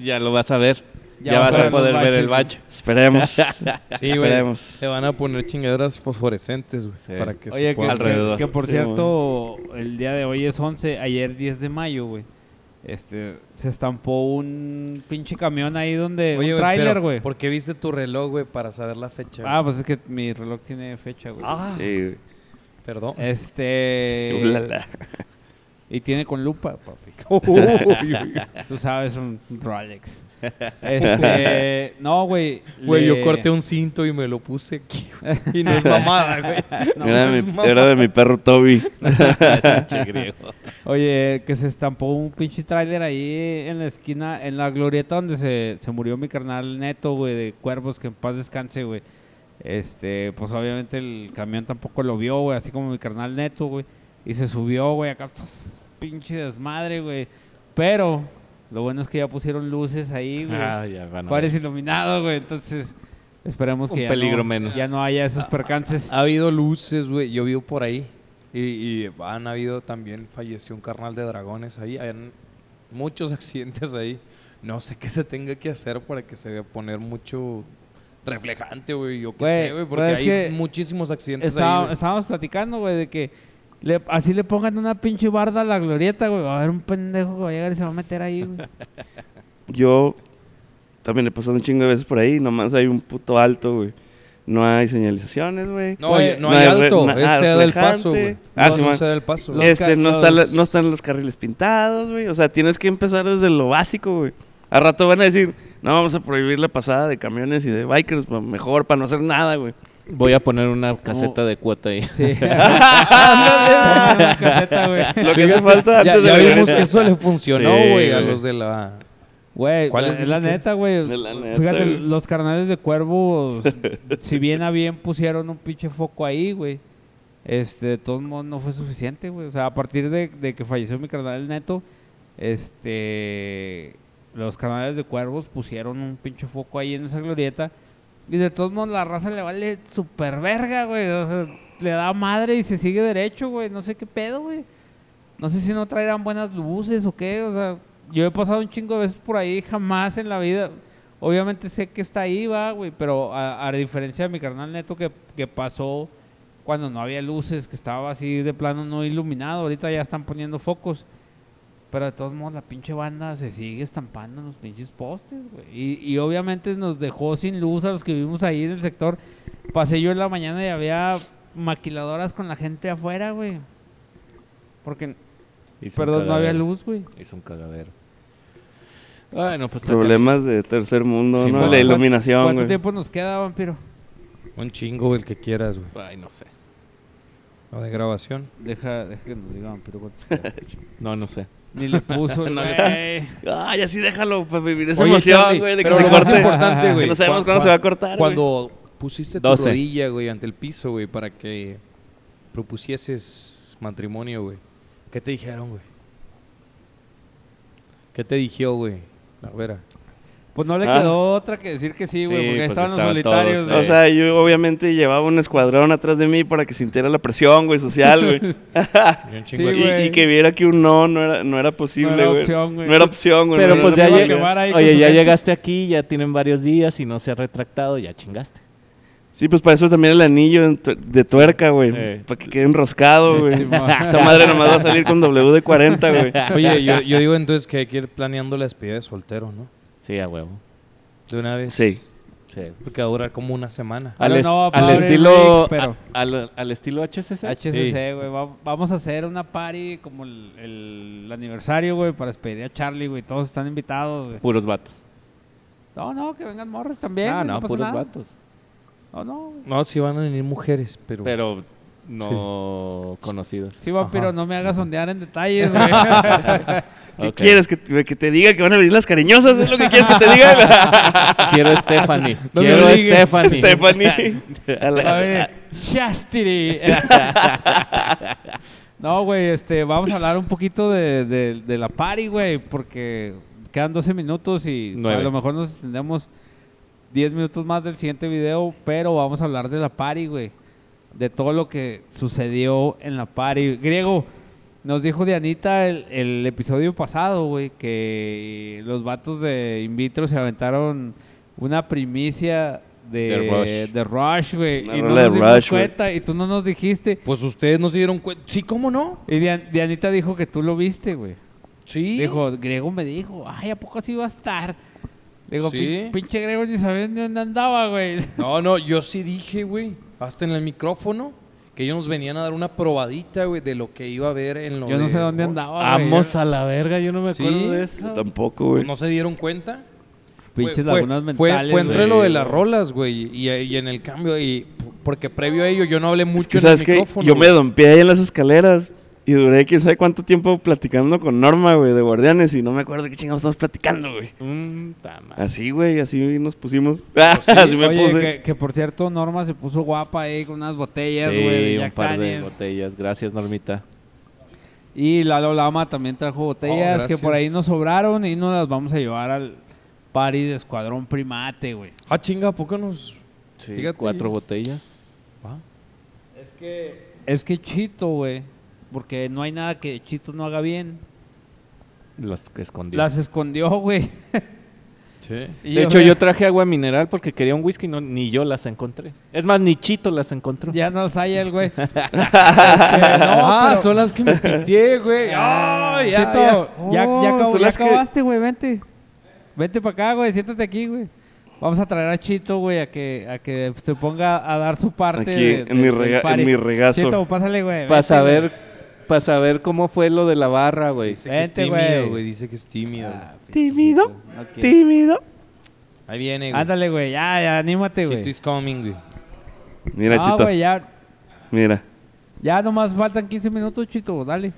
Speaker 5: Ya lo vas a ver. Ya,
Speaker 1: va
Speaker 5: vas a
Speaker 1: ver los
Speaker 5: poder ver
Speaker 1: baches.
Speaker 5: el bache.
Speaker 4: Esperemos.
Speaker 3: Sí, güey.
Speaker 4: Esperemos.
Speaker 3: Te van a poner chingaderas fosforescentes, güey.
Speaker 5: Sí.
Speaker 3: Para que
Speaker 1: Oye,
Speaker 3: se
Speaker 1: que,
Speaker 3: pueda-
Speaker 1: que-
Speaker 5: alrededor.
Speaker 1: que por
Speaker 4: Sí,
Speaker 1: cierto, el día de hoy es 11, ayer 10 de mayo, güey. Este, se estampó un pinche camión ahí donde, un
Speaker 3: Oye, güey,
Speaker 1: tráiler,
Speaker 3: pero,
Speaker 1: güey.
Speaker 3: ¿Por qué viste tu reloj, güey, para saber la fecha?
Speaker 1: Ah,
Speaker 3: güey?
Speaker 4: Ah.
Speaker 1: pues es que mi reloj tiene fecha, güey.
Speaker 4: Sí, güey.
Speaker 3: Perdón. Eh,
Speaker 1: Este.
Speaker 4: Ulala.
Speaker 1: Y tiene con lupa, papi. Tú sabes, un Rolex. Este. No, güey.
Speaker 3: Güey,
Speaker 1: le-
Speaker 3: yo corté un cinto y me lo puse aquí, güey. Y no es mamada, güey. No,
Speaker 4: era,
Speaker 3: no
Speaker 4: de
Speaker 3: es
Speaker 4: mi,
Speaker 3: mamada.
Speaker 4: era de mi perro Toby.
Speaker 5: Pinche griego.
Speaker 1: Oye, que se estampó un pinche tráiler ahí en la esquina, en la glorieta donde se, se murió mi carnal neto, güey, de cuervos, que en paz descanse, güey. Este, pues obviamente el camión tampoco lo vio, güey, así como mi carnal neto, güey. Y se subió, güey, acá, pinche desmadre, güey. Pero, lo bueno es que ya pusieron luces ahí, güey.
Speaker 5: Ah, ya van a ver.
Speaker 1: Juárez iluminado, güey, entonces esperemos
Speaker 5: Un
Speaker 1: que ya,
Speaker 5: peligro
Speaker 1: no,
Speaker 5: menos.
Speaker 1: ya no haya esos percances.
Speaker 3: Ha habido luces, güey. Yo vivo por ahí. Y, y han habido también, falleció un carnal de dragones ahí. Hay muchos accidentes ahí. No sé qué se tenga que hacer para que se vea poner mucho reflejante, güey. Yo qué
Speaker 1: Güey,
Speaker 3: sé, güey. Porque
Speaker 1: pues es
Speaker 3: hay
Speaker 1: que
Speaker 3: muchísimos accidentes
Speaker 1: Estaba-
Speaker 3: ahí. güey.
Speaker 1: estábamos platicando, güey, de que le- así le pongan una pinche barda a la glorieta, güey. Va a haber un pendejo que va a llegar y se va a meter ahí, güey.
Speaker 4: Yo también he pasado un chingo de veces por ahí. Nomás hay un puto alto, güey. No hay señalizaciones, güey.
Speaker 3: No,
Speaker 1: Güey,
Speaker 3: oye, no hay
Speaker 4: re-
Speaker 3: alto.
Speaker 4: na-
Speaker 3: es
Speaker 4: ah,
Speaker 3: sea del
Speaker 4: reflejante.
Speaker 3: paso, güey.
Speaker 4: Ah,
Speaker 3: No,
Speaker 4: sí,
Speaker 3: es un
Speaker 4: man.
Speaker 3: sea del paso.
Speaker 1: Los
Speaker 4: este, no, está la-
Speaker 1: los-
Speaker 4: no están los carriles pintados, güey. O sea, tienes que empezar desde lo básico, güey. A rato van a decir, no, vamos a prohibir la pasada de camiones y de bikers, pa- mejor, para no hacer nada, güey.
Speaker 5: Voy a poner una caseta de cuota ahí.
Speaker 1: Sí. Pongan una caseta, güey.
Speaker 4: Lo que hace falta
Speaker 3: Ya,
Speaker 4: antes
Speaker 3: ya
Speaker 4: de
Speaker 3: vimos que eso le funcionó,
Speaker 5: Sí,
Speaker 3: güey, a
Speaker 5: güey.
Speaker 3: los de la...
Speaker 1: Güey,
Speaker 3: ¿Cuál
Speaker 1: la-
Speaker 3: es
Speaker 1: es la
Speaker 3: el que-
Speaker 1: neta, güey.
Speaker 4: De la neta,
Speaker 1: Fíjate,
Speaker 4: güey.
Speaker 1: los carnales de cuervo, si bien a bien pusieron un pinche foco ahí, güey. Este, de todos modos no fue suficiente, güey. O sea, a partir de, de que falleció mi carnal neto, este, los carnales de cuervos pusieron un pinche foco ahí en esa glorieta. Y de todos modos la raza le vale super verga, güey. O sea, le da madre y se sigue derecho, güey. No sé qué pedo, güey. No sé si no traerán buenas luces o qué, o sea, yo he pasado un chingo de veces por ahí, jamás en la vida. Obviamente sé que está ahí, va, güey, pero a, a diferencia de mi carnal neto que, que pasó cuando no había luces, que estaba así de plano no iluminado, ahorita ya están poniendo focos. Pero de todos modos la pinche banda se sigue estampando en los pinches postes, güey. Y, y obviamente nos dejó sin luz a los que vivimos ahí en el sector. Pasé yo en la mañana y había maquiladoras con la gente afuera, güey. Porque
Speaker 5: Hizo un
Speaker 1: Perdón, no había
Speaker 5: cagadero.
Speaker 1: luz, güey.
Speaker 5: Hizo un cagadero. Ay, no, pues está
Speaker 4: Problemas de tercer mundo,
Speaker 5: Sí,
Speaker 4: ¿no?
Speaker 5: man.
Speaker 4: La
Speaker 5: ¿Cuánto-
Speaker 4: iluminación,
Speaker 1: ¿Cuánto
Speaker 4: güey.
Speaker 1: tiempo nos queda, vampiro?
Speaker 3: Un chingo, el que quieras, güey.
Speaker 5: cabrón. Ay, no sé.
Speaker 3: O de grabación.
Speaker 1: Deja, deja que nos diga vampiro cuánto
Speaker 5: No, no sé.
Speaker 1: Ni le puso, güey.
Speaker 4: Ay, así déjalo para vivir esa
Speaker 3: Oye,
Speaker 4: emoción,
Speaker 3: Charlie,
Speaker 4: güey, de que
Speaker 3: pero
Speaker 4: se
Speaker 3: lo más
Speaker 4: corte.
Speaker 3: importante, güey.
Speaker 4: No sabemos
Speaker 3: cua-
Speaker 4: cuándo se va a
Speaker 3: cua-
Speaker 4: cortar, güey.
Speaker 3: Cuando pusiste tu
Speaker 5: 12.
Speaker 3: rodilla, güey, ante el piso, güey, para que propusieses matrimonio, güey. ¿Qué te dijeron, güey? ¿Qué te dijo, güey? La vera.
Speaker 1: Pues no le
Speaker 4: Ah.
Speaker 1: quedó otra que decir que sí, güey,
Speaker 5: Sí,
Speaker 1: porque ahí
Speaker 5: pues
Speaker 1: estaban los
Speaker 5: estaban
Speaker 1: solitarios,
Speaker 5: todos,
Speaker 1: güey.
Speaker 4: O sea, yo obviamente llevaba un escuadrón atrás de mí para que sintiera la presión, güey, social, güey.
Speaker 3: Y un
Speaker 1: Sí,
Speaker 3: chingo de-
Speaker 4: y,
Speaker 1: güey.
Speaker 4: y que viera que un no no era, no era
Speaker 1: No
Speaker 4: posible,
Speaker 1: era
Speaker 4: güey.
Speaker 1: opción, güey.
Speaker 4: No era opción, güey.
Speaker 5: Pero
Speaker 4: no
Speaker 5: pues
Speaker 4: era
Speaker 5: ya,
Speaker 1: Lo
Speaker 4: opción,
Speaker 5: lleg-
Speaker 1: que van ahí con
Speaker 5: Oye,
Speaker 1: su
Speaker 5: ya
Speaker 1: gente.
Speaker 5: llegaste aquí, ya tienen varios días y no se ha retractado, ya chingaste.
Speaker 4: Sí, pues para eso también el anillo en tu- de tuerca, güey.
Speaker 5: Eh.
Speaker 4: Para que quede enroscado, güey. Esa madre nomás va a salir con W de 40, güey.
Speaker 3: Oye, yo, yo digo entonces que hay que ir planeando la despedida de soltero, ¿no?
Speaker 5: Sí, a huevo.
Speaker 3: De una vez.
Speaker 4: Sí.
Speaker 5: Sí.
Speaker 3: Porque va a durar como una semana.
Speaker 1: Ah,
Speaker 5: Al,
Speaker 1: no,
Speaker 5: est-
Speaker 1: no,
Speaker 5: al
Speaker 1: Pablo
Speaker 5: estilo
Speaker 1: Rick, pero-
Speaker 5: a- al, al estilo
Speaker 2: Ah,
Speaker 5: HCC.
Speaker 1: HCC, güey. va- vamos a hacer una party como el, el aniversario, güey, para despedir a Charlie, güey. Todos están invitados, güey.
Speaker 5: Puros vatos.
Speaker 1: No, no, que vengan morros también.
Speaker 5: Ah,
Speaker 1: güey,
Speaker 5: no,
Speaker 1: pasa
Speaker 5: puros
Speaker 1: nada.
Speaker 5: vatos.
Speaker 1: No, no. güey.
Speaker 3: No, sí van a venir mujeres, pero...
Speaker 5: Pero no conocidos.
Speaker 1: Sí, vampiro,
Speaker 3: Ajá.
Speaker 1: no me hagas sondear en detalles, güey.
Speaker 4: ¿Qué
Speaker 5: Ok.
Speaker 4: quieres? ¿Que, te- que te diga que van a venir las cariñosas? ¿Es lo que quieres que te diga?
Speaker 5: Quiero Stephanie.
Speaker 3: No me
Speaker 5: Quiero
Speaker 3: obligues.
Speaker 5: Stephanie.
Speaker 4: Stephanie. A la-
Speaker 1: Va a venir, Chastity. no, güey, este, vamos a hablar un poquito de, de- de la party, güey, porque quedan 12 minutos y
Speaker 5: Nueve.
Speaker 1: a lo mejor nos extendemos 10 minutos más del siguiente video, pero vamos a hablar de la party, güey. De todo lo que sucedió en la party. Griego, nos dijo Dianita el, el episodio pasado, güey, que los vatos de Invitro se aventaron una primicia de
Speaker 5: De
Speaker 1: de Rush, güey.
Speaker 4: Una
Speaker 1: y no
Speaker 4: rola de
Speaker 1: nos dimos
Speaker 4: Rush, güey.
Speaker 1: cuenta y tú no nos dijiste.
Speaker 3: Pues ustedes no se dieron cuenta. Sí, ¿cómo no?
Speaker 1: Y Dian- Dianita dijo que tú lo viste, güey.
Speaker 3: Sí.
Speaker 1: Dijo, Grego me dijo, ay, ¿a poco así iba a estar? Le digo,
Speaker 3: Sí.
Speaker 1: "Pin- pinche Grego ni sabía ni dónde andaba, güey.
Speaker 3: No, no, yo sí dije, güey. Hasta en el micrófono. que ellos nos venían a dar una probadita, güey, de lo que iba a haber en los.
Speaker 1: Yo no sé dónde andaba, güey.
Speaker 2: Vamos a la verga, yo no me
Speaker 3: Sí.
Speaker 2: acuerdo de
Speaker 4: Yo
Speaker 2: eso.
Speaker 4: tampoco, güey.
Speaker 3: ¿No se dieron cuenta?
Speaker 1: Pinches
Speaker 3: Fue- fue-
Speaker 1: lagunas
Speaker 3: fue,
Speaker 1: mentales,
Speaker 3: fue entre
Speaker 1: güey.
Speaker 3: lo de las rolas, güey, y, y en el cambio, y porque previo a ello yo no hablé
Speaker 4: Es que,
Speaker 3: mucho
Speaker 4: ¿sabes
Speaker 3: en
Speaker 4: qué?
Speaker 3: el micrófono.
Speaker 4: Yo me
Speaker 3: güey.
Speaker 4: dompeé ahí en las escaleras y duré quién sabe cuánto tiempo platicando con Norma, güey, de Guardianes y no me acuerdo de qué chingados estamos platicando, güey.
Speaker 2: Mm, ta madre.
Speaker 4: Así, güey, así nos pusimos. así me
Speaker 1: Pues Oye,
Speaker 4: puse.
Speaker 1: Que, que por cierto, Norma se puso guapa ahí con unas botellas, güey, de
Speaker 2: Sí, un
Speaker 1: Jack
Speaker 2: par de
Speaker 1: Daniels.
Speaker 2: botellas. Gracias, Normita.
Speaker 1: Y Lalo Lama también trajo botellas
Speaker 3: Oh,
Speaker 1: que por ahí
Speaker 3: gracias.
Speaker 1: nos sobraron y nos las vamos a llevar al party de Escuadrón Primate, güey.
Speaker 3: Ah, chinga, ¿a poco nos...?
Speaker 2: Sí,
Speaker 3: Fíjate. Ah,
Speaker 2: cuatro botellas.
Speaker 1: Es que, es que Chito, güey, porque no hay nada que Chito no haga bien.
Speaker 2: Las que escondí.
Speaker 1: Las escondió, güey.
Speaker 3: Sí.
Speaker 1: Y
Speaker 2: De hecho, yo traje agua mineral porque quería un whisky, no, ni yo las encontré. Es más, ni Chito las encontró.
Speaker 1: Ya no las hay el güey.
Speaker 3: ah,
Speaker 1: pero-
Speaker 3: son las que me pisteé, güey.
Speaker 1: Ah,
Speaker 3: Ah, ya,
Speaker 1: Chito,
Speaker 3: ya.
Speaker 1: ya,
Speaker 4: Oh,
Speaker 1: ya acabo-
Speaker 4: son
Speaker 1: ya
Speaker 4: las que-
Speaker 1: acabaste, güey, vente. Vente para acá, güey, siéntate aquí, güey. Vamos a traer a Chito, güey, a que, a que se ponga a dar su parte.
Speaker 4: Aquí,
Speaker 1: de-
Speaker 4: en
Speaker 1: de-
Speaker 4: mi
Speaker 1: del
Speaker 4: rega- en
Speaker 1: party.
Speaker 4: mi regazo.
Speaker 1: Chito, pásale, güey.
Speaker 2: Para
Speaker 1: vente,
Speaker 2: saber, pa' saber cómo fue lo de la barra, güey.
Speaker 3: Dice que es
Speaker 1: Vente, güey.
Speaker 3: tímido, güey. Dice que es tímido.
Speaker 1: Ah,
Speaker 4: Tímido,
Speaker 1: güey. No quiero.
Speaker 4: tímido.
Speaker 3: Ahí viene, güey.
Speaker 1: Ándale, güey, ya, ya, anímate,
Speaker 3: Chito
Speaker 1: güey.
Speaker 3: is coming, güey.
Speaker 4: Mira,
Speaker 1: no,
Speaker 4: Chito.
Speaker 1: Ah, güey, ya,
Speaker 4: Mira.
Speaker 1: ya nomás faltan 15 minutos, Chito, dale.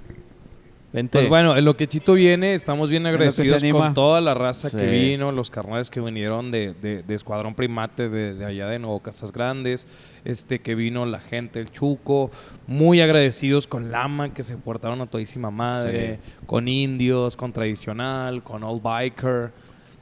Speaker 2: Vente.
Speaker 3: Pues bueno, en lo que Chito viene, estamos bien
Speaker 1: lo que se
Speaker 3: agradecidos
Speaker 1: anima.
Speaker 3: con toda la raza
Speaker 2: Sí.
Speaker 3: que vino, los carnales que vinieron de, de- de Escuadrón Primate, de, de allá de Nuevo Casas Grandes, este que vino la gente, el Chuco, muy agradecidos con Lama, que se portaron a todísima madre, con Indios, con Tradicional, con Old Biker,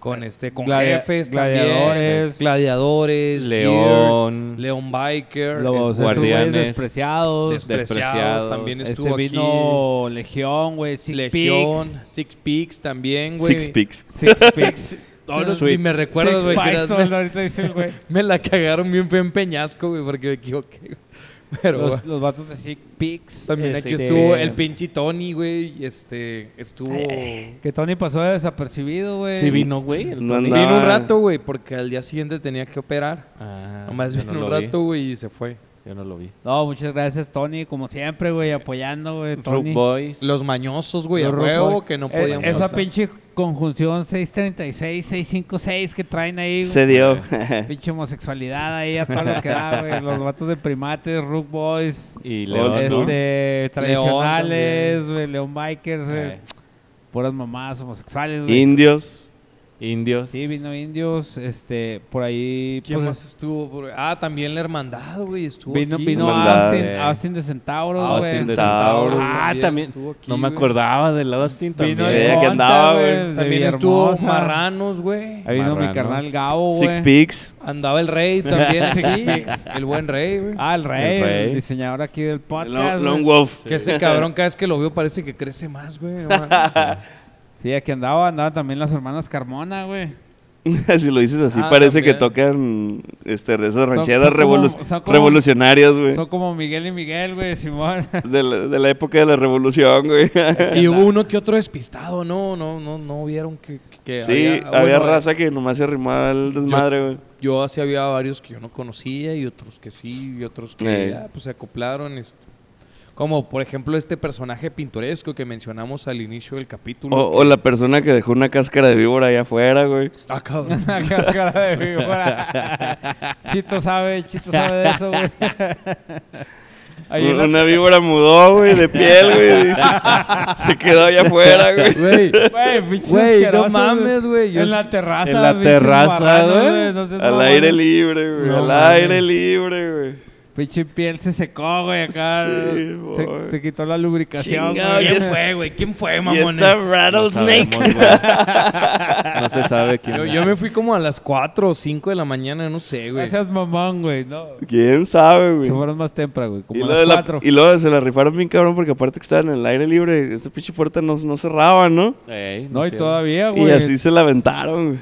Speaker 3: con este, con
Speaker 1: Gladia-
Speaker 3: jefes
Speaker 1: gladiadores.
Speaker 3: también, gladiadores,
Speaker 2: León.
Speaker 3: Gears, León Biker,
Speaker 1: Los
Speaker 3: este,
Speaker 2: estos guardianes.
Speaker 1: guardianes despreciados.
Speaker 2: Des-
Speaker 3: despreciados,
Speaker 2: despreciados.
Speaker 3: también
Speaker 1: Este
Speaker 3: estuvo aquí.
Speaker 1: vino Legión, güey, Six
Speaker 3: Legión,
Speaker 1: Pigs.
Speaker 3: Six Peaks también, güey.
Speaker 4: Six Peaks.
Speaker 1: Six Pigs.
Speaker 3: No, no,
Speaker 2: Sweet.
Speaker 3: ni me recuerdo,
Speaker 1: Six
Speaker 3: güey. que
Speaker 1: Pistols,
Speaker 3: eras- Me,
Speaker 1: ahorita dice el güey.
Speaker 3: me la cagaron bien feo en Peñasco, güey, porque me equivoqué. güey. Pero
Speaker 1: Los,
Speaker 3: güey,
Speaker 1: los vatos de Six Pigs.
Speaker 3: también
Speaker 1: Este,
Speaker 3: aquí estuvo el pinche Tony, güey. y Este, estuvo...
Speaker 1: Que Tony pasó desapercibido, güey.
Speaker 2: Sí vino, güey. el
Speaker 4: No
Speaker 2: Tony.
Speaker 4: andaba.
Speaker 3: Vino un rato, güey, porque al día siguiente tenía que operar.
Speaker 2: Ah,
Speaker 3: Nomás
Speaker 2: yo
Speaker 3: vino
Speaker 2: no
Speaker 3: un
Speaker 2: lo vi,
Speaker 3: rato, güey, y se fue.
Speaker 2: Yo no lo vi.
Speaker 1: No, muchas gracias, Tony. Como siempre, güey, apoyando, güey. Tony.
Speaker 2: Fruit Boys.
Speaker 3: Los mañosos, güey, a
Speaker 1: Los Rock
Speaker 3: huevo,
Speaker 1: Boys.
Speaker 3: que no
Speaker 1: Eh,
Speaker 3: podíamos...
Speaker 1: Esa
Speaker 3: faltar.
Speaker 1: pinche conjunción 636, 656 que traen ahí, güey.
Speaker 4: Se dio.
Speaker 1: Pinche homosexualidad ahí a todo lo que da, güey. Los vatos de primates, Rook Boys.
Speaker 2: Y
Speaker 4: Old
Speaker 2: León.
Speaker 4: school.
Speaker 1: Este, tradicionales,
Speaker 3: también.
Speaker 1: güey, León Bikers, güey.
Speaker 2: Eh.
Speaker 1: Puras mamás homosexuales, güey.
Speaker 4: Indios.
Speaker 2: Indios.
Speaker 1: Sí, vino indios, este, por ahí.
Speaker 3: ¿Quién
Speaker 1: pues,
Speaker 3: más estuvo? por- Ah, también la hermandad, güey, estuvo
Speaker 1: Vino,
Speaker 3: aquí.
Speaker 1: vino
Speaker 4: Mandada,
Speaker 1: Austin,
Speaker 2: eh.
Speaker 1: Austin de Centauro, güey.
Speaker 2: Austin de
Speaker 4: Centauro.
Speaker 2: Centauro. Ah, también.
Speaker 3: estuvo aquí,
Speaker 2: no me
Speaker 3: güey.
Speaker 2: acordaba del Austin también.
Speaker 1: Vino
Speaker 4: Eh,
Speaker 1: de
Speaker 4: que
Speaker 1: Conta,
Speaker 4: andaba, güey.
Speaker 1: de
Speaker 3: También estuvo
Speaker 1: Villahermosa.
Speaker 3: Marranos, güey.
Speaker 1: Ahí vino mi
Speaker 2: Marranos.
Speaker 1: carnal Gabo, güey.
Speaker 4: Six Peaks.
Speaker 3: Andaba el rey también aquí. el buen rey, güey.
Speaker 1: Ah, el rey, el,
Speaker 2: El rey.
Speaker 1: diseñador aquí del podcast.
Speaker 4: Long,
Speaker 1: güey.
Speaker 4: Long Wolf.
Speaker 3: Que ese cabrón cada vez que lo veo parece que crece más, güey. no mames.
Speaker 1: Sí, aquí andaba, andaba también las hermanas Carmona, güey.
Speaker 4: si lo dices así,
Speaker 3: Ah,
Speaker 4: parece que tocan
Speaker 3: también.
Speaker 4: este, esas rancheras
Speaker 1: son como-
Speaker 4: revolu-
Speaker 1: son como-
Speaker 4: revolucionarias, güey.
Speaker 1: Son como Miguel y Miguel, güey, Simón.
Speaker 4: De la, de la época de la revolución, güey.
Speaker 3: y hubo uno que otro despistado, no, no, no, no vieron que, que
Speaker 4: Sí, había,
Speaker 1: eh,
Speaker 3: bueno,
Speaker 4: raza que nomás se arrimaba al desmadre, güey.
Speaker 3: Yo así había varios que yo no conocía y otros que sí y otros que
Speaker 4: Eh.
Speaker 3: ya, pues se acoplaron. este. Como por ejemplo este personaje pintoresco que mencionamos al inicio del capítulo.
Speaker 4: O, o la persona que dejó una cáscara de víbora allá afuera, güey.
Speaker 3: Ah, cabrón.
Speaker 1: Una cáscara de víbora. Chito sabe, Chito sabe de eso, güey. Ahí en la-
Speaker 4: Una víbora mudó, güey, de piel, güey. y se, se quedó allá afuera, güey.
Speaker 3: Güey,
Speaker 1: Güey, pinches
Speaker 3: Güey, no
Speaker 1: asquerosos,
Speaker 3: mames, güey, yo
Speaker 1: En
Speaker 3: sí-
Speaker 1: la terraza.
Speaker 2: en la
Speaker 1: pinches
Speaker 2: terraza,
Speaker 1: marranos,
Speaker 2: güey.
Speaker 1: no seas
Speaker 4: Al
Speaker 1: mamón.
Speaker 4: aire libre, güey.
Speaker 1: No,
Speaker 4: al
Speaker 1: mames.
Speaker 4: aire libre, güey.
Speaker 1: Pinche piel se secó, güey, acá.
Speaker 4: Sí,
Speaker 1: se,
Speaker 4: güey.
Speaker 1: se quitó la lubricación,
Speaker 4: Chingado,
Speaker 1: güey.
Speaker 4: ya
Speaker 3: ¿quién fue, güey? ¿Quién fue,
Speaker 4: Y
Speaker 3: mamones?
Speaker 4: esta
Speaker 2: No
Speaker 4: rattlesnake.
Speaker 2: sabemos, güey. No se sabe quién.
Speaker 3: Yo,
Speaker 2: era.
Speaker 3: yo me fui como a las 4 o 5 de la mañana, no sé, güey.
Speaker 1: Gracias, mamón, güey. No.
Speaker 4: ¿Quién sabe, güey?
Speaker 1: Se fueron más temprano, güey. Como
Speaker 4: Y
Speaker 1: a
Speaker 4: luego,
Speaker 1: las
Speaker 4: de la-
Speaker 1: cuatro.
Speaker 4: y luego se la rifaron bien cabrón porque aparte que estaban en el aire libre, esta pinche puerta no, no cerraba, ¿no?
Speaker 2: Ey,
Speaker 1: No, y
Speaker 2: sé.
Speaker 1: todavía, Ah, güey.
Speaker 4: Y así se la aventaron, güey.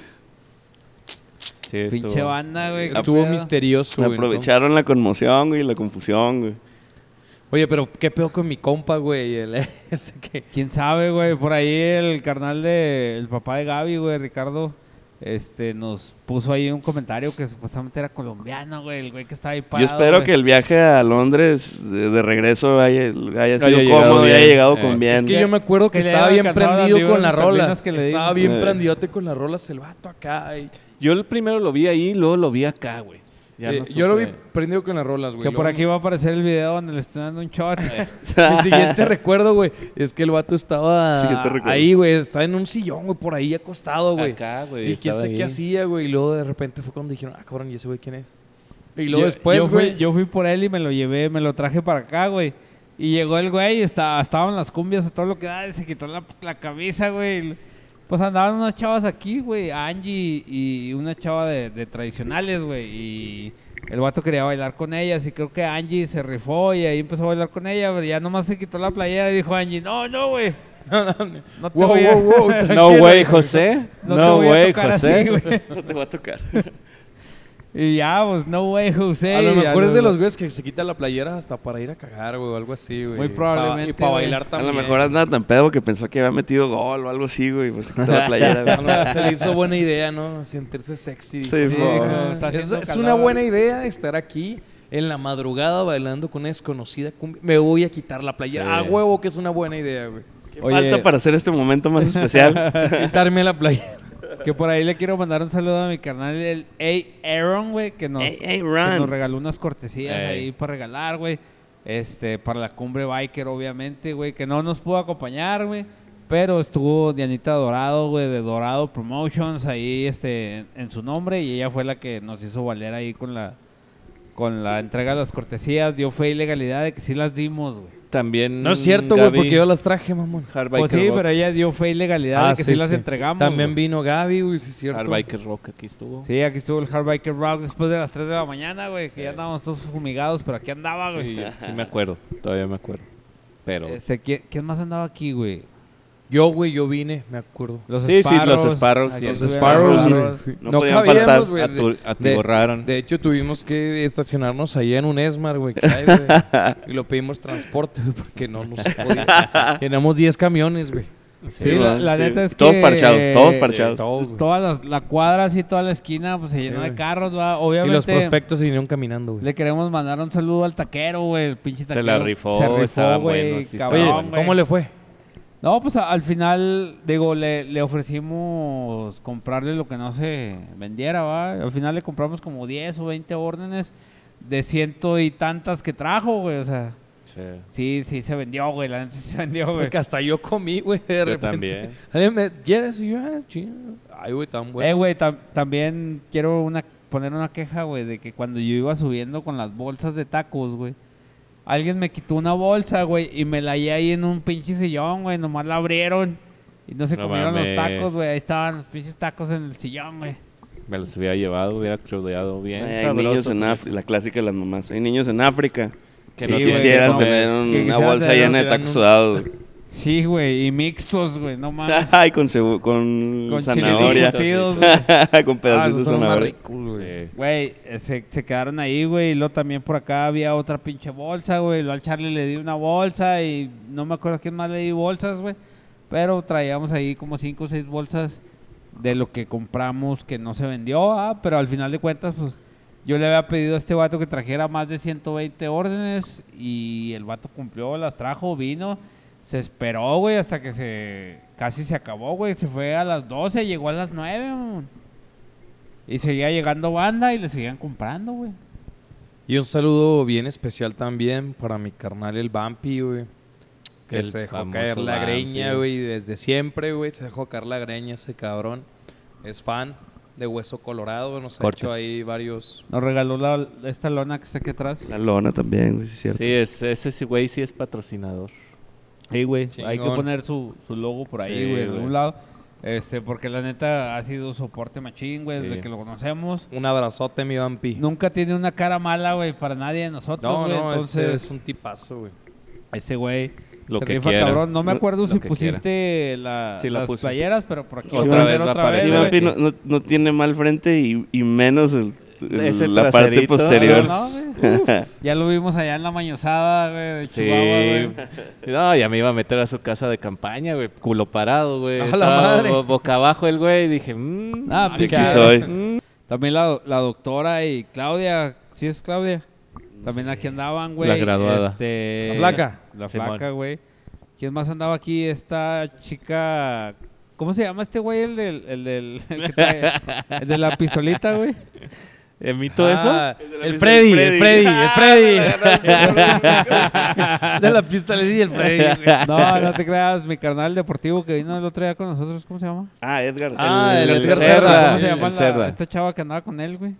Speaker 2: Sí, estuvo.
Speaker 1: Pinche banda, güey. qué
Speaker 3: Estuvo
Speaker 1: Ah, pedo.
Speaker 3: misterioso, güey.
Speaker 4: Aprovecharon la conmoción, güey, y la confusión, güey.
Speaker 3: entonces. Oye, pero qué pedo con mi compa, güey. El, este que...
Speaker 1: Quién sabe, güey. Por ahí el carnal de. El papá de Gaby, güey, Ricardo. este, nos puso ahí un comentario que supuestamente era colombiano, güey, el güey que estaba ahí
Speaker 4: Yo
Speaker 1: parado.
Speaker 4: espero
Speaker 1: güey.
Speaker 4: que el viaje a Londres de, de regreso haya, haya sido
Speaker 5: llegado
Speaker 4: cómodo y
Speaker 5: bien.
Speaker 4: haya llegado
Speaker 5: Eh,
Speaker 4: con bien.
Speaker 3: Es que yo me acuerdo que
Speaker 1: que le
Speaker 3: estaba
Speaker 1: hayan
Speaker 3: bien
Speaker 1: alcanzado las
Speaker 3: prendido con
Speaker 1: libras
Speaker 3: las
Speaker 1: esterlinas
Speaker 3: rolas.
Speaker 1: que le
Speaker 3: Estaba
Speaker 1: dimos.
Speaker 4: Eh.
Speaker 3: bien prendidote con las rolas el vato acá. y-
Speaker 2: Yo el primero lo vi ahí, luego lo vi acá, güey. Ya
Speaker 3: Eh,
Speaker 2: no
Speaker 3: yo lo vi
Speaker 2: supe.
Speaker 3: prendido con las rolas, güey.
Speaker 1: Que por
Speaker 3: Luego-
Speaker 1: aquí va a aparecer el video donde le están dando un shot.
Speaker 3: Mi siguiente recuerdo, güey, es que el vato estaba
Speaker 4: Siguiente recuerdo.
Speaker 3: ahí, güey, estaba en un sillón, güey, por ahí acostado, güey.
Speaker 2: Acá, güey.
Speaker 3: Y quién
Speaker 2: estaba
Speaker 3: sé qué
Speaker 2: ahí.
Speaker 3: hacía, güey. Y luego de repente fue cuando dijeron, ah, cabrón, ¿y ese güey quién es? Y luego
Speaker 1: Yo-
Speaker 3: después,
Speaker 1: yo,
Speaker 3: güey.
Speaker 1: fui, yo fui por él y me lo llevé, me lo traje para acá, güey. Y llegó el güey, y está, estaban las cumbias a todo lo que da, y se quitó la, la camisa, güey. Pues andaban unas chavas aquí, güey, Angie y una chava de, de tradicionales, güey. Y el vato quería bailar con ellas y creo que Angie se rifó y ahí empezó a bailar con ella, pero ya nomás se quitó la playera y dijo Angie, no, no, güey. No te
Speaker 3: Wow,
Speaker 1: voy a-
Speaker 3: wow, wow, tranquilo,
Speaker 2: No, güey,
Speaker 3: güey.
Speaker 2: José.
Speaker 1: no te
Speaker 2: No,
Speaker 1: voy a
Speaker 2: güey,
Speaker 1: tocar así,
Speaker 2: José.
Speaker 1: güey.
Speaker 4: No te va a tocar.
Speaker 1: Y ya, pues, no, güey, José.
Speaker 3: A lo
Speaker 1: y ya
Speaker 3: mejor es
Speaker 1: no-
Speaker 3: de los güeyes que se quita la playera hasta para ir a cagar, güey, o algo así, güey.
Speaker 1: Muy
Speaker 3: Pa-
Speaker 1: probablemente,
Speaker 3: Y para
Speaker 1: güey.
Speaker 3: bailar
Speaker 4: A
Speaker 3: también.
Speaker 4: lo mejor andaba tan pedo que pensó que había metido gol o algo así, güey. Pues se quitó la playera,
Speaker 3: A lo
Speaker 4: güey.
Speaker 3: mejor se le hizo buena idea, ¿no? Sentirse sexy.
Speaker 4: Sí,
Speaker 3: dijo,
Speaker 4: sí,
Speaker 3: "Ah,
Speaker 1: como está
Speaker 3: es,
Speaker 1: haciendo
Speaker 3: es
Speaker 1: calor".
Speaker 3: una buena idea estar aquí en la madrugada bailando con una desconocida cumbia. Me voy a quitar la playera. A huevo que es una buena idea, güey.
Speaker 4: ¿Qué
Speaker 1: Oye.
Speaker 4: Falta para hacer este momento más especial.
Speaker 3: Quitarme la playera.
Speaker 1: Que por ahí le quiero mandar un saludo a mi canal, el A. Aaron, güey, que nos,
Speaker 4: Ey, ey,
Speaker 1: que nos
Speaker 4: Ron.
Speaker 1: regaló unas cortesías
Speaker 2: Ey.
Speaker 1: ahí para regalar, güey. Este, para la cumbre biker, obviamente, güey, que no nos pudo acompañar, güey. Pero estuvo Dianita Dorado, güey, de Dorado Promotions, ahí, este, en su nombre. Y ella fue la que nos hizo valer ahí con la, con la entrega de las cortesías. Dio fe y legalidad de que sí las dimos, güey.
Speaker 2: También.
Speaker 3: No es cierto,
Speaker 4: Mm,
Speaker 3: güey,
Speaker 2: Gaby
Speaker 3: porque yo las traje, mamón.
Speaker 2: Hard
Speaker 1: Pues
Speaker 2: Biker
Speaker 1: sí,
Speaker 2: Rock-
Speaker 1: pero ella dio fe y legalidad de que sí, las entregamos.
Speaker 3: Ah, También
Speaker 1: güey.
Speaker 3: vino Gaby, güey, sí es cierto.
Speaker 2: Hard Biker Rock aquí estuvo.
Speaker 1: Sí, aquí estuvo el Hard Biker Rock después de las 3 de la mañana, güey, que ya andábamos todos fumigados, pero aquí andaba,
Speaker 2: Sí,
Speaker 1: güey.
Speaker 2: yo- sí me acuerdo. Todavía me acuerdo. Pero.
Speaker 1: Este, ¿quién, quién más andaba aquí, güey?
Speaker 3: Yo, güey, yo vine, me acuerdo.
Speaker 1: Los
Speaker 2: Sí, sí, los Sparrows,
Speaker 1: aquí
Speaker 2: sí. Los
Speaker 1: estuvieron
Speaker 2: Sparrows,
Speaker 1: los
Speaker 3: güey.
Speaker 1: Sparrows.
Speaker 4: No
Speaker 3: No
Speaker 4: podían
Speaker 3: cabíamos,
Speaker 4: faltar.
Speaker 3: güey.
Speaker 2: atu- atiborraron.
Speaker 3: De hecho, tuvimos que estacionarnos allá en un Esmar, güey. que hay, güey. y lo pedimos transporte, güey, porque no nos podía. Teníamos 10 camiones, güey.
Speaker 1: Sí, la, la
Speaker 4: sí.
Speaker 1: neta es
Speaker 4: Todos
Speaker 1: que... eh,
Speaker 4: parchados, todos parchados.
Speaker 3: Todos, güey.
Speaker 1: Todas las, la cuadra, así, toda la esquina, pues se llenó de
Speaker 3: güey.
Speaker 1: carros, va.
Speaker 3: Y
Speaker 1: Obviamente...
Speaker 3: los prospectos se vinieron caminando, güey.
Speaker 1: Le queremos mandar un saludo al taquero, güey, el pinche
Speaker 2: Se
Speaker 1: taquero.
Speaker 2: la rifó,
Speaker 1: se rifó,
Speaker 2: estaban
Speaker 1: güey,
Speaker 2: buenos, sí
Speaker 1: cabrón,
Speaker 2: estaban
Speaker 3: Oye,
Speaker 2: buenos.
Speaker 1: güey.
Speaker 3: ¿cómo le fue?
Speaker 1: No, pues a- al final, digo, le, le ofrecimos comprarle lo que no se vendiera, ¿va? Al final le compramos como 10 o 20 órdenes de ciento y tantas que trajo, güey. O sea,
Speaker 2: Sí.
Speaker 1: sí, sí se vendió, güey. La neta sí se vendió, güey. Eh,
Speaker 3: Porque hasta yo comí, güey, de repente.
Speaker 2: también.
Speaker 3: Alguien me, ¿Quieres? Y yo, ah, chido. Ay, güey, tan bueno.
Speaker 1: Eh, güey, tam- también quiero una, poner una queja, güey, de que cuando yo iba subiendo con las bolsas de tacos, güey, alguien me quitó una bolsa, güey, y me la hallé ahí en un pinche sillón, güey, nomás la abrieron y no se
Speaker 2: No
Speaker 1: comieron los
Speaker 2: mames.
Speaker 1: tacos, güey, ahí estaban los pinches tacos en el sillón, güey.
Speaker 2: Me los hubiera llevado, hubiera crudeado bien.
Speaker 4: Ay, hay
Speaker 2: sabroso,
Speaker 4: niños en
Speaker 2: güey.
Speaker 4: África, la clásica de las mamás. Hay niños en África que
Speaker 1: Sí,
Speaker 4: no
Speaker 1: güey,
Speaker 4: quisieran
Speaker 1: que no,
Speaker 4: tener
Speaker 1: que
Speaker 4: un- una
Speaker 1: quisieran
Speaker 4: bolsa
Speaker 1: tener-
Speaker 4: llena de
Speaker 3: serán
Speaker 4: tacos
Speaker 3: un-
Speaker 4: sudados. güey.
Speaker 1: Sí, güey, y mixtos, güey, no mames.
Speaker 4: Ay, con, cebu- con,
Speaker 1: Con chiles
Speaker 4: zanahoria.
Speaker 1: curtidos, güey.
Speaker 4: con
Speaker 3: ah,
Speaker 4: pedacitos
Speaker 3: esos
Speaker 4: de
Speaker 3: son los más
Speaker 4: zanahoria.
Speaker 3: ricos, güey.
Speaker 2: Sí.
Speaker 1: Güey, eh, se, se quedaron ahí, güey. Y luego también por acá había otra pinche bolsa, güey. Luego al Charlie le di una bolsa y no me acuerdo a quién más le di bolsas, güey. Pero traíamos ahí como cinco o seis bolsas de lo que compramos que no se vendió, ah, pero al final de cuentas, pues yo le había pedido a este vato que trajera más de 120 órdenes y el vato cumplió, las trajo, vino, se esperó, güey, hasta que se casi se acabó, güey. Se fue a las 12, llegó a las 9, mamón. Y seguía llegando banda y le seguían comprando, güey.
Speaker 3: Y un saludo bien especial también para mi carnal el Vampi, güey. Que
Speaker 2: El
Speaker 3: se dejó
Speaker 2: famoso
Speaker 3: caer la
Speaker 2: Vampi.
Speaker 3: greña, güey, desde siempre, güey. Se dejó caer la greña ese cabrón. Es fan de Hueso Colorado. Nos
Speaker 2: Corte.
Speaker 3: ha hecho ahí varios...
Speaker 1: Nos regaló la- esta lona que está aquí atrás.
Speaker 4: La lona también, güey, sí es cierto.
Speaker 2: Sí, es, ese sí, güey sí es patrocinador.
Speaker 1: Sí, güey. Hay que
Speaker 3: Chingón.
Speaker 1: poner su, su logo por ahí,
Speaker 2: Sí,
Speaker 1: güey, de
Speaker 2: güey.
Speaker 1: un lado. Este, porque la neta ha sido soporte machín, güey, desde
Speaker 2: Sí.
Speaker 1: que lo conocemos.
Speaker 3: Un abrazote, mi Vampi.
Speaker 1: Nunca tiene una cara mala, güey, para nadie de nosotros,
Speaker 3: no,
Speaker 1: güey.
Speaker 3: no, ese
Speaker 1: Entonces,
Speaker 3: es un tipazo, güey.
Speaker 1: ese güey
Speaker 2: Lo
Speaker 1: se
Speaker 2: que
Speaker 1: rifa,
Speaker 2: quiera.
Speaker 1: cabrón. No me
Speaker 2: Lo-
Speaker 1: acuerdo
Speaker 2: lo
Speaker 1: si
Speaker 2: que
Speaker 1: pusiste la-
Speaker 2: Sí, la
Speaker 1: las
Speaker 2: puse.
Speaker 1: playeras, pero por aquí
Speaker 2: Otra
Speaker 1: va a
Speaker 2: vez
Speaker 1: ser
Speaker 2: va a
Speaker 1: otra vez,
Speaker 2: aparecer
Speaker 4: Sí,
Speaker 1: güey.
Speaker 2: aquí.
Speaker 4: Vampi no, no- no tiene mal frente y, y menos el
Speaker 2: Ese
Speaker 4: la parte
Speaker 2: traserito,
Speaker 4: posterior.
Speaker 1: No, güey. Ya lo vimos allá en la mañosada, güey, de
Speaker 2: Sí.
Speaker 1: Chihuahua, güey.
Speaker 2: No, ya me iba a meter a su casa de campaña, güey. Culo parado, güey.
Speaker 3: A la
Speaker 2: Estaba
Speaker 3: madre.
Speaker 2: bo- boca abajo el güey. y Dije, mmm.
Speaker 1: Ah,
Speaker 4: De
Speaker 1: picado.
Speaker 4: aquí soy.
Speaker 1: También la, la doctora y Claudia, ¿sí es Claudia? También aquí andaban, güey.
Speaker 2: La graduada.
Speaker 1: Este,
Speaker 3: La flaca.
Speaker 1: La
Speaker 2: Simón.
Speaker 1: flaca, güey. ¿Quién más andaba aquí? Esta chica... ¿Cómo se llama este güey? El del... El, del, el que trae- el de la pistolita, güey.
Speaker 2: ¿Emito
Speaker 3: Ah,
Speaker 1: El Freddy, el Freddy, el
Speaker 4: Ah,
Speaker 1: Freddy.
Speaker 3: de la pista le di el Freddy. güey.
Speaker 1: No, no te creas. Mi carnal deportivo que vino el otro día con nosotros, ¿cómo se llama?
Speaker 4: Ah, Edgar.
Speaker 3: Ah, el Edgar Cerda.
Speaker 1: ¿Cómo se
Speaker 2: el
Speaker 1: llama la- este
Speaker 2: Cerda.
Speaker 1: esta chava que andaba con él, güey?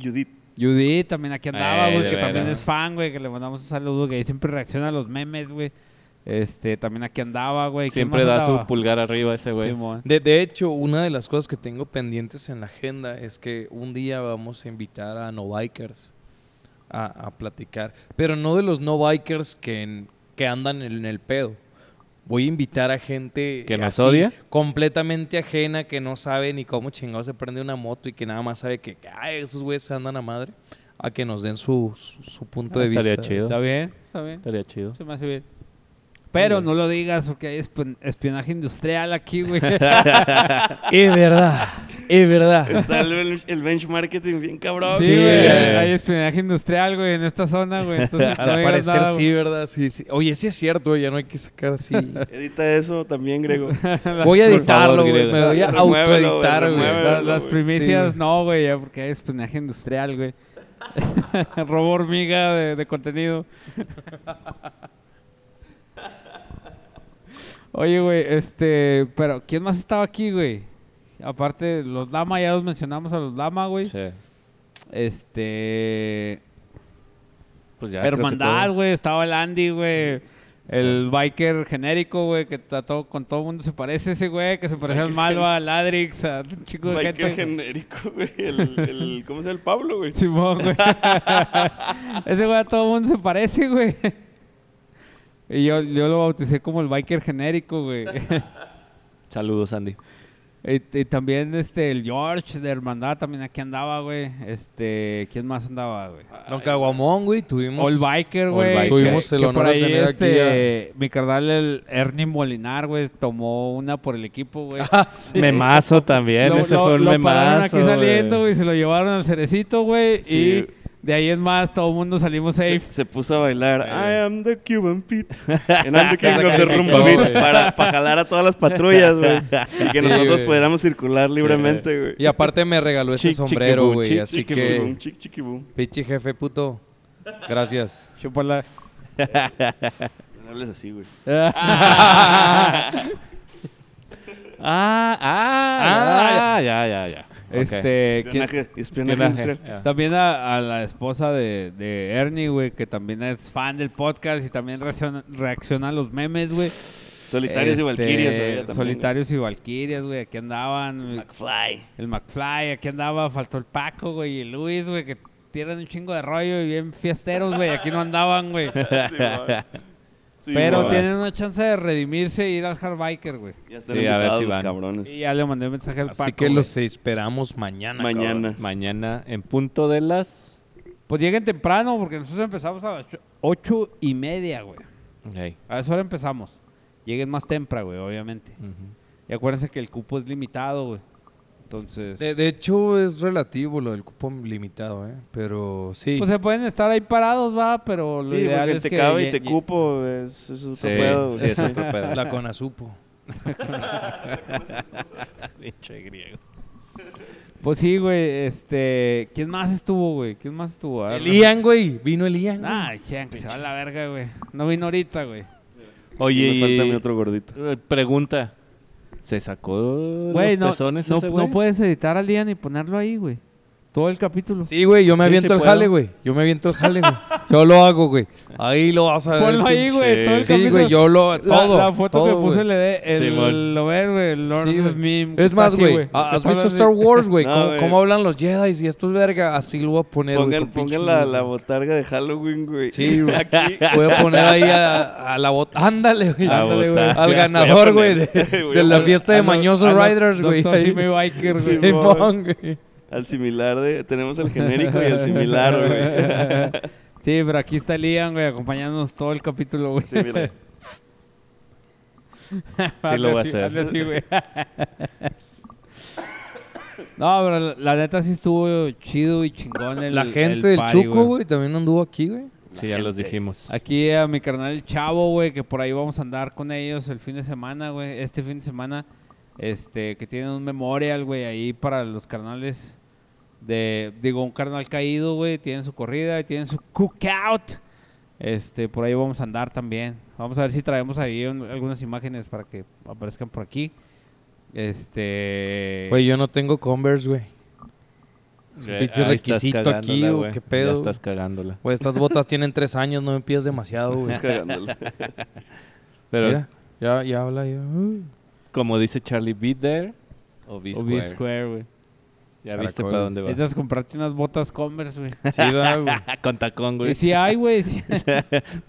Speaker 4: Judith.
Speaker 1: Judith también aquí andaba,
Speaker 2: Ey,
Speaker 1: güey,
Speaker 2: de
Speaker 1: que también
Speaker 2: veras.
Speaker 1: es fan, güey, que le mandamos un saludo, que siempre reacciona a los memes, güey. Este, también aquí andaba, güey. ¿Quién
Speaker 2: Siempre
Speaker 1: más
Speaker 2: da su
Speaker 1: andaba?
Speaker 2: pulgar arriba ese güey.
Speaker 1: Simón.
Speaker 3: De, de hecho, una de las cosas que tengo pendientes en la agenda es que un día vamos a invitar a no bikers a, a platicar, pero no de los no bikers que, en- que andan en el pedo. Voy a invitar a gente
Speaker 2: ¿Que nos odia?
Speaker 3: completamente ajena, que no sabe ni cómo chingado se prende una moto y que nada más sabe que "Ay, esos güeyes se andan a madre, a que nos den su, su, su punto
Speaker 2: Ah,
Speaker 3: de
Speaker 2: estaría
Speaker 3: vista.
Speaker 2: chido.
Speaker 1: Está bien, está bien.
Speaker 2: Estaría chido.
Speaker 1: Se me hace bien. Pero no lo digas porque hay esp- espionaje industrial aquí, güey.
Speaker 3: Es verdad, es verdad.
Speaker 4: Está el, el benchmarking bien cabrón.
Speaker 1: sí,
Speaker 3: Sí,
Speaker 1: güey.
Speaker 3: güey.
Speaker 1: Hay espionaje industrial, güey, en esta zona, güey. Entonces, no
Speaker 3: Al
Speaker 1: digas
Speaker 3: parecer
Speaker 1: nada,
Speaker 3: sí, ¿verdad? Sí, sí. Oye, sí es cierto, ya no hay que sacar así.
Speaker 4: Edita eso también, Grego.
Speaker 3: Voy a
Speaker 2: Por
Speaker 3: editarlo,
Speaker 2: favor,
Speaker 3: güey.
Speaker 2: Grego.
Speaker 3: Me voy a
Speaker 4: Remuévelo, güey,
Speaker 3: autoeditar,
Speaker 1: güey.
Speaker 4: remuévelo.
Speaker 3: güey.
Speaker 1: La- Las
Speaker 4: güey.
Speaker 1: primicias
Speaker 3: Sí.
Speaker 1: no, güey, ya porque hay espionaje industrial, güey. Robo hormiga de, de contenido. Oye, güey, este, pero ¿quién más estaba aquí, güey? Aparte, los Lama, ya los mencionamos a los Lama, güey. Este.
Speaker 2: Pues ya. creo que
Speaker 1: Hermandad,
Speaker 2: todos.
Speaker 1: güey, estaba el Andy, güey. El biker genérico, güey, que está todo- con todo el mundo se parece ese, güey, que se parece al
Speaker 4: Biker
Speaker 1: Malva, al Adrix, a un chico de
Speaker 4: Biker
Speaker 1: gente.
Speaker 4: genérico, güey. El, el- ¿Cómo se llama el Pablo, güey?
Speaker 1: Simón, güey. Ese güey a todo mundo se parece, güey. Y yo, yo lo bauticé como el biker genérico, güey.
Speaker 2: Saludos, Andy.
Speaker 1: y, y también este, el George de Hermandad también aquí andaba, güey. Este, ¿quién más andaba, güey?
Speaker 3: Don Caguamón, güey, tuvimos...
Speaker 1: All Biker, güey.
Speaker 2: Biker.
Speaker 3: Tuvimos el honor
Speaker 1: por
Speaker 3: de
Speaker 1: ahí,
Speaker 3: tener aquí
Speaker 1: este, Mi carnal, el Ernie Molinar, güey, tomó una por el equipo, güey.
Speaker 3: Ah, sí.
Speaker 2: Memazo también.
Speaker 1: lo,
Speaker 2: ese
Speaker 1: lo-
Speaker 2: fue un
Speaker 1: lo pararon
Speaker 2: memazo.
Speaker 1: aquí saliendo,
Speaker 2: güey.
Speaker 1: güey, se lo llevaron al cerecito, güey.
Speaker 4: Sí.
Speaker 1: Y de ahí en más, todo el mundo salimos safe.
Speaker 4: Se, se puso a bailar I am the Cuban Pete and I'm the king of the rumba
Speaker 3: No,
Speaker 4: beat
Speaker 3: güey.
Speaker 4: para, para jalar a todas las patrullas, güey. Y que
Speaker 3: Sí,
Speaker 4: nosotros
Speaker 3: güey.
Speaker 4: pudiéramos circular libremente, güey.
Speaker 3: Y aparte me regaló ese
Speaker 2: Chic,
Speaker 3: sombrero,
Speaker 2: chiquibú,
Speaker 3: güey,
Speaker 2: chic,
Speaker 3: así
Speaker 4: Chiqui boom,
Speaker 3: que...
Speaker 4: chic, chiqui boom.
Speaker 3: Pichi jefe, puto. Gracias.
Speaker 1: Chúpala.
Speaker 4: No hables así, güey.
Speaker 2: Ah, ah, ah, ya, ya, ya. Ok.
Speaker 1: Este, ¿quién-
Speaker 4: Espionaje, espionaje
Speaker 2: Espionaje.
Speaker 4: industrial.
Speaker 1: también a, a la esposa de, de Ernie, güey, que también es fan del podcast y también reacciona, reacciona a los memes, güey.
Speaker 4: Solitarios
Speaker 1: Este,
Speaker 4: y Valkyrias, güey. también, güey.
Speaker 1: Solitarios y Valkyrias, güey, aquí andaban.
Speaker 4: McFly.
Speaker 1: El McFly, aquí andaba, faltó el Paco, güey, y el Luis, güey, que tiran un chingo de rollo y bien fiesteros, güey, aquí no andaban, güey.
Speaker 4: Sí,
Speaker 1: Pero
Speaker 4: güey.
Speaker 1: tienen una chance de redimirse e ir al Hardbiker, güey.
Speaker 4: Ya están
Speaker 2: Sí, a ver
Speaker 4: invitados
Speaker 2: si
Speaker 4: los
Speaker 2: van.
Speaker 4: cabrones.
Speaker 1: Y ya le mandé un mensaje al Paco.
Speaker 3: Así que
Speaker 1: güey.
Speaker 3: los esperamos mañana.
Speaker 4: Mañana.
Speaker 2: Mañana en punto de las.
Speaker 1: Pues lleguen temprano porque nosotros empezamos a las ocho- ocho y media, güey.
Speaker 2: Ey,
Speaker 1: A esa hora empezamos. Lleguen más temprano, güey, obviamente.
Speaker 2: ujú.
Speaker 1: Y acuérdense que el cupo es limitado, güey. Entonces...
Speaker 3: De, de hecho, es relativo lo del cupón limitado, ¿eh? Pero sí.
Speaker 1: Pues se pueden estar ahí parados, va, pero lo
Speaker 4: Sí,
Speaker 1: ideal
Speaker 4: porque
Speaker 1: es
Speaker 4: te
Speaker 1: que...
Speaker 4: cabe y
Speaker 1: lle-
Speaker 4: te
Speaker 1: lle-
Speaker 4: cupo, es, es otro
Speaker 2: Sí,
Speaker 4: pedo,
Speaker 2: sí,
Speaker 4: güey.
Speaker 2: es otro pedo.
Speaker 3: la conasupo.
Speaker 2: Pinche griego.
Speaker 1: Pues sí, güey, este... ¿Quién más estuvo, güey? ¿Quién más estuvo? A ver,
Speaker 3: El Ian, güey. Vino el Ian. güey.
Speaker 1: Nah, Chian, que se va a la verga, güey. No vino ahorita, güey.
Speaker 2: Oye,
Speaker 4: Me falta
Speaker 2: y-
Speaker 4: mi otro gordito.
Speaker 2: eh, pregunta. ¿Se sacó
Speaker 1: Güey,
Speaker 2: los
Speaker 1: no,
Speaker 2: pezones
Speaker 1: no,
Speaker 2: ese
Speaker 1: no
Speaker 2: güey?
Speaker 1: puedes editar al día ni ponerlo ahí, güey. Todo el capítulo.
Speaker 3: Sí, güey, yo me
Speaker 2: Sí,
Speaker 3: aviento
Speaker 2: sí
Speaker 3: el
Speaker 2: puedo.
Speaker 3: jale, güey. Yo me aviento el jale, güey. Yo lo hago, güey. Ahí lo vas a ver.
Speaker 1: Ponlo ahí, güey. Todo el
Speaker 3: Sí,
Speaker 1: capítulo.
Speaker 3: güey, yo lo.
Speaker 1: La,
Speaker 3: Todo.
Speaker 1: la foto que
Speaker 3: todo,
Speaker 1: puse
Speaker 3: güey.
Speaker 1: le de, el,
Speaker 2: Simón.
Speaker 1: lo ves, güey, el Lord
Speaker 3: Sí,
Speaker 1: of
Speaker 3: güey.
Speaker 1: Meme.
Speaker 3: Es más,
Speaker 1: Así,
Speaker 3: güey. ¿ha-
Speaker 1: Que
Speaker 3: ¿Has
Speaker 1: está
Speaker 3: visto
Speaker 1: así.
Speaker 3: Star Wars, güey?
Speaker 4: No,
Speaker 3: ¿Cómo,
Speaker 4: güey.
Speaker 3: cómo hablan los Jedi y esto es verga? Así lo voy a poner, güey.
Speaker 4: Pongan,
Speaker 3: con pinche
Speaker 4: pongan la,
Speaker 3: luz,
Speaker 4: la
Speaker 3: güey.
Speaker 4: botarga de Halloween, güey.
Speaker 3: Sí, güey.
Speaker 4: Aquí.
Speaker 3: Voy a poner ahí a, a la bota. Ándale, güey.
Speaker 2: Ah,
Speaker 1: Ándale, güey.
Speaker 2: botar.
Speaker 3: Al
Speaker 4: Voy a
Speaker 3: ganador, güey,
Speaker 4: poner-
Speaker 3: de,
Speaker 4: voy a
Speaker 1: Ah,
Speaker 3: de la
Speaker 4: poner-
Speaker 3: fiesta de
Speaker 1: A lo-
Speaker 3: este Mañoso
Speaker 1: a lo
Speaker 3: Riders, güey.
Speaker 1: Dr.
Speaker 3: Ahí.
Speaker 1: Jimmy Biker, güey.
Speaker 3: Simón, güey.
Speaker 4: Al similar de. Tenemos el genérico y el similar, güey.
Speaker 1: Sí, pero aquí está Liam, güey, acompañándonos todo el capítulo, güey.
Speaker 4: Sí, mira.
Speaker 1: Hazle
Speaker 2: lo va a
Speaker 1: así,
Speaker 2: hacer.
Speaker 1: hazle así, güey. No, pero la- la neta sí estuvo chido y chingón el
Speaker 3: La gente
Speaker 1: el
Speaker 3: del
Speaker 1: party,
Speaker 3: Chuco, güey, también anduvo aquí, güey.
Speaker 2: Sí, ya los dijimos.
Speaker 1: Aquí a mi carnal el Chavo, güey, que por ahí vamos a andar con ellos el fin de semana, güey. Este fin de semana, este, que tienen un memorial, güey, ahí para los carnales de, digo, un carnal caído, güey. Tienen su corrida, y tienen su cookout. Este, por ahí vamos a andar también. Vamos a ver si traemos ahí un- algunas imágenes para que aparezcan por aquí. Este...
Speaker 3: Güey, yo no tengo Converse, güey. Es un
Speaker 2: Eh,
Speaker 3: pinche
Speaker 2: ahí estás
Speaker 3: requisito aquí,
Speaker 2: cagándola,
Speaker 3: güey.
Speaker 2: güey.
Speaker 3: ¿Qué pedo?
Speaker 2: Ya
Speaker 3: güey?
Speaker 2: estás cagándola.
Speaker 3: Güey, estas botas tienen tres años, no me pidas demasiado, güey.
Speaker 4: Estás cagándole.
Speaker 2: Pero
Speaker 3: Mira, ya, ya habla yo. Uh.
Speaker 2: como dice Charlie, be there o be
Speaker 1: o
Speaker 2: square.
Speaker 1: B-Square, güey.
Speaker 2: Ya viste
Speaker 3: Caracol.
Speaker 2: para dónde va.
Speaker 1: Necesitas comprarte unas botas Converse, güey.
Speaker 3: Sí, va, güey.
Speaker 2: Ah, Con tacón,
Speaker 1: Y
Speaker 2: güey.
Speaker 1: si hay, güey, si-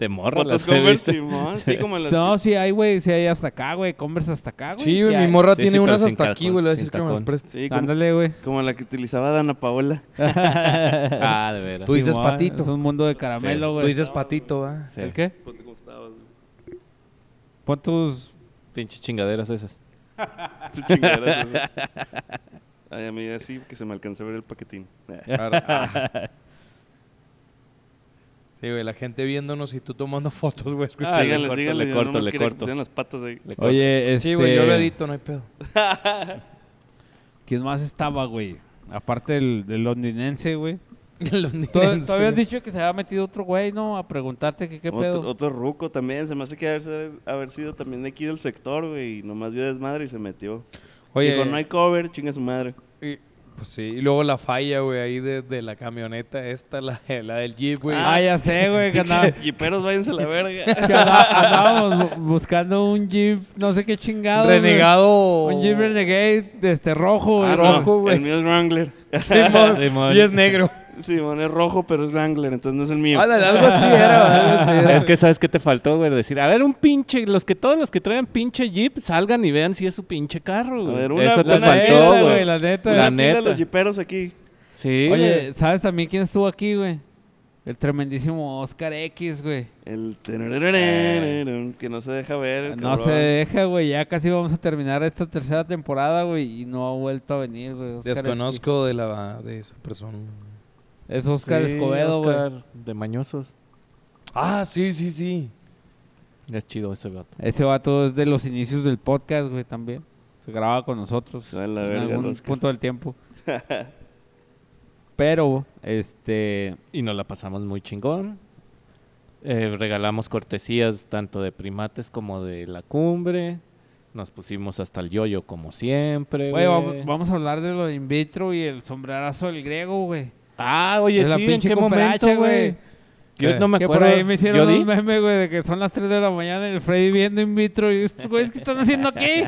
Speaker 2: De morro
Speaker 4: Botas
Speaker 2: las he
Speaker 4: Converse,
Speaker 2: visto.
Speaker 4: Simón. Sí, como las.
Speaker 1: No, sí hay, güey. Sí hay hasta acá, güey. Converse hasta acá, güey.
Speaker 3: Sí, güey,
Speaker 1: hay.
Speaker 3: mi morra
Speaker 2: Sí,
Speaker 3: tiene
Speaker 2: sí, pero
Speaker 3: unas
Speaker 2: sin
Speaker 3: hasta aquí,
Speaker 2: calzón,
Speaker 3: güey. Le voy a
Speaker 2: sin
Speaker 3: decir que me las
Speaker 2: tacón.
Speaker 3: preste.
Speaker 4: Sí, como,
Speaker 1: Ándale, güey.
Speaker 4: como la que utilizaba Dana Paola.
Speaker 2: Ah, de veras.
Speaker 3: Tú dices
Speaker 1: Simón,
Speaker 3: patito.
Speaker 1: Es un mundo de caramelo, güey.
Speaker 3: Tú dices patito, va.
Speaker 2: Sí.
Speaker 1: ¿El qué?
Speaker 4: Ponte como estabas, güey.
Speaker 1: Pon tus...
Speaker 2: Pinches chingaderas esas.
Speaker 4: Ah, Tú chingaderas, güey. Ay, a mí así que se me alcanza a ver el paquetín. Eh,
Speaker 3: Sí, güey, la gente viéndonos y tú tomando fotos, güey. escucha.
Speaker 2: Ah, le
Speaker 4: síganle,
Speaker 2: corto,
Speaker 4: síganle.
Speaker 2: le
Speaker 4: yo
Speaker 2: corto,
Speaker 4: nomás
Speaker 2: le
Speaker 4: quería que
Speaker 2: corto.
Speaker 4: pusieran las patas ahí.
Speaker 2: Le corto.
Speaker 1: Oye, este...
Speaker 3: Sí, güey, yo lo edito, no hay pedo.
Speaker 1: ¿Quién más estaba, güey? Aparte del, del londinense, güey.
Speaker 3: Los
Speaker 1: Tú,
Speaker 3: niños,
Speaker 1: tú habías
Speaker 3: güey.
Speaker 1: dicho que se había metido otro güey, ¿no? A preguntarte que qué pedo.
Speaker 4: Otro, otro ruco también, se me hace que haber, haber sido también de aquí del sector, güey, y nomás vio desmadre y se metió.
Speaker 3: Oye,
Speaker 4: Dijo, no hay cover, chinga su madre.
Speaker 3: y- pues sí, y luego la falla, güey, ahí de, de la camioneta esta, la, la del Jeep, güey.
Speaker 1: Ah, ya sé, güey. Que, andaba-
Speaker 4: Y peros, váyanse a la
Speaker 1: que
Speaker 4: verga.
Speaker 1: andaba- andábamos bu- buscando un jeep, no sé qué chingado. güey.
Speaker 3: Renegado.
Speaker 1: Un jeep renegade, este, rojo, güey.
Speaker 4: Ah, no,
Speaker 3: rojo, güey.
Speaker 4: El mío es Wrangler.
Speaker 2: Simón.
Speaker 3: Y es negro.
Speaker 4: Simón es rojo, pero es Wrangler, entonces no es el mío.
Speaker 3: Ándale, algo así era, algo así era.
Speaker 2: Es que sabes qué te faltó, güey, decir, a ver, un pinche, los que todos los que traen pinche Jeep salgan y vean si es su pinche carro. güey.
Speaker 4: A ver, una-
Speaker 2: Eso te
Speaker 4: una
Speaker 1: neta,
Speaker 2: faltó, güey.
Speaker 1: La neta,
Speaker 2: La
Speaker 4: La neta.
Speaker 2: neta.
Speaker 4: los jiperos aquí.
Speaker 2: Sí,
Speaker 1: Oye,
Speaker 2: güey.
Speaker 1: ¿sabes también quién estuvo aquí, güey? El tremendísimo Oscar X, güey.
Speaker 4: El tenerererererun, que no se deja ver. el
Speaker 1: No
Speaker 4: cabrón.
Speaker 1: se deja, güey. Ya casi vamos a terminar esta tercera temporada, güey. Y no ha vuelto a venir, güey. Oscar Esqui-
Speaker 3: Desconozco de, la, de esa persona.
Speaker 1: Es Oscar
Speaker 2: Sí,
Speaker 1: Escobedo, güey.
Speaker 2: Oscar de mañosos.
Speaker 3: Ah, sí, sí, sí.
Speaker 2: Es chido ese gato.
Speaker 1: Ese vato es de los inicios del podcast, güey, también. Se grababa con nosotros
Speaker 4: A la
Speaker 1: en
Speaker 4: verga, el
Speaker 1: algún
Speaker 4: Oscar.
Speaker 1: punto del tiempo. Pero, este...
Speaker 2: Y nos la pasamos muy chingón. Eh, regalamos cortesías tanto de primates como de la cumbre. Nos pusimos hasta el yoyo como siempre.
Speaker 1: Güey,
Speaker 2: güey.
Speaker 1: vamos, vamos a hablar de lo de in vitro y el sombrerazo del griego, güey.
Speaker 2: Ah, oye,
Speaker 1: De la
Speaker 2: sí, ¿en
Speaker 1: pinche
Speaker 2: qué
Speaker 1: cucaracha,
Speaker 2: momento, güey? Yo
Speaker 1: Que-
Speaker 2: no me
Speaker 1: que
Speaker 2: acuerdo.
Speaker 1: por ahí me hicieron
Speaker 2: Yo
Speaker 1: un
Speaker 2: di.
Speaker 1: meme, güey, de que son las 3 de la mañana y el Freddy viendo in vitro. Y estos güeyes, ¿qué están haciendo aquí?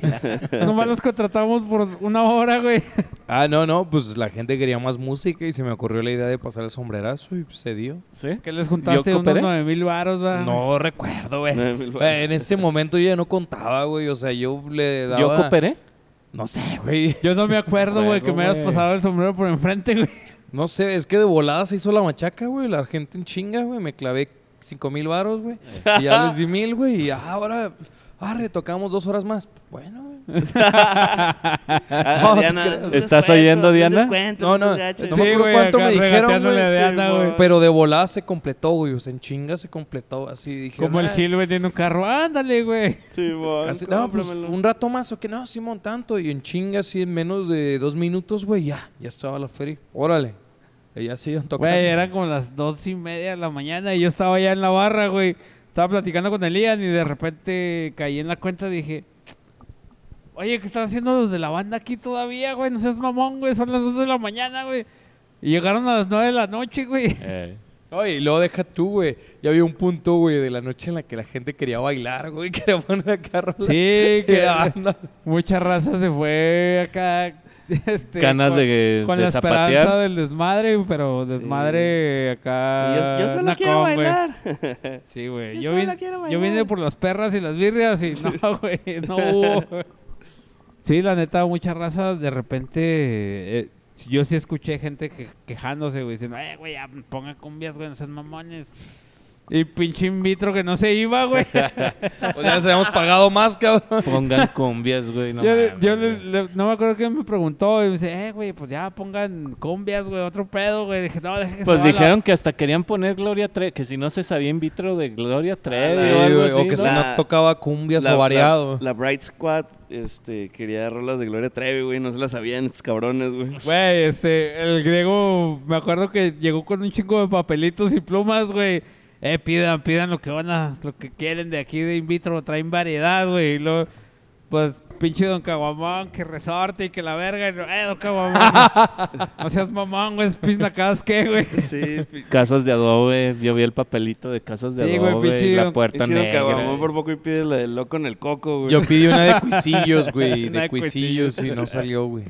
Speaker 1: Nomás los contratamos por una hora, güey.
Speaker 3: Ah, no, no, pues la gente quería más música y se me ocurrió la idea de pasar el sombrerazo y pues, se dio.
Speaker 2: ¿Sí?
Speaker 1: ¿Qué les juntaste?
Speaker 2: ¿Yo
Speaker 1: Unos
Speaker 2: cooperé?
Speaker 1: 9 mil baros, va.
Speaker 3: No recuerdo, güey.
Speaker 4: Nueve mil
Speaker 3: Güey, Ah. En ese momento yo ya no contaba, güey. O sea, yo le daba...
Speaker 2: Yo cooperé.
Speaker 3: No sé, güey.
Speaker 1: Yo no me acuerdo, güey, que
Speaker 2: Cerdo,
Speaker 1: me hayas
Speaker 2: güey.
Speaker 1: pasado el sombrero por enfrente, güey.
Speaker 3: No sé, es que de volada se hizo la machaca, güey. La gente en chinga, güey. Me clavé cinco mil varos, güey. Y ya les di mil, güey. Y ah, ahora... Arre, tocamos dos horas más. Bueno, güey.
Speaker 4: Ah,
Speaker 3: No,
Speaker 4: Diana,
Speaker 3: te creas.
Speaker 4: un
Speaker 2: ¿Estás
Speaker 4: descuento,
Speaker 2: oyendo,
Speaker 4: un
Speaker 2: Diana?
Speaker 4: descuento,
Speaker 3: No,
Speaker 4: seas
Speaker 3: no,
Speaker 4: gacho.
Speaker 3: no me acuerdo cuánto me dijeron,
Speaker 1: regateándole
Speaker 3: güey,
Speaker 1: a Diana,
Speaker 4: sí,
Speaker 1: güey.
Speaker 4: güey.
Speaker 3: Pero de volada se completó, güey. O sea, en chinga se completó. Así dije.
Speaker 1: Como el
Speaker 3: "Ah,
Speaker 1: Gil vendiendo un carro. Ándale, güey.
Speaker 4: Simón,
Speaker 3: así, no, pues
Speaker 4: cómpramelo.
Speaker 3: un rato más o que no, Simón, tanto. Y en chinga, así en menos de dos minutos, güey, ya. Ya estaba la feria. Órale. Y ya siguen tocando.
Speaker 1: Güey, eran como las dos y media de la mañana y yo estaba ya en la barra, güey. Estaba platicando con Elian y de repente caí en la cuenta y dije... Oye, ¿qué están haciendo los de la banda aquí todavía, güey? No seas mamón, güey. Son las dos de la mañana, güey. Y llegaron a las nueve de la noche, güey.
Speaker 2: Eh,
Speaker 3: Oye, y luego deja tú, güey. Ya había un punto, güey, de la noche en la que la gente quería bailar, güey. Quería poner acá rolas.
Speaker 1: Sí,
Speaker 3: Y
Speaker 1: que
Speaker 3: la banda-
Speaker 1: Ah, mucha raza se fue acá... Este,
Speaker 2: Ganas
Speaker 1: con-
Speaker 2: de,
Speaker 1: Con
Speaker 2: de
Speaker 1: la
Speaker 2: zapatear.
Speaker 1: esperanza del desmadre, pero desmadre
Speaker 4: Y
Speaker 1: acá...
Speaker 4: yo, yo solo quiero
Speaker 1: nacón, güey.
Speaker 4: bailar.
Speaker 1: Sí, güey.
Speaker 4: Yo
Speaker 1: Yo,
Speaker 4: solo
Speaker 1: vine-
Speaker 4: quiero
Speaker 1: yo
Speaker 4: bailar.
Speaker 1: vine por las perras y las birrias y no, güey, no hubo. Sí, la neta, mucha raza de repente eh, Yo sí escuché gente que- quejándose, güey, diciendo, eh, güey, ya pongan cumbias, güey, no sean mamones. Y pinche in vitro que no se iba, güey.
Speaker 3: Pues ya les habíamos pagado más, cabrón.
Speaker 2: Pongan cumbias, güey. No
Speaker 1: yo le-
Speaker 2: mames,
Speaker 1: yo
Speaker 2: güey.
Speaker 1: le- le- no me acuerdo quién me preguntó y me dice, eh, güey, pues ya pongan cumbias, güey, otro pedo, güey. Dije, no, deja que se
Speaker 2: Pues
Speaker 1: va la-".
Speaker 2: dijeron que hasta querían poner Gloria Trevi, que si no se sabía in vitro de Gloria Trevi
Speaker 4: Sí,
Speaker 2: o algo
Speaker 3: güey,
Speaker 2: así.
Speaker 3: o que
Speaker 2: ¿no?
Speaker 3: si no
Speaker 4: La-
Speaker 3: tocaba cumbias o variado.
Speaker 4: La, Bright Squad este, quería rolas de Gloria Trevi, güey. No se las sabían estos cabrones, güey.
Speaker 1: Güey, este, el griego, me acuerdo que llegó con un chingo de papelitos y plumas, güey. Eh, pidan, pidan lo que van a, lo que quieren de aquí de in vitro, traen variedad, güey. Y luego, pues, pinche Don Caguamón, que resorte y que la verga. Y, lo- eh, Don Caguamón, no seas mamón, güey, es pinta cada que, güey.
Speaker 4: Sí, pi-
Speaker 2: Casas de adobe, yo vi el papelito de casas de
Speaker 1: Sí, güey,
Speaker 2: adobe,
Speaker 1: pinche
Speaker 2: la
Speaker 1: don-
Speaker 2: puerta
Speaker 4: pinche don
Speaker 2: negra.
Speaker 4: Caguamón por poco y pide la del loco en el coco, güey.
Speaker 3: Yo pedí una de cuisillos, güey.
Speaker 1: Una
Speaker 3: De
Speaker 1: de
Speaker 3: cuisillos y no salió, güey.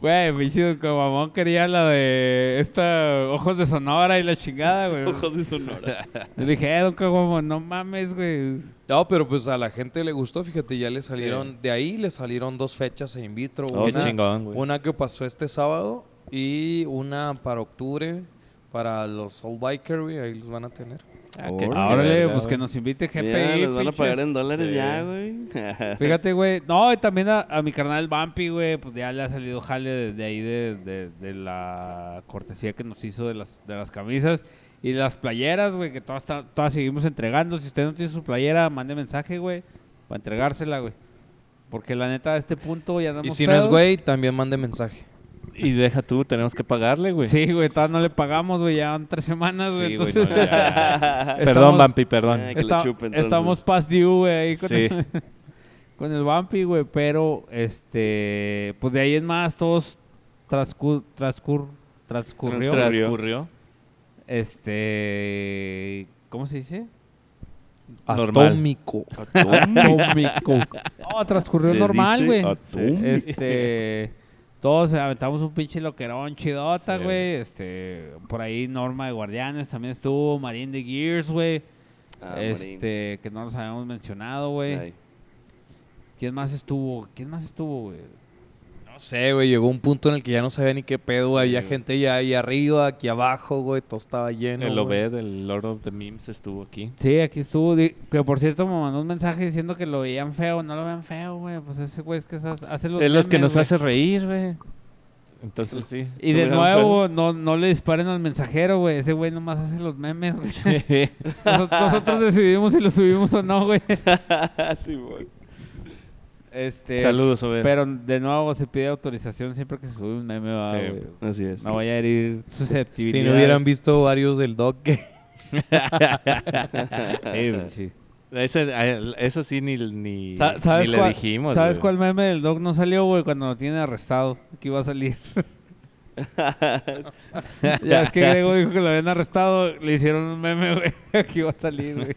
Speaker 1: Güey, pinche Don Caguamón quería la de esta Ojos de Sonora y la chingada, güey.
Speaker 4: Ojos de Sonora.
Speaker 1: Le dije, eh, Don Caguamón, no mames, güey.
Speaker 3: No, pero pues a la gente le gustó, fíjate, ya le salieron, de ahí le salieron dos fechas en vitro.
Speaker 2: Oh, qué
Speaker 3: una,
Speaker 2: chingón, güey.
Speaker 3: Una que pasó este sábado y una para octubre, para los Soul Biker, güey, ahí los van a tener.
Speaker 2: Ah, qué-
Speaker 4: Órale,
Speaker 2: qué
Speaker 1: Órale,
Speaker 2: verga,
Speaker 1: pues que
Speaker 2: güey.
Speaker 1: nos invite GPI.
Speaker 4: Mira, les van a
Speaker 1: pinches.
Speaker 4: pagar en dólares
Speaker 2: Sí.
Speaker 4: ya, güey.
Speaker 1: Fíjate, güey. No, y también a, a mi carnal Bampi, güey, pues ya le ha salido jale desde ahí de, de- de la cortesía que nos hizo de las, de las camisas y las playeras, güey, que todas, ta- todas seguimos entregando. Si usted no tiene su playera, mande mensaje, güey, para entregársela, güey. Porque la neta, a este punto ya damos
Speaker 3: Y si no es güey, también mande mensaje.
Speaker 2: Y deja tú, tenemos que pagarle, güey.
Speaker 1: Sí, güey, todavía no le pagamos, güey, ya van tres semanas, güey.
Speaker 2: Sí, güey,
Speaker 1: entonces,
Speaker 2: no, ya.
Speaker 1: estamos-
Speaker 2: Perdón, Bampi, perdón.
Speaker 4: Ay, que le
Speaker 1: Esta-
Speaker 4: chupe, entonces.
Speaker 1: estamos past due, güey, ahí con,
Speaker 2: Sí.
Speaker 1: con el Bumpy, güey, pero este, pues de ahí en más todos transcur, transcur- transcurrió,
Speaker 4: Transcurrió.
Speaker 2: Transcurrió.
Speaker 1: este, ¿cómo se dice?
Speaker 2: Normal.
Speaker 3: Atómico.
Speaker 1: Atómico. No, transcurrió
Speaker 4: Se
Speaker 1: normal,
Speaker 4: dice
Speaker 1: güey.
Speaker 4: atómico.
Speaker 1: Este, todos aventamos un pinche loquerón chidota,
Speaker 2: Sí.
Speaker 1: güey, este, por ahí Norma de Guardianes también estuvo, Marín de Gears, güey,
Speaker 4: Ah, morín.
Speaker 1: este, que no los habíamos mencionado, güey.
Speaker 4: Ay.
Speaker 1: ¿Quién más estuvo? ¿Quién más estuvo, güey?
Speaker 3: No sé, güey, llegó un punto en el que ya no sabía ni qué pedo. Había gente ya ahí arriba, aquí abajo, güey, todo estaba lleno.
Speaker 2: El
Speaker 3: güey.
Speaker 2: Obed, el Lord of the Memes, estuvo aquí.
Speaker 1: Sí, aquí estuvo. di- Que por cierto me mandó un mensaje diciendo que lo veían feo. No lo vean feo, güey. Pues ese güey es que esas- hace los
Speaker 2: es los que
Speaker 1: memes,
Speaker 2: nos
Speaker 1: güey.
Speaker 2: hace reír, güey. Entonces sí.
Speaker 1: Y de
Speaker 4: Lo vean
Speaker 1: nuevo, no, no le disparen al mensajero, güey. Ese güey nomás hace los memes, güey. Nos- Nosotros decidimos si lo subimos o no, güey.
Speaker 4: sí, güey.
Speaker 1: Este,
Speaker 2: Saludos, Obed.
Speaker 1: Pero de nuevo se pide autorización siempre que se sube un meme, va,
Speaker 2: Sí.
Speaker 1: güey.
Speaker 4: Así es.
Speaker 1: No vaya a herir
Speaker 3: Si
Speaker 1: susceptibilidades.
Speaker 3: no hubieran visto varios del doc que...
Speaker 1: Eh, sí.
Speaker 2: Ese- a él- eso sí ni, ni,
Speaker 1: Sa-
Speaker 2: ni le
Speaker 1: cuál,
Speaker 2: dijimos,
Speaker 1: ¿Sabes
Speaker 2: güey.
Speaker 1: cuál meme del Doc no salió, güey? Cuando lo tiene arrestado. Que iba a salir. ya es que Grego dijo que lo habían arrestado. Le hicieron un meme, güey. Que iba a salir, güey.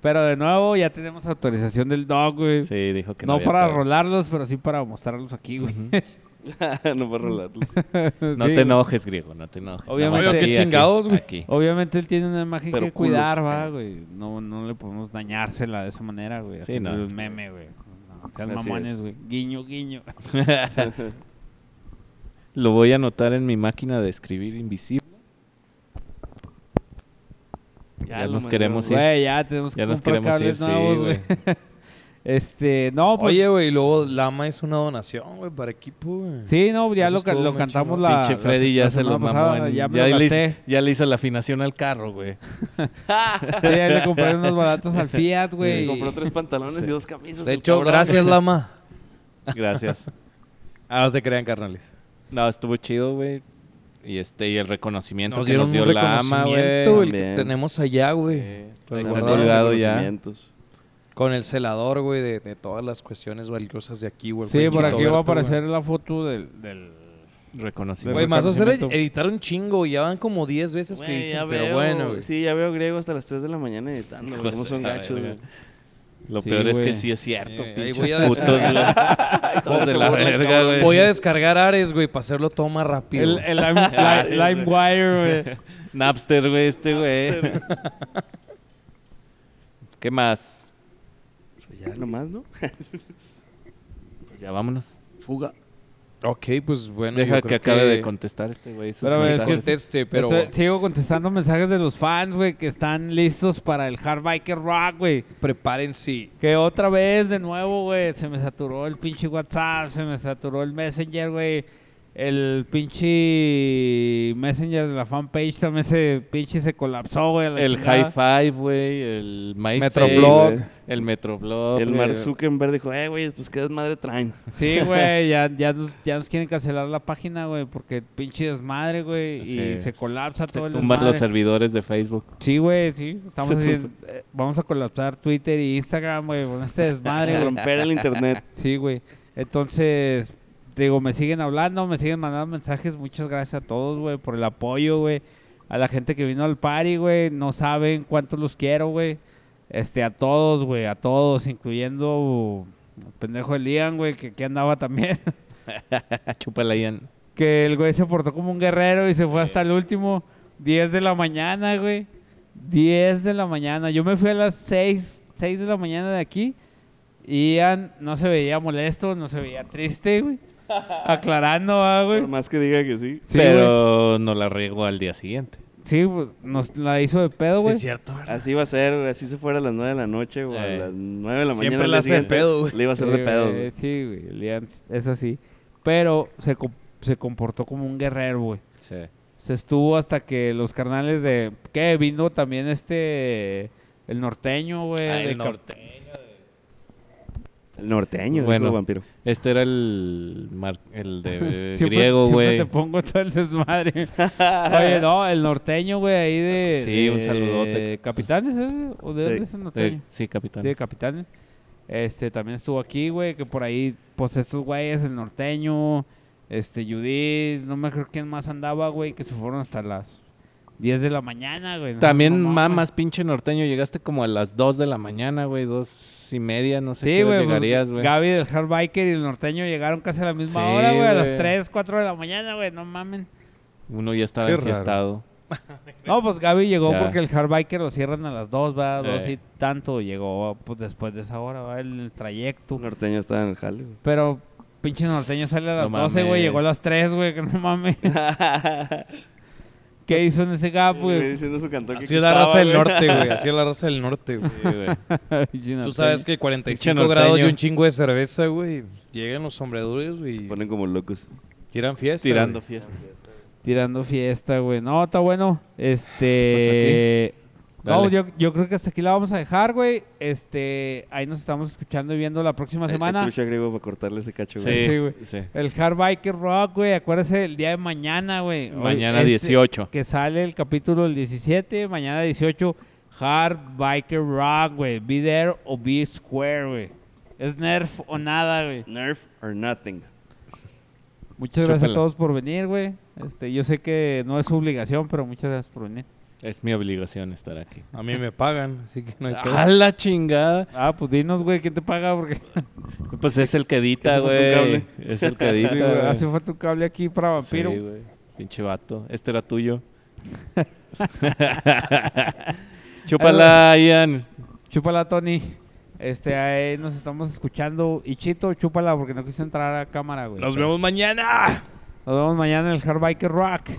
Speaker 1: Pero de nuevo, ya tenemos autorización del Doc, güey.
Speaker 2: Sí, dijo que no
Speaker 1: no
Speaker 2: había
Speaker 1: para
Speaker 2: pedo.
Speaker 1: rolarlos, pero sí para mostrarlos aquí, güey.
Speaker 4: no va a rolarlo.
Speaker 2: No
Speaker 1: Sí,
Speaker 2: te
Speaker 1: güey.
Speaker 2: enojes, griego, no te enojes.
Speaker 1: Obviamente-
Speaker 2: Nada más
Speaker 1: Oye, qué Oh.
Speaker 3: chingados, güey.
Speaker 2: aquí.
Speaker 1: Obviamente él tiene una imagen
Speaker 4: Pero
Speaker 1: que
Speaker 4: culos,
Speaker 1: cuidar,
Speaker 4: sí.
Speaker 1: va, güey. No, no le podemos dañársela de esa manera, güey.
Speaker 2: Sí,
Speaker 1: Así
Speaker 2: no.
Speaker 1: un meme, güey. No, sean
Speaker 4: Así
Speaker 1: mamones,
Speaker 4: es.
Speaker 1: güey. Guiño, guiño.
Speaker 2: Lo voy a anotar en mi máquina de escribir invisible. Ya
Speaker 4: lo
Speaker 2: nos
Speaker 4: mandó,
Speaker 2: queremos
Speaker 4: güey.
Speaker 2: ir.
Speaker 1: Güey, ya tenemos que
Speaker 2: Ya nos
Speaker 1: comprar
Speaker 2: queremos ir,
Speaker 1: cables
Speaker 2: sí,
Speaker 1: nuevos, güey.
Speaker 2: güey.
Speaker 1: Este, no, pues,
Speaker 3: Oye, güey, y luego Lama es una donación, güey, para equipo, güey.
Speaker 1: sí, no, ya
Speaker 3: eso
Speaker 1: lo, ca-
Speaker 3: estuvo
Speaker 1: lo
Speaker 3: muy
Speaker 1: cantamos
Speaker 3: chingón.
Speaker 1: la
Speaker 2: Pinche
Speaker 1: la
Speaker 2: Freddy
Speaker 1: se-
Speaker 2: ya
Speaker 1: la
Speaker 2: se lo
Speaker 1: semana
Speaker 2: mamó.
Speaker 1: pasada,
Speaker 2: en-
Speaker 1: ya
Speaker 2: ya,
Speaker 1: me lo
Speaker 2: le
Speaker 1: gasté.
Speaker 2: hizo, ya le hizo la afinación al carro, güey.
Speaker 1: Sí, ahí le compré unos baratos al Fiat,
Speaker 4: Me
Speaker 1: güey.
Speaker 4: Compró tres pantalones y dos camisas.
Speaker 3: De
Speaker 4: el
Speaker 3: hecho,
Speaker 4: cabrón.
Speaker 3: gracias, Lama.
Speaker 2: Gracias.
Speaker 3: Ah, no se crean, carnales.
Speaker 2: No, estuvo chido, güey. Y este, y el reconocimiento
Speaker 3: Nos
Speaker 2: que
Speaker 3: dieron
Speaker 2: nos dio
Speaker 3: un
Speaker 2: la ama, güey.
Speaker 3: reconocimiento, güey, el que
Speaker 4: también.
Speaker 3: tenemos allá, güey.
Speaker 2: Ahí Está
Speaker 3: Guardado.
Speaker 2: colgado ya.
Speaker 4: Conocimientos.
Speaker 3: Con el celador, güey, de, de todas las cuestiones valiosas de aquí, güey.
Speaker 1: Sí,
Speaker 3: Güey,
Speaker 1: por
Speaker 3: Chito
Speaker 1: aquí va a
Speaker 3: Berto, güey.
Speaker 1: aparecer la foto del... del-
Speaker 2: Reconocimiento.
Speaker 3: Güey, más hacer
Speaker 1: reconocimiento.
Speaker 3: editar un chingo, güey, ya van como 10 veces que
Speaker 4: Güey, ya
Speaker 3: dicen, pero
Speaker 4: veo-
Speaker 3: bueno, güey.
Speaker 4: Sí, ya veo griego hasta las 3 de la mañana editando. güey, ¿Cómo
Speaker 2: Hijos
Speaker 4: son
Speaker 2: de la
Speaker 4: gachos,
Speaker 2: verga.
Speaker 4: güey?
Speaker 2: Lo
Speaker 1: Sí,
Speaker 2: peor es que
Speaker 1: güey.
Speaker 2: sí es cierto,
Speaker 3: Sí, ahí
Speaker 2: pinches
Speaker 3: voy a
Speaker 2: putos, güey. Hijos de la verga, güey.
Speaker 3: Voy a descargar Ares, güey, para hacerlo todo más rápido.
Speaker 1: El, eh, el lime,
Speaker 3: Ah,
Speaker 1: li- LimeWire, güey.
Speaker 2: Napster, güey, este, güey. ¿Qué más?
Speaker 4: Ya nomás, ¿no?
Speaker 2: Pues ya vámonos.
Speaker 4: Fuga.
Speaker 3: Ok, pues bueno.
Speaker 2: Deja
Speaker 3: yo
Speaker 2: que
Speaker 3: creo
Speaker 2: acabe de contestar este güey. sus
Speaker 1: Espérame, es
Speaker 2: mensajes.
Speaker 1: que-
Speaker 3: Conteste, pero.
Speaker 1: Estoy- sigo contestando mensajes de los fans, güey, que están listos para el Hard Biker Rock, güey.
Speaker 3: Prepárense.
Speaker 1: Que otra vez, de nuevo, güey, se me saturó el pinche WhatsApp, se me saturó el Messenger, güey. El pinche Messenger de la fanpage también se pinche se colapsó, güey. a la
Speaker 2: El
Speaker 1: chingada.
Speaker 2: High Five, güey. El MySpace.
Speaker 3: Metroblog.
Speaker 2: güey, El Metroblog.
Speaker 4: El
Speaker 2: güey.
Speaker 4: Mark Zuckerberg dijo, eh, güey, pues qué desmadre traen.
Speaker 1: Sí, güey, ya, ya, nos, ya nos quieren cancelar la página, güey, porque pinche desmadre, güey,
Speaker 2: Así
Speaker 1: y
Speaker 2: es.
Speaker 1: se colapsa todo el
Speaker 2: Tumban los
Speaker 1: desmadre.
Speaker 2: servidores de Facebook.
Speaker 1: Sí, güey, sí, estamos
Speaker 4: Se
Speaker 1: haciendo- eh, vamos a colapsar Twitter y Instagram, güey, con este desmadre, güey.
Speaker 4: romper el internet.
Speaker 1: Sí, güey. Entonces, digo, me siguen hablando, me siguen mandando mensajes. Muchas gracias a todos, güey, por el apoyo, güey. A la gente que vino al party, güey. No saben cuánto los quiero, güey. Este, a todos, güey, a todos, incluyendo al pendejo Elian, güey, que aquí andaba también.
Speaker 2: Chúpala, Ah, Ian.
Speaker 1: que el güey se portó como un guerrero y se fue hasta el último. 10 de la mañana, güey. 10 de la mañana. Yo me fui a las 6, 6 de la mañana de aquí. Y Ian no se veía molesto, no se veía triste, güey. Aclarando, ah, güey.
Speaker 4: Por más que diga que sí.
Speaker 1: Sí, güey.
Speaker 2: Pero no la riego al día siguiente.
Speaker 1: Sí, güey, nos la hizo de pedo, Ah, güey.
Speaker 5: cierto, ¿verdad?
Speaker 4: Así va a ser, güey. Así se fuera a las 9 de la noche o a
Speaker 2: Eh.
Speaker 4: las 9 de la mañana.
Speaker 3: Siempre
Speaker 4: al
Speaker 3: la
Speaker 4: día
Speaker 3: hace de
Speaker 4: siguiente,
Speaker 3: pedo, güey.
Speaker 4: Le iba a hacer
Speaker 1: Sí,
Speaker 4: de pedo.
Speaker 1: güey,
Speaker 4: güey.
Speaker 1: Eh, Sí, güey. el Ian es así. Pero se, com- se comportó como un guerrero, güey.
Speaker 2: Sí.
Speaker 1: Se estuvo hasta que los carnales de. ¿Qué? Vino también este. El norteño, güey.
Speaker 2: Ah, el
Speaker 1: de Cap-
Speaker 2: norteño.
Speaker 4: El norteño,
Speaker 2: Bueno.
Speaker 4: bueno. vampiro.
Speaker 2: Este era el, mar- el de
Speaker 1: Siempre-
Speaker 2: griego,
Speaker 1: siempre
Speaker 2: güey.
Speaker 1: te pongo todo el desmadre. Oye, no, el norteño, güey, ahí de.
Speaker 2: Sí, un
Speaker 1: de-
Speaker 2: saludote.
Speaker 1: ¿Capitanes es? ¿O de
Speaker 4: Sí.
Speaker 1: dónde es el
Speaker 2: Eh,
Speaker 1: norteño?
Speaker 2: sí, capitán.
Speaker 1: Sí, de Capitanes. Este, también estuvo aquí, güey, que por ahí, pues estos güeyes, el norteño, este, Judith, no me acuerdo quién más andaba, güey, que se fueron hasta las 10 de la mañana, güey. No,
Speaker 2: También
Speaker 1: no mames.
Speaker 2: mamas, pinche norteño. Llegaste como a las 2 de la mañana, güey. Dos y media, no sé
Speaker 1: Sí,
Speaker 2: qué hora
Speaker 1: güey. pues,
Speaker 2: llegarías, güey.
Speaker 1: Gaby del Hard Biker y el norteño llegaron casi a la misma
Speaker 2: Sí,
Speaker 1: hora, güey, a las
Speaker 2: güey.
Speaker 1: 3, 4 de la mañana, güey, no mamen.
Speaker 2: Uno ya estaba
Speaker 3: Qué raro.
Speaker 2: enfiestado.
Speaker 1: No, pues Gaby llegó
Speaker 2: Ya.
Speaker 1: porque el Hard Biker lo cierran a las 2, va, 2
Speaker 2: Eh.
Speaker 1: y tanto, llegó pues después de esa hora, va, el, trayecto.
Speaker 4: El norteño estaba en el jale, güey.
Speaker 1: Pero pinche norteño sale a las
Speaker 2: No
Speaker 1: 12, güey.
Speaker 2: mames.
Speaker 1: Llegó a las 3, güey. Que no mames. ¿Qué hizo en ese gap,
Speaker 4: El güey
Speaker 1: güey?
Speaker 4: diciendo su cantón que
Speaker 3: Así
Speaker 4: aquí
Speaker 3: es la
Speaker 4: estaba,
Speaker 3: raza del
Speaker 4: güey.
Speaker 3: norte, güey. Así es la raza del norte, güey.
Speaker 1: Pinche
Speaker 3: Tú
Speaker 1: norteño.
Speaker 3: sabes que
Speaker 2: Pinche
Speaker 3: 45
Speaker 2: norteño.
Speaker 3: grados y un chingo de cerveza, güey. Llegan los sombreduros
Speaker 4: Se
Speaker 3: y
Speaker 4: ponen como locos.
Speaker 3: tiran fiesta.
Speaker 2: Tirando
Speaker 3: güey.
Speaker 2: fiesta.
Speaker 1: Tirando fiesta, güey. No, está bueno. Este.
Speaker 2: Pues aquí.
Speaker 1: No, yo, yo creo que hasta aquí la vamos a dejar, güey. Este. Ahí nos estamos escuchando y viendo la
Speaker 2: Eh,
Speaker 1: próxima
Speaker 4: El- el
Speaker 1: semana.
Speaker 4: Trucha Eh, griego para cortarle ese cacho, güey.
Speaker 1: Sí,
Speaker 2: Sí,
Speaker 1: güey.
Speaker 2: sí.
Speaker 1: El Hard Biker Rock, güey. Acuérdense el día de mañana, güey. Hoy-
Speaker 2: Mañana
Speaker 1: este-
Speaker 2: 18.
Speaker 1: Que sale el capítulo el 17, mañana 18, Hard Biker Rock, güey. Be there o be square, güey. Es nerf o nada, güey.
Speaker 4: Nerf or nothing.
Speaker 1: Muchas gracias a
Speaker 2: Chúpala.
Speaker 1: todos por venir, güey. Este, yo sé que no es su obligación, pero muchas gracias por venir.
Speaker 2: Es mi obligación estar aquí.
Speaker 3: A mí me pagan, así que no hay pedo.
Speaker 2: ¡A la chingada!
Speaker 1: Ah, pues dinos, güey, ¿quién te paga? Porque
Speaker 2: Pues es el que edita,
Speaker 4: Eso fue tu
Speaker 2: güey. Es el que
Speaker 1: sí, güey,
Speaker 2: edita.
Speaker 1: hace falta un cable aquí para
Speaker 2: Sí,
Speaker 1: vampiro.
Speaker 2: güey. Pinche vato. Este era tuyo. Chúpala, Ian.
Speaker 1: chúpala, Tony. Este, ahí nos estamos escuchando. Y Chito, chúpala porque no quiso entrar a cámara, güey.
Speaker 3: Nos vemos mañana.
Speaker 1: Nos vemos mañana en el Hard Biker Rock.